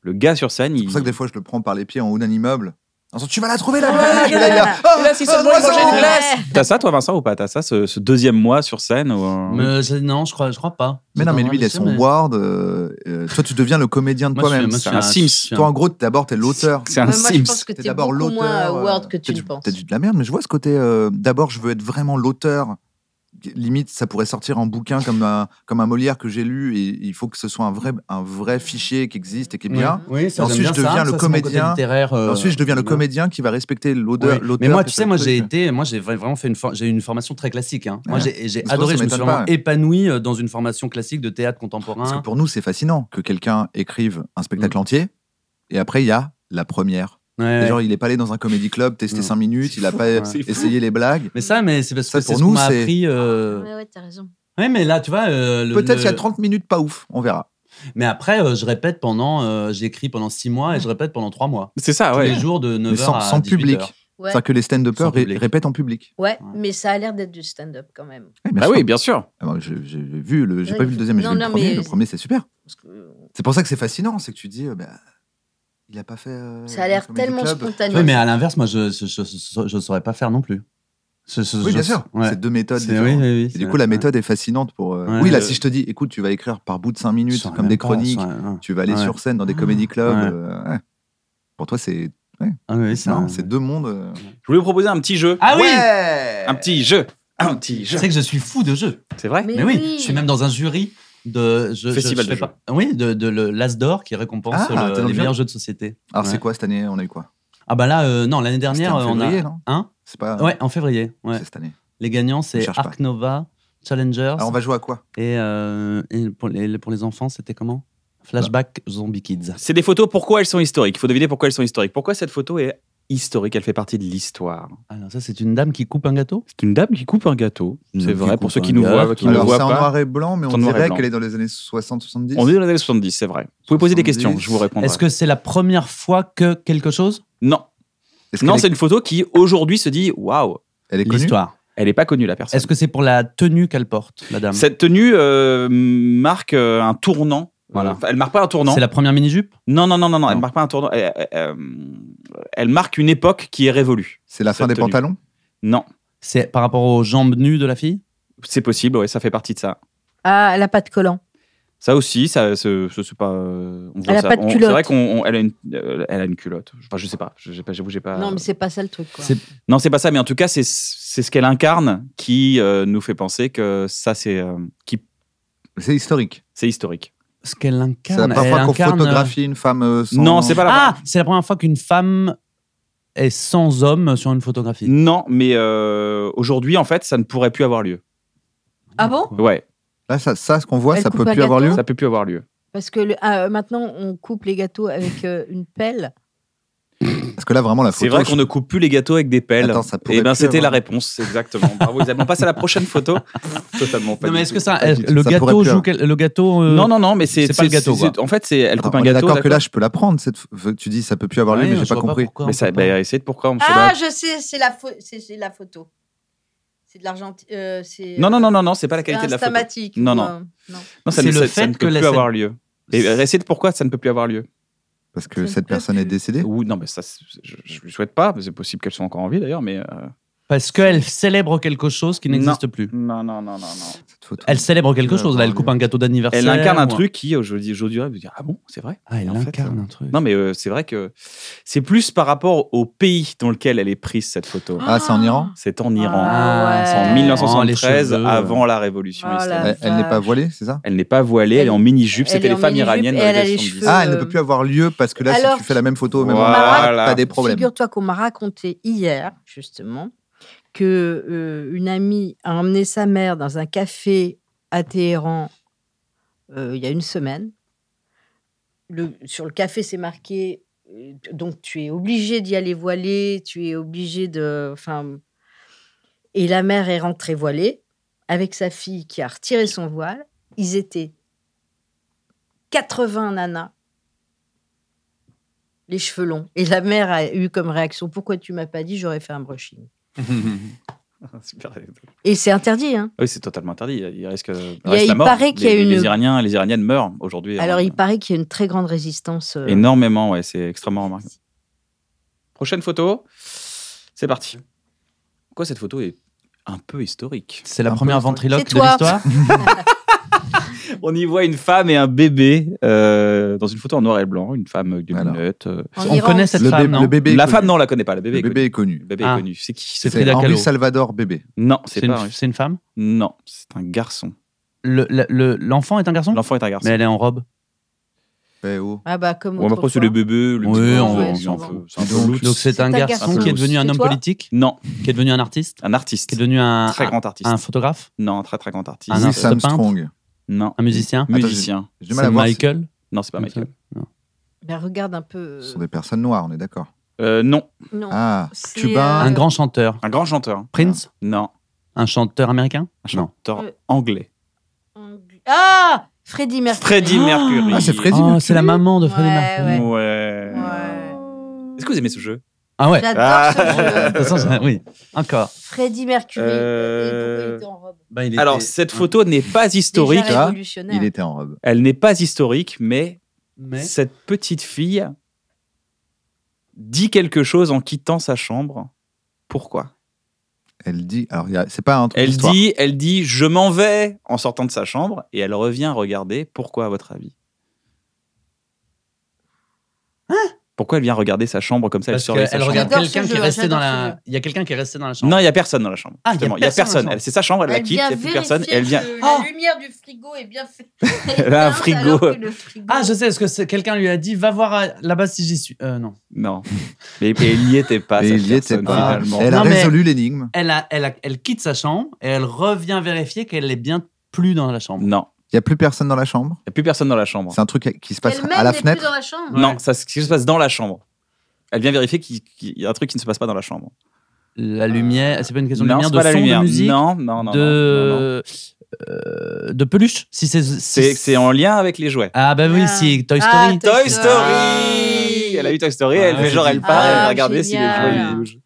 A: Le gars sur scène, il.
B: C'est pour ça que des fois, je le prends par les pieds en haut d'un immeuble. En disant, tu vas la trouver, la
A: Ouais,
C: Ah,
B: blague
A: ouais,
B: Et là, il y a,
A: ouais.
B: oh,
A: Et là, si
B: oh,
A: seulement il
B: l'oiseau
A: mangeait une glace T'as ça, toi, Vincent, ou pas T'as ça, ce, ce deuxième mois sur scène ou, euh,
D: Mais c'est- non, je crois, je crois pas.
B: Mais non, mais lui, il a son
D: mais-
B: word. euh, euh, toi, tu deviens le comédien de
D: Moi, je suis-
B: toi-même.
D: moi, je suis un- je suis un-
B: Toi, en gros, d'abord, t'es l'auteur.
A: C'est un
C: Ouais, moi, je Sims. pense que t'es beaucoup moins Howard que
B: euh, t'as
C: tu le
B: du-
C: penses.
B: T'as du de la merde, mais je vois ce côté. euh, d'abord, je veux être vraiment l'auteur. Limite, ça pourrait sortir en bouquin comme un, comme un Molière que j'ai lu. Et il faut que ce soit un vrai, un vrai fichier qui existe et qui est Eh bien.
D: Oui, oui, ça,
B: Et
D: j'aime
B: ensuite,
D: bien
B: je
D: ça.
B: deviens le
D: Ça, c'est mon côté
B: comédien.
D: littéraire, euh,
B: ensuite, je deviens le
D: j'aime bien.
B: comédien qui va respecter l'odeur-
D: Oui.
B: l'auteur.
D: Mais moi,
B: que
D: tu
B: le
D: sais, moi
B: truc.
D: j'ai été, moi j'ai vra- vraiment fait une, for- j'ai eu une formation très classique. hein. Moi,
B: Ouais.
D: j'ai j'ai
B: Parce que
D: adoré,
B: ça
D: je me suis
B: m'étonne
D: vraiment
B: pas.
D: épanoui euh, dans une formation classique de théâtre
B: Parce que
D: contemporain.
B: pour nous, c'est fascinant que quelqu'un écrive un
D: Mm.
B: spectacle entier et après, il y a la première.
D: Ouais,
B: Et
D: ouais.
B: Genre, il est pas allé dans un comédie club, testé 5 minutes, il a pas
D: Ouais. C'est fou. hein.
B: essayé les blagues.
D: Mais ça, mais c'est parce
B: Ça,
D: que c'est
B: pour
D: ce qu'on
B: nous,
D: m'a
B: c'est-
D: appris. euh,
C: Ouais, ouais, t'as raison.
D: Ouais, mais là, tu vois, euh, le-
B: Peut-être
D: le-
B: il y a 30 minutes pas ouf, on verra.
D: Mais après, euh, je répète pendant, euh, j'écris pendant six mois et je répète pendant trois mois.
A: C'est ça,
D: Tous
A: ouais.
D: les jours de 9h
B: Ah Mais sans,
D: à
B: sans
D: 18
B: public.
D: heures.
C: Ouais.
B: C'est-à-dire que les stand-uppers
D: Sans
B: ré-
D: public.
B: répètent en public.
C: Ouais, mais ça a l'air d'être du stand-up quand même.
B: Eh,
A: Bah oui, bien sûr.
B: Ah bon, J'ai j'ai vu le, j'ai
C: Ouais,
B: pas vu le deuxième, mais j'ai
C: non,
B: vu le
C: non,
B: premier.
C: mais-
B: Le premier, c'est super.
C: Parce que
B: C'est pour ça que c'est fascinant, c'est que tu dis, euh, bah, il a pas fait. euh,
C: Ça a l'air
B: un comedy
C: tellement
B: club.
C: spontané.
D: Oui, mais à l'inverse, moi, je je, je, je- je saurais pas faire non plus. Je- je-
B: Oui,
D: je-
B: bien sûr.
D: ouais.
B: C'est deux méthodes
D: C'est-
B: différentes.
D: oui, oui, oui,
B: Et
D: c'est
B: du coup,
D: vrai.
B: la méthode est fascinante pour, euh, oui, là, si je te dis, écoute, tu vas écrire par bout de 5 minutes, comme des chroniques, tu vas aller sur scène dans des
D: Ah.
B: comédie clubs. euh, ouais. Pour toi, c'est. Ah ouais.
D: c'est
B: marrant,
D: un-
B: c'est deux mondes. euh.
A: Je voulais vous proposer un petit jeu.
D: Ah oui
A: Un petit jeu. Un petit jeu.
D: Tu sais que je suis fou de jeux.
A: C'est vrai
D: Mais, oui. je suis même dans un jury de je,
A: Festival
D: je-
A: de
D: je fais pas- Oui, de, de le- l'Asdor qui récompense
B: Ah,
D: le-
B: t'es dans le
D: les
B: jeu
D: meilleurs jeux de société.
B: Alors,
D: Ouais.
B: c'est quoi cette année On a eu quoi
D: Ah bah là, euh, non, l'année dernière,
B: C'était en
D: euh, on
B: février,
D: a
B: non
D: hein
B: C'est pas.
D: Ouais, en février. ouais.
B: C'est cette année.
D: Les gagnants,
B: Je
D: c'est
B: cherche pas.
D: Arc Nova, Challengers.
B: Alors, on va jouer à quoi
D: Et, euh, et pour, les, pour les enfants, c'était comment Flashback Zombie Kids.
A: C'est des photos, pourquoi elles sont historiques Il faut deviner pourquoi elles sont historiques. Pourquoi cette photo est historique Elle fait partie de l'histoire.
D: Ah, Alors ça, c'est une dame qui coupe un gâteau
A: C'est une dame qui coupe un gâteau.
D: Une
A: C'est
D: dame
A: vrai,
D: qui
A: pour
D: coupe
A: ceux Mmh, qui
D: un
A: nous
D: gâteau.
A: voient, qui nous
B: Alors,
A: voient
B: c'est
A: pas.
B: en noir et blanc, mais
A: C'est en
B: on
A: noir et
B: dirait
A: blanc.
B: qu'elle est dans les années 60-70.
A: On est dans les années 70, c'est vrai. Vous pouvez poser des questions, je vous réponds.
D: Est-ce que c'est la première fois que quelque chose
A: Non.
B: Est-ce
A: Non,
B: qu'elle
A: c'est
B: est-
A: une photo qui aujourd'hui se dit waouh,
B: Elle est connue
D: L'histoire.
A: elle n'est pas connue la personne.
D: Est-ce que c'est pour la tenue qu'elle porte, la dame
A: Cette tenue euh, marque euh, un tournant.
D: Voilà.
A: Euh, enfin, elle marque pas un tournant.
D: C'est la première mini-jupe
A: Non, non, non, non, non, elle
D: Non.
A: marque pas un tournant. Elle, elle- elle- elle marque une époque qui est révolue.
B: C'est la fin
A: Cette
B: des
A: tenue.
B: pantalons
A: Non,
D: C'est par rapport aux jambes nues de la fille
A: c'est possible, ouais, ça fait partie de ça.
C: Ah, elle n'a pas de collant.
A: Ça aussi, ça, c'est, je sais pas. euh, on voit
C: Elle a
A: ça.
C: pas de
A: On-
C: culotte.
A: C'est vrai qu'on, on- elle a une, euh, elle a une culotte. Enfin, je sais pas. Je- j'ai pas, j'avoue, j'ai pas.
C: Non, mais c'est pas ça le truc. Quoi.
D: C'est-
A: Non, Euh, c'est pas ça. Mais en tout cas, c'est, c'est ce qu'elle incarne qui euh, nous fait penser que ça, c'est, euh, qui,
B: C'est historique.
A: c'est historique.
D: Ce qu'elle
B: C'est la
D: incarne.
B: première
D: elle
B: fois qu'on
D: incarne,
B: photographie une femme euh, sans.
A: Non, c'est pas
D: euh,
A: la.
D: Ah, c'est la première fois qu'une femme est sans homme sur une photographie.
A: Non, mais euh, aujourd'hui, en fait, ça ne pourrait plus avoir lieu.
C: Ah bon
A: Ouais,
B: Là, ça, ça, ce qu'on voit,
C: Elle
B: ça
C: coupe
B: peut
C: un
B: plus avoir lieu.
C: gâteau
A: ça peut plus avoir lieu.
C: Parce que le- ah, euh, maintenant, on coupe les gâteaux avec euh, une pelle.
B: Parce que là, vraiment, la photo.
A: C'est vrai
B: je-
A: qu'on ne coupe plus les gâteaux avec des pelles.
B: Attends, ça pourrait
A: Et ben,
B: plus
A: c'était la
B: avoir-
A: réponse, exactement. Bravo, Isabelle. On passe à la prochaine photo. Totalement. pas
D: Non, mais
A: du
D: est-ce
A: tout.
D: que ça.
B: Pas du tout.
D: le,
B: Ça pourrait
D: gâteau
B: plus, hein.
D: joue quel- le gâteau. euh,
A: Non, non, non, mais c'est.
D: c'est pas le gâteau, quoi.
A: En fait, c'est, elle coupe
B: Attends,
A: un
B: on est
A: gâteau.
B: D'accord que
A: d'accord.
B: là, je peux la prendre. Cette... f- Tu dis, ça peut plus avoir lieu,
D: ouais,
B: mais j'ai
D: je
B: pas
D: vois
B: compris.
D: pourquoi on
A: Mais ça,
D: peut pas.
A: bah, essayez de pourquoi on se
C: Ah,
A: bat.
C: je sais, c'est la, pho- c'est- c'est la photo. C'est de l'argentine. euh, c'est,
A: Non, non, non, non, non, c'est
C: c'est
A: pas la qualité de la photo.
C: instamatique,
A: Non,
C: ou,
A: non.
C: euh, non.
A: Non, ça,
D: C'est
A: ne-
D: le
A: ça- ça
D: fait
A: ne peut
D: que la
A: plus
D: scène-
A: avoir lieu. Et euh, essayez de pourquoi ça ne peut plus avoir lieu.
B: Parce
C: Je
B: que
C: ne
B: cette
C: peux
B: personne est
C: plus.
B: décédée.
A: Ou non, mais ça, c'est- je, je lui souhaite pas. mais C'est possible qu'elle soit encore en vie d'ailleurs, mais. euh,
D: Parce qu'elle célèbre quelque chose qui n'existe plus.
A: Non, non, non, non, non.
B: Cette photo.
D: Elle célèbre quelque
B: Euh, Ouais,
D: chose. Là, elle
B: pardon.
D: coupe un gâteau d'anniversaire.
A: Elle incarne un
D: ou
A: truc qui, aujourd'hui, aujourd'hui, vous dire ah bon, c'est vrai.
D: Ah, elle
A: En fait,
D: incarne un truc.
A: Non, mais euh, c'est vrai que c'est plus par rapport au pays dans lequel elle est prise cette photo.
B: Ah, c'est en Iran
A: C'est en Iran.
C: Ah,
A: C'est en
C: ouais.
D: Oh,
A: 1973,
D: les cheveux.
A: avant la révolution
C: Oh là.
A: islamique.
B: Elle elle n'est pas voilée, c'est ça
A: Elle n'est pas voilée, elle, est en mini-jupe.
C: Elle
A: C'était
C: est
A: les
C: en
A: femmes
C: mini-jupe
A: iraniennes
C: et
A: dans les
C: elle a
A: années
C: les
A: 70.
C: cheveux.
B: Ah, elle ne
C: Euh,
B: peut plus avoir lieu parce que là,
C: alors-
B: si tu fais la même photo au même
A: Voilà.
B: endroit, t'as des problèmes.
C: Figure-toi qu'on m'a raconté hier, justement, que euh, une amie a emmené sa mère dans un café à Téhéran euh, il y a une semaine. Le- sur le café, c'est marqué. euh, Donc, tu es obligé d'y aller voilé, tu es obligé de. Enfin, et la mère est rentrée voilée avec sa fille qui a retiré son voile. Ils étaient 80 nanas les cheveux longs. Et la mère a eu comme réaction Pourquoi tu m'as pas dit J'aurais fait un brushing.
D: Ah.
A: Super.
C: Et c'est interdit. Hein.
A: Oui, c'est totalement interdit. Il risque. Il,
C: a-
A: reste la
C: il
A: mort.
C: paraît qu'il y a
A: les,
C: une-
A: les Iraniens, les Iraniennes meurent aujourd'hui.
C: Alors,
A: Euh,
C: il paraît qu'il y a une très grande résistance. euh,
A: énormément. Ouais, c'est extrêmement remarquable. Prochaine photo. C'est parti. Pourquoi cette photo est un peu historique
D: C'est la
B: Un peu
D: première
B: historique.
D: ventriloque
C: C'est
D: de
C: toi.
D: l'histoire.
A: On y voit une femme et un bébé euh, dans une photo en noir et blanc. Une femme avec des
B: Alors.
A: lunettes. euh.
C: en
D: On
C: Iran
D: connaît
C: aussi.
D: cette
B: Le,
D: femme,
B: bé-
D: non
B: le bébé. est
A: La
B: connu.
A: femme, non, on la connaît pas. Le bébé,
B: Le
A: est connu.
B: bébé est connu.
A: Le bébé
D: Ah.
A: est connu. C'est qui
B: C'est
D: C'est Frida Kahlo.
B: Henri Salvador bébé.
A: Non,
D: C'est
A: c'est
D: une,
A: pas.
D: c'est une femme.
A: Non, c'est un garçon.
D: Le- le- le- L'enfant est un garçon
A: L'enfant est un garçon.
D: Mais elle est en robe.
B: Eh oh.
C: Ah, bah, comme
A: On va
C: autrefois.
A: pas c'est le bébé, le
D: Oui,
A: petit-
D: on-
A: c'est un
C: on-
A: peu- c'est un peu
B: Donc-
A: loose.
D: Donc c'est un garçon qui est devenu un
C: C'est
D: homme
C: toi
D: politique,
A: Non,
D: qui est devenu un artiste,
A: un artiste.
D: qui est devenu un,
A: Très
D: un-
A: grand artiste.
D: un photographe,
A: Ah, Non, un très très grand artiste.
D: Un
B: Louis
D: artiste peintre.
B: Armstrong.
A: Non,
D: un musicien.
B: Attends,
A: musicien.
B: J'ai du mal
D: C'est
B: à voir. si-
D: Michael.
A: Non, c'est pas Michael.
C: Ben, regarde un peu.
B: Ce sont des personnes noires, on est d'accord.
A: Euh, non,
C: euh, Non.
B: Ah,
C: C'est,
B: cubain.
C: euh,
D: Un grand chanteur.
A: un grand chanteur.
D: Prince.
A: Non,
D: Un chanteur américain.
A: un chanteur
C: Euh,
A: anglais.
C: Ah Freddie Mercury.
A: Freddie Mercury.
B: Ah, c'est Freddie
D: Oh,
B: Mercury.
D: c'est la maman de Freddie
C: Ouais,
D: Mercury.
C: ouais.
A: Ouais.
C: Ouais.
A: Est-ce que vous aimez ce jeu
D: Ah ouais. De
C: J'adore
A: Ah.
C: ce jeu.
D: toute façon, ça- oui. Encore.
C: Freddie Mercury.
A: Euh,
C: Et pourquoi Bah, il était en robe
A: Alors, cette photo n'est pas historique.
C: Déjà
B: hein.
C: révolutionnaire.
B: Il était en robe.
A: Elle n'est pas historique, mais
D: Mais
A: cette petite fille dit quelque chose en quittant sa chambre. Pourquoi
B: Elle dit. Alors, il y a- c'est pas un truc.
A: Elle
B: d'histoire.
A: dit, elle dit, je m'en vais en sortant de sa chambre et elle revient regarder. Pourquoi, à votre avis Pourquoi elle vient regarder sa chambre comme ça
D: Parce
A: Elle surveille sa
D: qu'elle
A: chambre.
D: regarde quelqu'un qui est resté Hein dans
C: j'adore
D: la. Il y a quelqu'un qui est resté dans la chambre.
A: Non, il y a personne dans la chambre.
D: Ah, il y a
A: justement. il y a
D: personne dans la
A: personne.
D: chambre.
A: Elle- C'est sa chambre, elle, la
C: Elle
A: quitte, il
C: vient
A: n'y a plus
C: vérifier
A: personne. et Elle vient. Oh
C: que La lumière du frigo est bien faite.
A: Elle a un frigo.
D: Ah, je sais, est-ce que c'est- quelqu'un lui a dit va voir à- là-bas si j'y suis Euh, Non.
A: Non. Mais et il n'y était pas.
B: Et
A: Ah, cette
B: il y était
A: personne,
B: pas.
A: finalement.
B: Elle a
D: Non, mais-
B: résolu l'énigme.
D: Elle, a- elle, a- elle quitte sa chambre et elle revient vérifier qu'elle est bien plus dans la chambre.
A: Non.
B: Il n'y a plus personne dans la chambre.
A: Il n'y a plus personne dans la chambre.
B: C'est un truc qui se passe
C: Elle-même
B: à la
C: n'est plus
B: fenêtre.
C: dans la chambre.
A: Non, ça ce qui se passe dans la chambre. Elle vient vérifier qu'il qu'il y a un truc qui ne se passe pas dans la chambre.
D: La lumière, c'est pas une question de
A: Euh, Non,
D: lumière,
A: c'est
D: de
A: pas la
D: son,
A: lumière.
D: de musique,
A: Non, non, non,
D: de euh, de peluche. Si c'est si
A: C'est c'est en lien avec les jouets.
D: ah bah oui, si Toy Story.
A: Toy Story Elle a eu Toy Story,
D: Ah,
A: elle fait
D: oui.
A: genre, elle part,
C: Ah,
A: elle regardait si les
C: génial.
A: jouets ils bougent.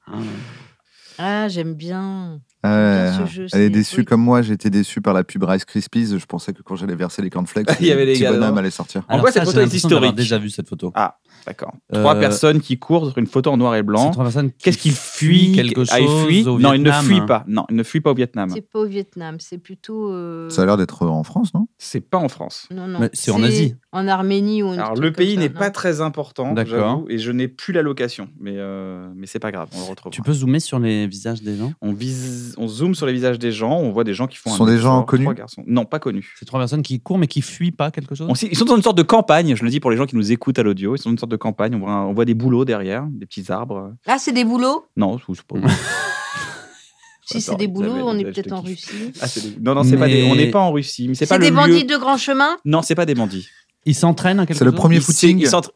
C: Ah, j'aime bien.
B: Ouais,
C: Dans ce jeu,
B: Euh, elle est
C: c'est-
B: déçue
C: oui.
B: comme moi. J'étais déçu par la pub Rice Krispies. Je pensais que quand j'allais verser les cornflakes,
A: Il y avait les
B: les
A: gars
B: bonhomme
A: dedans.
B: allait sortir.
A: En quoi cette photo est
D: J'ai
A: historique
D: déjà vu cette photo.
A: Ah, d'accord. Trois
D: Euh,
A: personnes qui courent sur une photo en noir et
D: C'est
A: blanc.
D: trois personnes qui
A: Qu'est-ce qu'il fuit
D: fuient quelque
A: Ah, il fuit
D: chose au
A: Non, il ne
D: Vietnam,
A: fuit
D: hein.
A: pas. Non, il ne fuit pas au Vietnam.
C: C'est pas au Vietnam, c'est plutôt. euh,
B: Ça a l'air d'être en France, non
A: C'est pas en France.
C: Non, non.
D: Mais c'est en Asie.
C: En Arménie ou un
A: Alors,
C: truc
A: le
C: comme
A: pays
C: ça,
A: n'est
C: non
A: pas très important,
D: D'accord.
A: j'avoue, et je n'ai plus la location. Mais, euh, mais c'est pas grave, on le retrouve.
D: Tu peux zoomer sur les visages des gens
A: On, vise, on zoome sur les visages des gens, on voit des gens qui font
B: Ce
A: un
B: sont des gens
A: effort.
B: connus
A: Trois garçons. Non, pas connus.
D: C'est trois personnes qui courent mais qui fuient pas quelque chose
A: On s'y- ils sont dans une sorte de campagne, je le dis pour les gens qui nous écoutent à l'audio, ils sont dans une sorte de campagne, on voit, un- on voit des bouleaux derrière, des petits arbres.
C: Là, Ah, c'est des boulots.
A: Non, je sais pas.
C: Si c'est
A: Attends,
C: des
A: vous
C: boulots,
A: avez-
C: on
A: vous
C: est
A: avez-
C: peut-être
A: je te
C: en
A: kiffe.
C: Russie.
A: Ah, c'est des- Non, non, c'est pas des-
D: Mais-
A: on n'est pas en Russie, mais c'est pas
C: C'est
A: le
C: des
A: lieu.
C: bandits de grand chemin.
A: Non, c'est pas des bandits.
D: Ils s'entraînent à quelque
B: C'est le
D: chose
B: premier
A: Ils-
B: footing,
A: ils s'entre-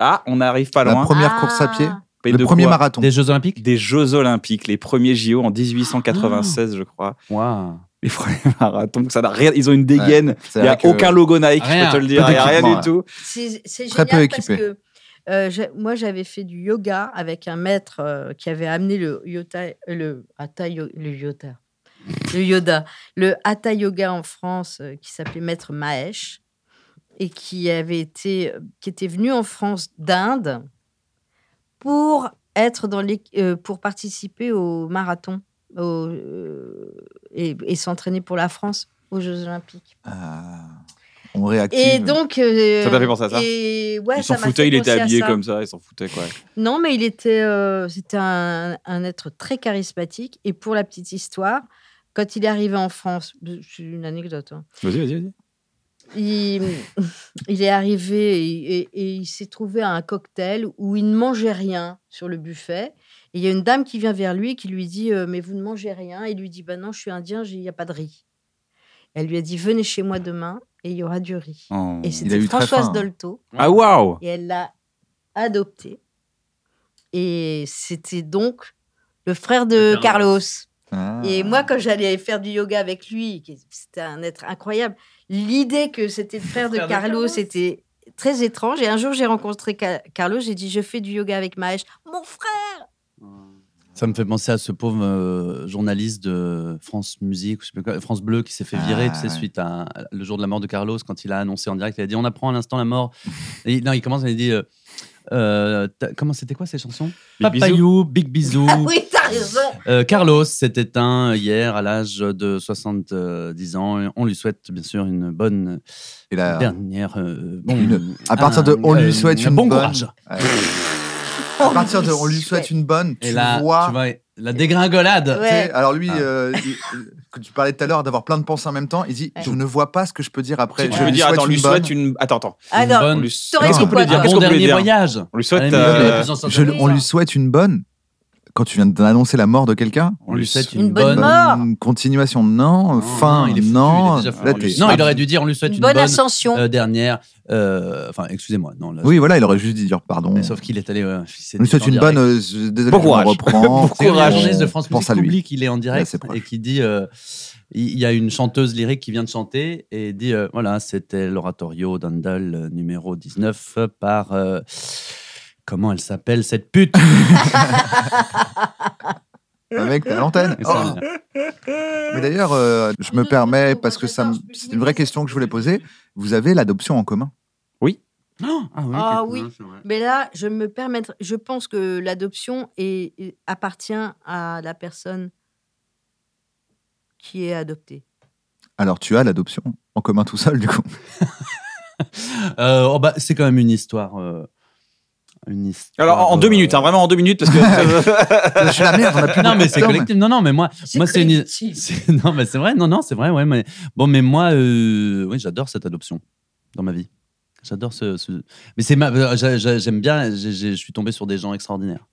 A: Ah, on n'arrive pas
B: la
A: loin.
B: première
C: Ah.
B: course à pied,
A: Mais
B: le
A: de
B: premier
A: quoi
B: marathon.
D: des Jeux Olympiques.
A: Des Jeux Olympiques, les premiers JO en 1896, je crois.
D: Waouh.
A: Les premiers marathons, ça n'a rien, ils ont une dégaine. Il
B: C'est
A: n'y a
B: vrai que-
A: aucun logo Nike, je
D: Rien.
A: peux te le dire.
B: Peu
A: Il n'y a rien
B: d'équipement,
A: du tout.
C: C'est c'est
B: Très peu
C: génial parce
B: équipé.
C: que euh, j'ai- moi, j'avais fait du yoga avec un maître euh, qui avait amené le yota, euh, le hatha yo- le yota, le yoda, le hatha yoga en France euh, qui s'appelait maître Mahesh et qui avait été, euh, qui était venu en France d'Inde pour être dans les, euh, pour participer au marathon au, euh, et- et s'entraîner pour la France aux Jeux Olympiques.
B: Ah, on réactive.
C: Et donc. euh,
A: Ça t'a fait penser à ça
C: et... ouais,
A: ils s'en
C: ça m'a
A: foutaient,
C: fait
A: il était
C: penser à
A: habillé
C: ça.
A: comme ça, ils s'en foutaient quoi.
C: Non, mais il était. euh, C'était un, un être très charismatique. Et pour la petite histoire, quand il est arrivé en France, c'est une anecdote. hein,
A: Vas-y, vas-y, vas-y.
C: il, il est arrivé et, et- et il s'est trouvé à un cocktail où il ne mangeait rien sur le buffet. Et il y a une dame qui vient vers lui et qui lui dit euh, Mais vous ne mangez rien Il lui dit Bah non, je suis indien, j'ai- il n'y a pas de riz. Elle lui a dit Venez chez moi demain et il y aura du riz.
A: Oh.
C: Et
B: a
C: c'était
B: eu très
C: Françoise
B: faim.
C: Dolto
A: Ah, waouh!
C: et elle l'a adopté. Et c'était donc le frère de
D: De
C: Carlos.
D: Carlos.
B: Ah.
C: Et moi, quand j'allais faire du yoga avec lui, qui- c'était un être incroyable, l'idée que c'était le frère de
D: frère de
C: Carlos
D: Carlos.
C: était très étrange. Et un jour, j'ai rencontré Ca- Carlos, j'ai dit, je fais du yoga avec Mahesh. Mon frère
D: Ça me fait penser à ce pauvre euh, journaliste de France Musique, ou je sais plus quoi, France Bleu, qui s'est fait virer,
B: Ah,
D: tu sais,
B: ouais.
D: suite à, à- le jour de la mort de Carlos, quand il a annoncé en direct, il a dit on apprend à l'instant la mort. Et, non, il commence, il dit euh, euh, t'as- comment c'était quoi ces chansons
A: Big Bisou.
D: Papayou, Big Bisou.
B: Mmh.
C: Ah oui, t'as raison
D: Euh, Carlos s'est éteint hier à l'âge de 70 ans. Et on lui souhaite bien sûr une bonne
B: Et là,
D: dernière. euh, bon,
B: Une- à partir de
D: un-
B: on lui
D: euh,
B: souhaite
D: un
B: une
D: bon
B: bonne.
D: courage.
B: euh, à partir de on lui souhaite une bonne,
D: Et
B: tu
D: là,
B: vois.
D: tu vois, la dégringolade.
B: tu sais,
C: Ouais.
B: Alors lui,
D: Ah.
B: euh, il- que tu parlais tout à l'heure d'avoir plein de pensées en même temps, il dit
C: Ouais.
B: je ne vois pas ce que je peux dire après.
A: Tu
B: Je
A: veux
B: lui
A: dire, attends,
B: souhaite
A: lui
B: une bonne.
A: souhaite une. Attends, attends.
C: Alors,
D: bonne-
A: On lui-
C: t'aurais
A: Qu'est-ce qu'on
C: dit
A: peut lui
C: quoi,
A: dire
C: toi
D: Ah, un
A: Qu'est-ce
D: bon
A: qu'on peut lui
D: dernier
A: dire
D: voyage.
A: On lui souhaite.
D: Allez,
A: euh,
D: Ah, mais-
B: Je- on lui souhaite une bonne. Quand tu viens d'annoncer la mort de quelqu'un,
D: On lui souhaite une,
C: Une bonne
D: bonne.
C: mort.
B: continuation, non.
D: Non,
B: fin,
D: non, il est foutu,
B: non.
D: il est déjà
B: Là,
D: foutu.
B: t'es- ah,
D: Non, il aurait dû dire on lui souhaite
C: Une,
D: une,
C: bonne, ascension.
D: euh, dernière. euh, Enfin, excusez-moi. Non, là,
B: Oui, voilà, il aurait juste dû dire pardon.
D: mais sauf qu'il est allé. euh, il s'est
B: On lui souhaite
D: dit en
B: une
D: direct.
B: bonne. euh, je- désolé,
A: Bon
B: je me
A: courage.
B: reprends.
A: Bon
D: C'est le
A: courage.
D: journaliste de
B: On
D: France
B: Pense
D: Musique
B: à lui.
D: Publique, il est en
B: Là,
D: direct
B: c'est proche.
D: et qui dit euh, il il y a une chanteuse lyrique qui vient de chanter et dit euh, voilà, c'était l'oratorio d'Andal euh, numéro 19 euh, par. euh, Comment elle s'appelle cette pute
B: Ah, mec, t'es à l'antenne.
D: Et ça,
B: Oh. Mais d'ailleurs, euh, je me permets, parce que ça, me- c'est une vraie question que je voulais poser. Vous avez l'adoption en commun
D: Ah oui,
C: Ah oui. Mais là, je me permets, je pense que l'adoption est- est- appartient à la personne qui est adopté.
B: Alors, tu as l'adoption en commun tout seul, du coup.
D: Euh, oh bah, c'est quand même une histoire. euh, une histoire euh,
A: Alors, en en deux minutes, hein, vraiment en deux minutes, parce que.
D: Je
A: suis la merde, on a plus
D: Non,
A: beaucoup
D: mais
A: de
D: c'est
A: temps.
D: collectif. Non, non, mais moi,
A: C'est
D: moi c'est une.
A: collectif.
D: c'est- Non, mais c'est vrai, non, non, c'est vrai, ouais. Mais... Bon, mais moi, euh, oui, j'adore cette adoption dans ma vie. J'adore ce. ce- Mais c'est ma... euh, j'a- j'a- J'aime bien, j'ai- j'ai- je suis tombé sur des gens extraordinaires.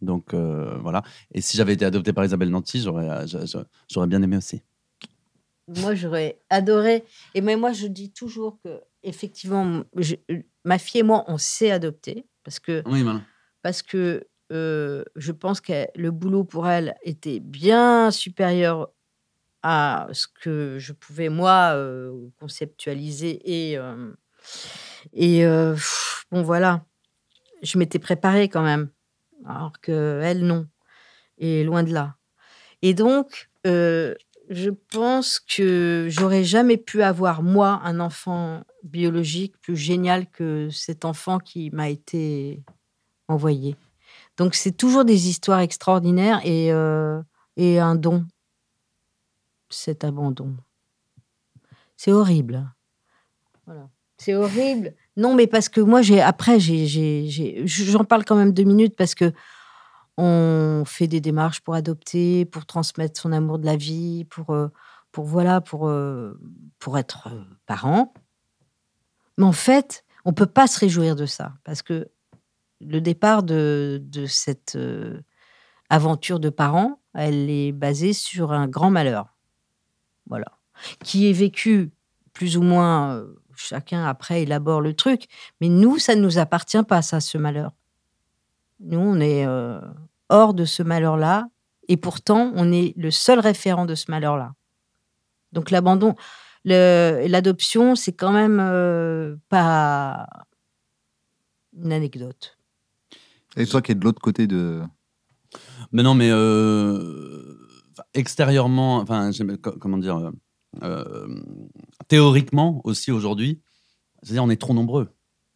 D: Donc, euh, voilà. Et si j'avais été adopté par Isabelle Nanty, j'aurais euh, j'a- j'a- j'aurais bien aimé aussi.
C: Moi, j'aurais adoré. Et mais moi, je dis toujours que, effectivement, je- ma fille et moi, on s'est adopter parce que,
D: Oui, voilà.
C: parce que euh, je pense que le boulot pour elle était bien supérieur à ce que je pouvais, moi, euh, conceptualiser. Et, euh, et euh, pff, bon, voilà, je m'étais préparée quand même, alors qu'elle, non. Et loin de là. Et donc, euh, je pense que j'aurais jamais pu avoir, moi, un enfant biologique plus génial que cet enfant qui m'a été envoyé. Donc, c'est toujours des histoires extraordinaires et, euh, et un don, cet abandon. C'est horrible. Voilà. C'est horrible. Non, mais parce que moi, j'ai après, j'ai- j'ai- j'ai- j'en parle quand même deux minutes parce que on fait des démarches pour adopter, pour transmettre son amour de la vie, pour, euh, pour voilà, pour, euh, pour être euh, parent. Mais en fait, on peut pas se réjouir de ça parce que le départ de, de cette euh, aventure de parents, elle est basée sur un grand malheur, voilà, qui est vécu plus ou moins. euh, Chacun après élabore le truc, mais nous, ça ne nous appartient pas, ça, ce malheur. Nous, on est euh, hors de ce malheur-là, et pourtant, on est le seul référent de ce malheur-là. Donc l'abandon, le- l'adoption, c'est quand même euh, pas une anecdote.
B: Et toi qui es de l'autre côté de.
D: Mais non, mais euh, enfin, extérieurement, enfin, j'aime- co- comment dire, euh, euh, théoriquement aussi aujourd'hui, c'est-à-dire on est trop nombreux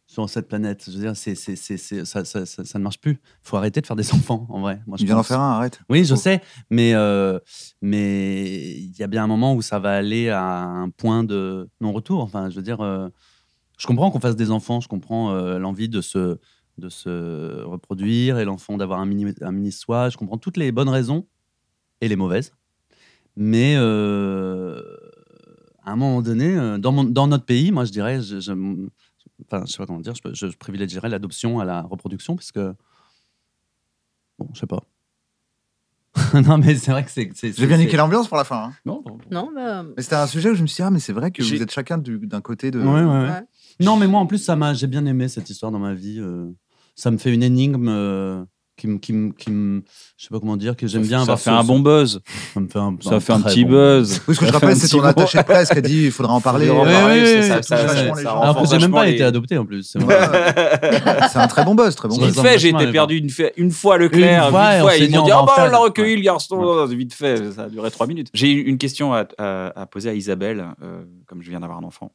D: sur cette planète. Je veux dire, c'est, c'est, c'est, c'est- ça, ça, ça- ça ne marche plus. Il faut arrêter de faire des enfants, en vrai. Moi, je
B: Viens d'en
D: pense.
B: faire un, arrête.
D: Oui, je sais, mais euh, mais il y a bien un moment où ça va aller à un point de non-retour. Enfin, je veux dire, euh, je comprends qu'on fasse des enfants, je comprends euh, l'envie de se de se reproduire et l'enfant d'avoir un mini un mini soi. Je comprends toutes les bonnes raisons et les mauvaises, mais euh, à un moment donné, euh, dans, mon- dans notre pays, moi, je dirais, je, je- enfin, je sais pas comment dire, je, peux- je- je privilégierais l'adoption à la reproduction parce que bon, je sais pas. non, mais c'est vrai que c'est. c'est-
B: J'ai bien
D: c'est-
B: niqué l'ambiance pour la fin. hein.
D: Non,
C: Non, mais...
B: Mais c'était un sujet où je me suis dit, ah, mais c'est vrai que vous êtes chacun du- d'un côté de.
D: Ouais, ouais, ouais. Non, mais moi, en plus, ça m'a, j'ai bien aimé cette histoire dans ma vie. euh, ça me fait une énigme euh, qui me, qui me, qui me- je sais pas comment dire, que j'aime
A: Ça-
D: bien
A: ça
D: avoir.
A: fait un bon buzz.
D: Ça me fait un,
A: Ça fait un
D: très
A: petit buzz.
B: Oui, ce que je rappelle, c'est ton attaché de presse qui a dit, il faudra en parler.
D: Ouais, ouais, ouais,
B: Ça
D: ouais,
B: touche vachement
D: ouais.
B: les
A: Ah,
B: gens.
D: Alors que Ah, j'ai même pas
A: vachement
D: été
A: les-
D: adopté en plus. C'est
B: Ouais,
D: vrai.
B: ouais. C'est un très bon buzz, très bon
D: Vite
B: buzz.
A: fait, j'ai été
D: Franchement,
A: perdu une, fois- une fois Leclerc.
D: Une fois,
A: vite
D: et on
A: fait,
D: s'est
A: ils
D: dit,
A: m'ont
D: on
A: dit
D: va
A: Ah
D: en
A: bah, on
D: faire.
A: l'a recueilli, le garçon. euh, Vite fait, ça a duré trois minutes. J'ai une question à, à- à poser à Isabelle, euh, comme je viens d'avoir un enfant.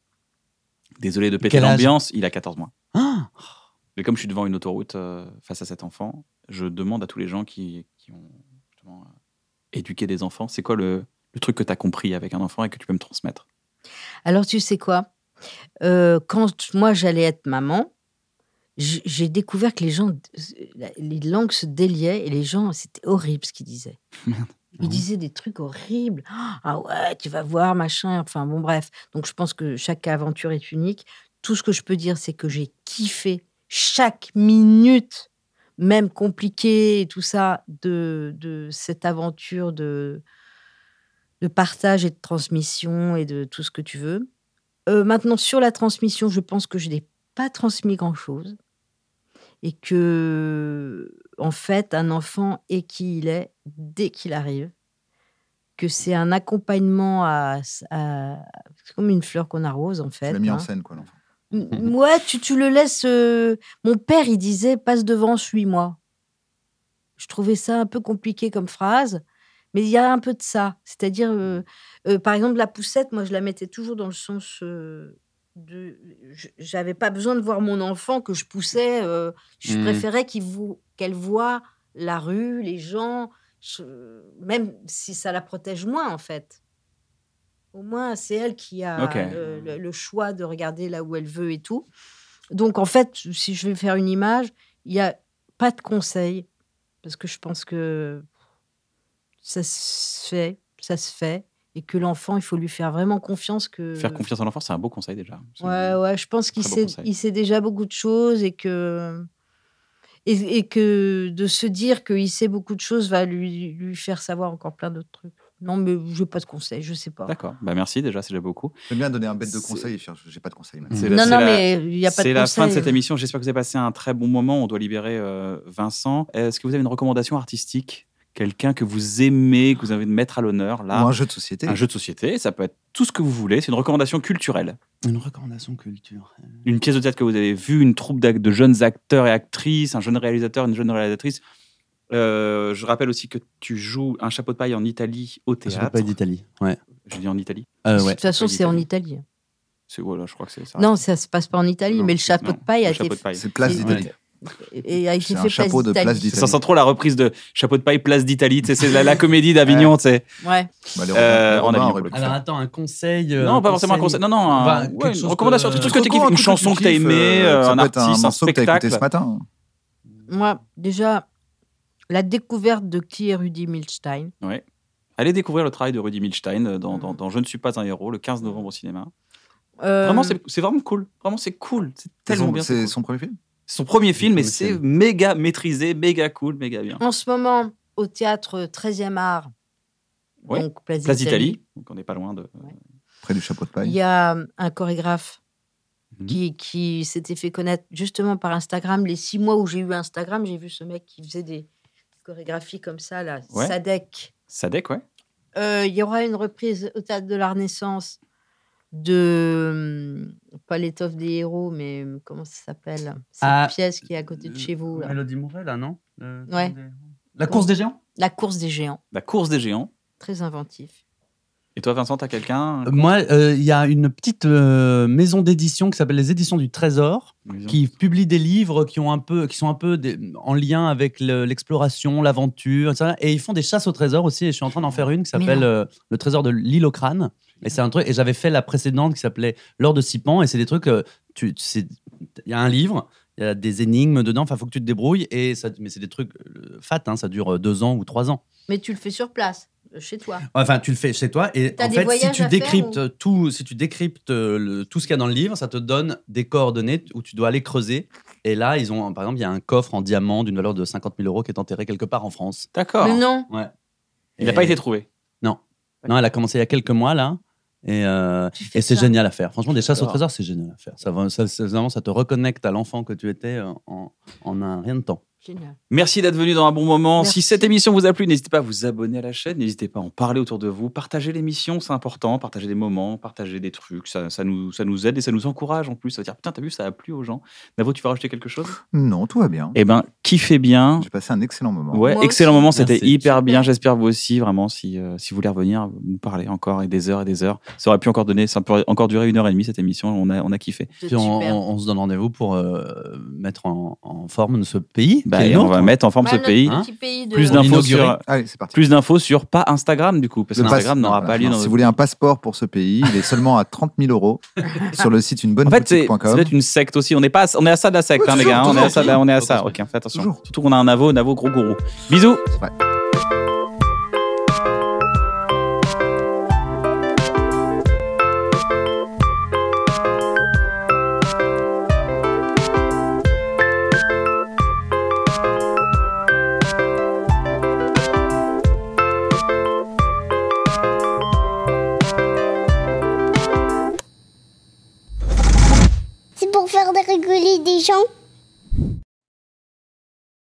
A: Désolé de péter
D: Quel âge
A: l'ambiance, il a 14 mois.
D: Ah
A: Mais comme je suis devant une autoroute euh, face à cet enfant, je demande à tous les gens qui, qui ont justement euh, éduqué des enfants c'est quoi le, le truc que tu as compris avec un enfant et que tu peux me transmettre
C: Alors, tu sais quoi Euh, Quand moi, j'allais être maman, j- j'ai découvert que les gens, euh, les langues se déliaient et les gens, c'était horrible ce qu'ils disaient. Ils disaient des trucs horribles. Ah ouais, tu vas voir, machin. Enfin, bon, bref. Donc, je pense que chaque aventure est unique. Tout ce que je peux dire, c'est que j'ai kiffé chaque minute, même compliquée et tout ça, de, de cette aventure de, de partage et de transmission et de tout ce que tu veux. Euh, maintenant, sur la transmission, je pense que je n'ai pas transmis grand-chose et que, en fait, un enfant est qui il est dès qu'il arrive, que c'est un accompagnement à... à- c'est comme une fleur qu'on arrose, en fait.
B: Tu l'as mis en
C: hein.
B: scène, quoi, l'enfant.
C: M- Ouais, tu, tu le laisses. euh, Mon père, il disait passe devant, suis-moi. Je trouvais ça un peu compliqué comme phrase, mais il y a un peu de ça. C'est-à-dire, euh, euh, par exemple, la poussette, moi, je la mettais toujours dans le sens euh, de. je- J'avais pas besoin de voir mon enfant que je poussais. euh, je
J: Mhm.
C: préférais qu'il vo- qu'elle voie la rue, les gens. je- même si ça la protège moins, en fait. Au moins, c'est elle qui a
J: Ok.
C: le, le- le choix de regarder là où elle veut et tout. Donc, en fait, si je vais faire une image, il n'y a pas de conseil, parce que je pense que ça se fait, ça se fait, et que l'enfant, il faut lui faire vraiment confiance que...
A: Faire confiance à l'enfant, c'est un beau conseil déjà. C'est-
C: Euh. Ouais, ouais, je pense qu'il
A: très beau
C: sait,
A: conseil.
C: il sait déjà beaucoup de choses et que, et, et que de se dire qu'il sait beaucoup de choses va lui, lui faire savoir encore plein d'autres trucs. Non, mais je n'ai pas de conseils, je sais pas.
A: D'accord, bah merci déjà, c'est déjà beaucoup.
B: J'aime bien donner un bête de conseil, je j'ai pas de conseil. maintenant.
A: C'est
C: Non,
A: la-
C: non,
A: c'est la-
C: mais il y a pas de
A: C'est la fin de
C: conseil.
A: cette émission. J'espère que vous avez passé un très bon moment. On doit libérer euh, Vincent. Est-ce que vous avez une recommandation artistique Quelqu'un que vous aimez, que vous avez envie de mettre à l'honneur là
B: Ou un jeu de société.
A: Un jeu de société, ça peut être tout ce que vous voulez. C'est une recommandation culturelle.
D: Une recommandation culture.
A: Une pièce de théâtre que vous avez vue, une troupe d'ac- de jeunes acteurs et actrices, un jeune réalisateur, une jeune réalisatrice. Euh, je rappelle aussi que tu joues un chapeau de paille en Italie au
D: Je
A: théâtre.
D: pas d'Italie. Ouais.
A: Je dis en Italie.
D: Euh,
C: de
D: ouais.
C: toute façon, c'est en Italie.
A: C'est voilà, je crois que c'est ça.
C: Non, ça se passe pas en Italie, mais le chapeau de paille a été fait-
A: C'est
B: place
C: d'Italie.
A: Euh,
C: et a été fait place d'Italie.
A: Ça sent trop la reprise de chapeau de paille, place d'Italie. tu sais, C'est la, la comédie d'Avignon, tu sais.
C: Ouais.
B: Bah,
D: les
A: Euh,
D: Romains
A: en Avignon,
D: auraient
A: pour le
D: pu
A: coup.
D: Alors attends, un conseil. euh,
A: Non, pas forcément un conseil. Non, non, un-
D: Bah,
A: ouais,
D: quelque chose
A: une recommandation.
D: que-
A: Un truc que tu kiffes, une chanson que tu as
B: kiffes,
A: aimée,
B: euh,
A: euh,
B: ça
A: un
B: peut être un
A: artiste, un
B: morceau que t'as
A: spectacle.
B: écouté ce matin.
C: Moi, déjà, la découverte de qui est Rudy Milstein.
A: Ouais. Allez découvrir le travail de Rudy Milstein euh, dans, dans- dans Je ne suis pas un héros, le 15 novembre au cinéma.
C: Euh,
A: Vraiment, c'est c'est vraiment cool. Vraiment, c'est cool. C'est tellement bien.
B: C'est
A: C'est
B: son premier film
A: son premier film et
B: Premier
A: c'est
B: film.
A: méga maîtrisé, méga cool, méga bien.
C: En ce moment, au théâtre 13e art,
A: Ouais.
C: donc Place d'Italie.
A: d'Italie. Donc on n'est pas loin de.
B: Près du chapeau de paille.
C: Il y a un chorégraphe
A: Mhm.
C: qui, qui s'était fait connaître justement par Instagram. Les six mois où j'ai eu Instagram, j'ai vu ce mec qui faisait des chorégraphies comme ça, là,
A: Ouais.
C: Sadek.
A: Sadek, ouais.
C: Euh, il y aura une reprise au Théâtre de la Renaissance de, hum, pas l'étoffe des héros, mais hum, comment ça s'appelle Cette
D: Ah,
C: pièce qui est à côté de chez vous. là.
D: Mélodie Mouret, là, non Euh,
C: Ouais.
D: La course des géants
C: La course des géants,
A: La course des géants.
C: très inventif.
A: Et toi, Vincent, t'as quelqu'un
D: Moi, euh, il y a une petite euh, maison d'édition qui s'appelle les Éditions du Trésor,
A: Maison.
D: qui publie des livres qui, ont un peu, qui sont un peu des- en lien avec le- l'exploration, l'aventure, etc. Et ils font des chasses au trésor aussi. Et je suis en train d'en faire une qui
C: Mais
D: s'appelle
C: non.
D: euh, Le Trésor de l'île au crâne. Et c'est un truc. Et j'avais fait la précédente qui s'appelait L'or de Sipan. Et c'est des trucs. euh, tu, tu sais, il y a un livre. Il y a des énigmes dedans, enfin, faut que tu te débrouilles. Et ça, mais c'est des trucs euh, fat, hein, ça dure euh, deux ans ou trois ans.
C: Mais tu le fais sur place, chez toi.
D: Enfin, tu le fais chez toi et
C: T'as
D: en
C: des
D: fait, si
C: voyages
D: tu
C: à faire
D: décryptes tout, si tu décryptes euh, le- tout ce qu'il y a dans le livre, ça te donne des coordonnées où tu dois aller creuser. Et là, ils ont, par exemple, il y a un coffre en diamant d'une valeur de 50 000 euros qui est enterré quelque part en France.
A: D'accord.
C: Mais non.
D: Ouais.
A: Il n'a
D: Et-
B: Euh,
A: pas été trouvé.
D: Non. Non, elle a commencé il y a quelques mois là. Et, euh,
C: fais
D: et c'est
C: ça.
D: génial à faire. Franchement, des chasses au
A: J'adore.
D: trésor, c'est génial à faire. Ça, va- ça, ça- vraiment, ça te reconnecte à l'enfant que tu étais euh, en, en un rien de temps.
C: Génial.
A: Merci d'être venu dans un bon moment. Si
C: Merci.
A: cette émission vous a plu, n'hésitez pas à vous abonner à la chaîne, n'hésitez pas à en parler autour de vous, partagez l'émission, c'est important, partagez des moments, partagez des trucs, ça, ça nous, ça nous aide et ça nous encourage en plus. Ça veut dire, putain, t'as vu, ça a plu aux gens. Navo, tu vas rajouter quelque chose
B: Non, tout va bien.
A: Eh ben, kiffez bien.
B: J'ai passé un excellent moment.
A: Ouais,
C: Moi
A: excellent
C: aussi.
A: moment, c'était
D: Merci.
A: hyper bien. J'espère vous aussi, vraiment, si, euh, si vous voulez revenir, vous nous parler encore et des heures et des heures. Ça aurait pu encore donner, ça pourrait encore durer une heure et demie cette émission. On a, on a kiffé.
C: Vous êtes
D: Puis on,
C: super.
D: on- on se donne rendez-vous pour euh, mettre en, en forme ce pays. qui
A: Bah,
D: est le
A: et on
D: nôtre.
A: va mettre en forme
C: Bah,
A: ce
C: notre
A: pays.
D: hein.
C: petit euh, pays de-
A: Plus
D: On
A: d'infos
D: l'inaugurer.
A: sur,
B: Allez, c'est parti.
A: plus d'infos sur pas Instagram du coup, parce que
B: Le pass-
A: Instagram n'aura
B: non,
A: pas lieu
B: non,
A: dans
B: Si
A: notre
B: vous voulez un passeport pour ce pays, il est seulement à 30 000 euros sur le site
A: En fait, c'est
B: unebonneboutique.com.
A: ça doit être une secte aussi. On est pas, à- on est à ça de la secte,
B: Ouais,
A: hein, les
B: toujours,
A: gars. hein. on est à
B: toujours,
A: ça, de la- on est à ça.
D: toujours.
A: Ok, faites attention.
B: Toujours.
A: Surtout qu'on a un Navo, Navo gros gourou. Bisous.
B: Ouais.
K: C'est pour faire rigoler des gens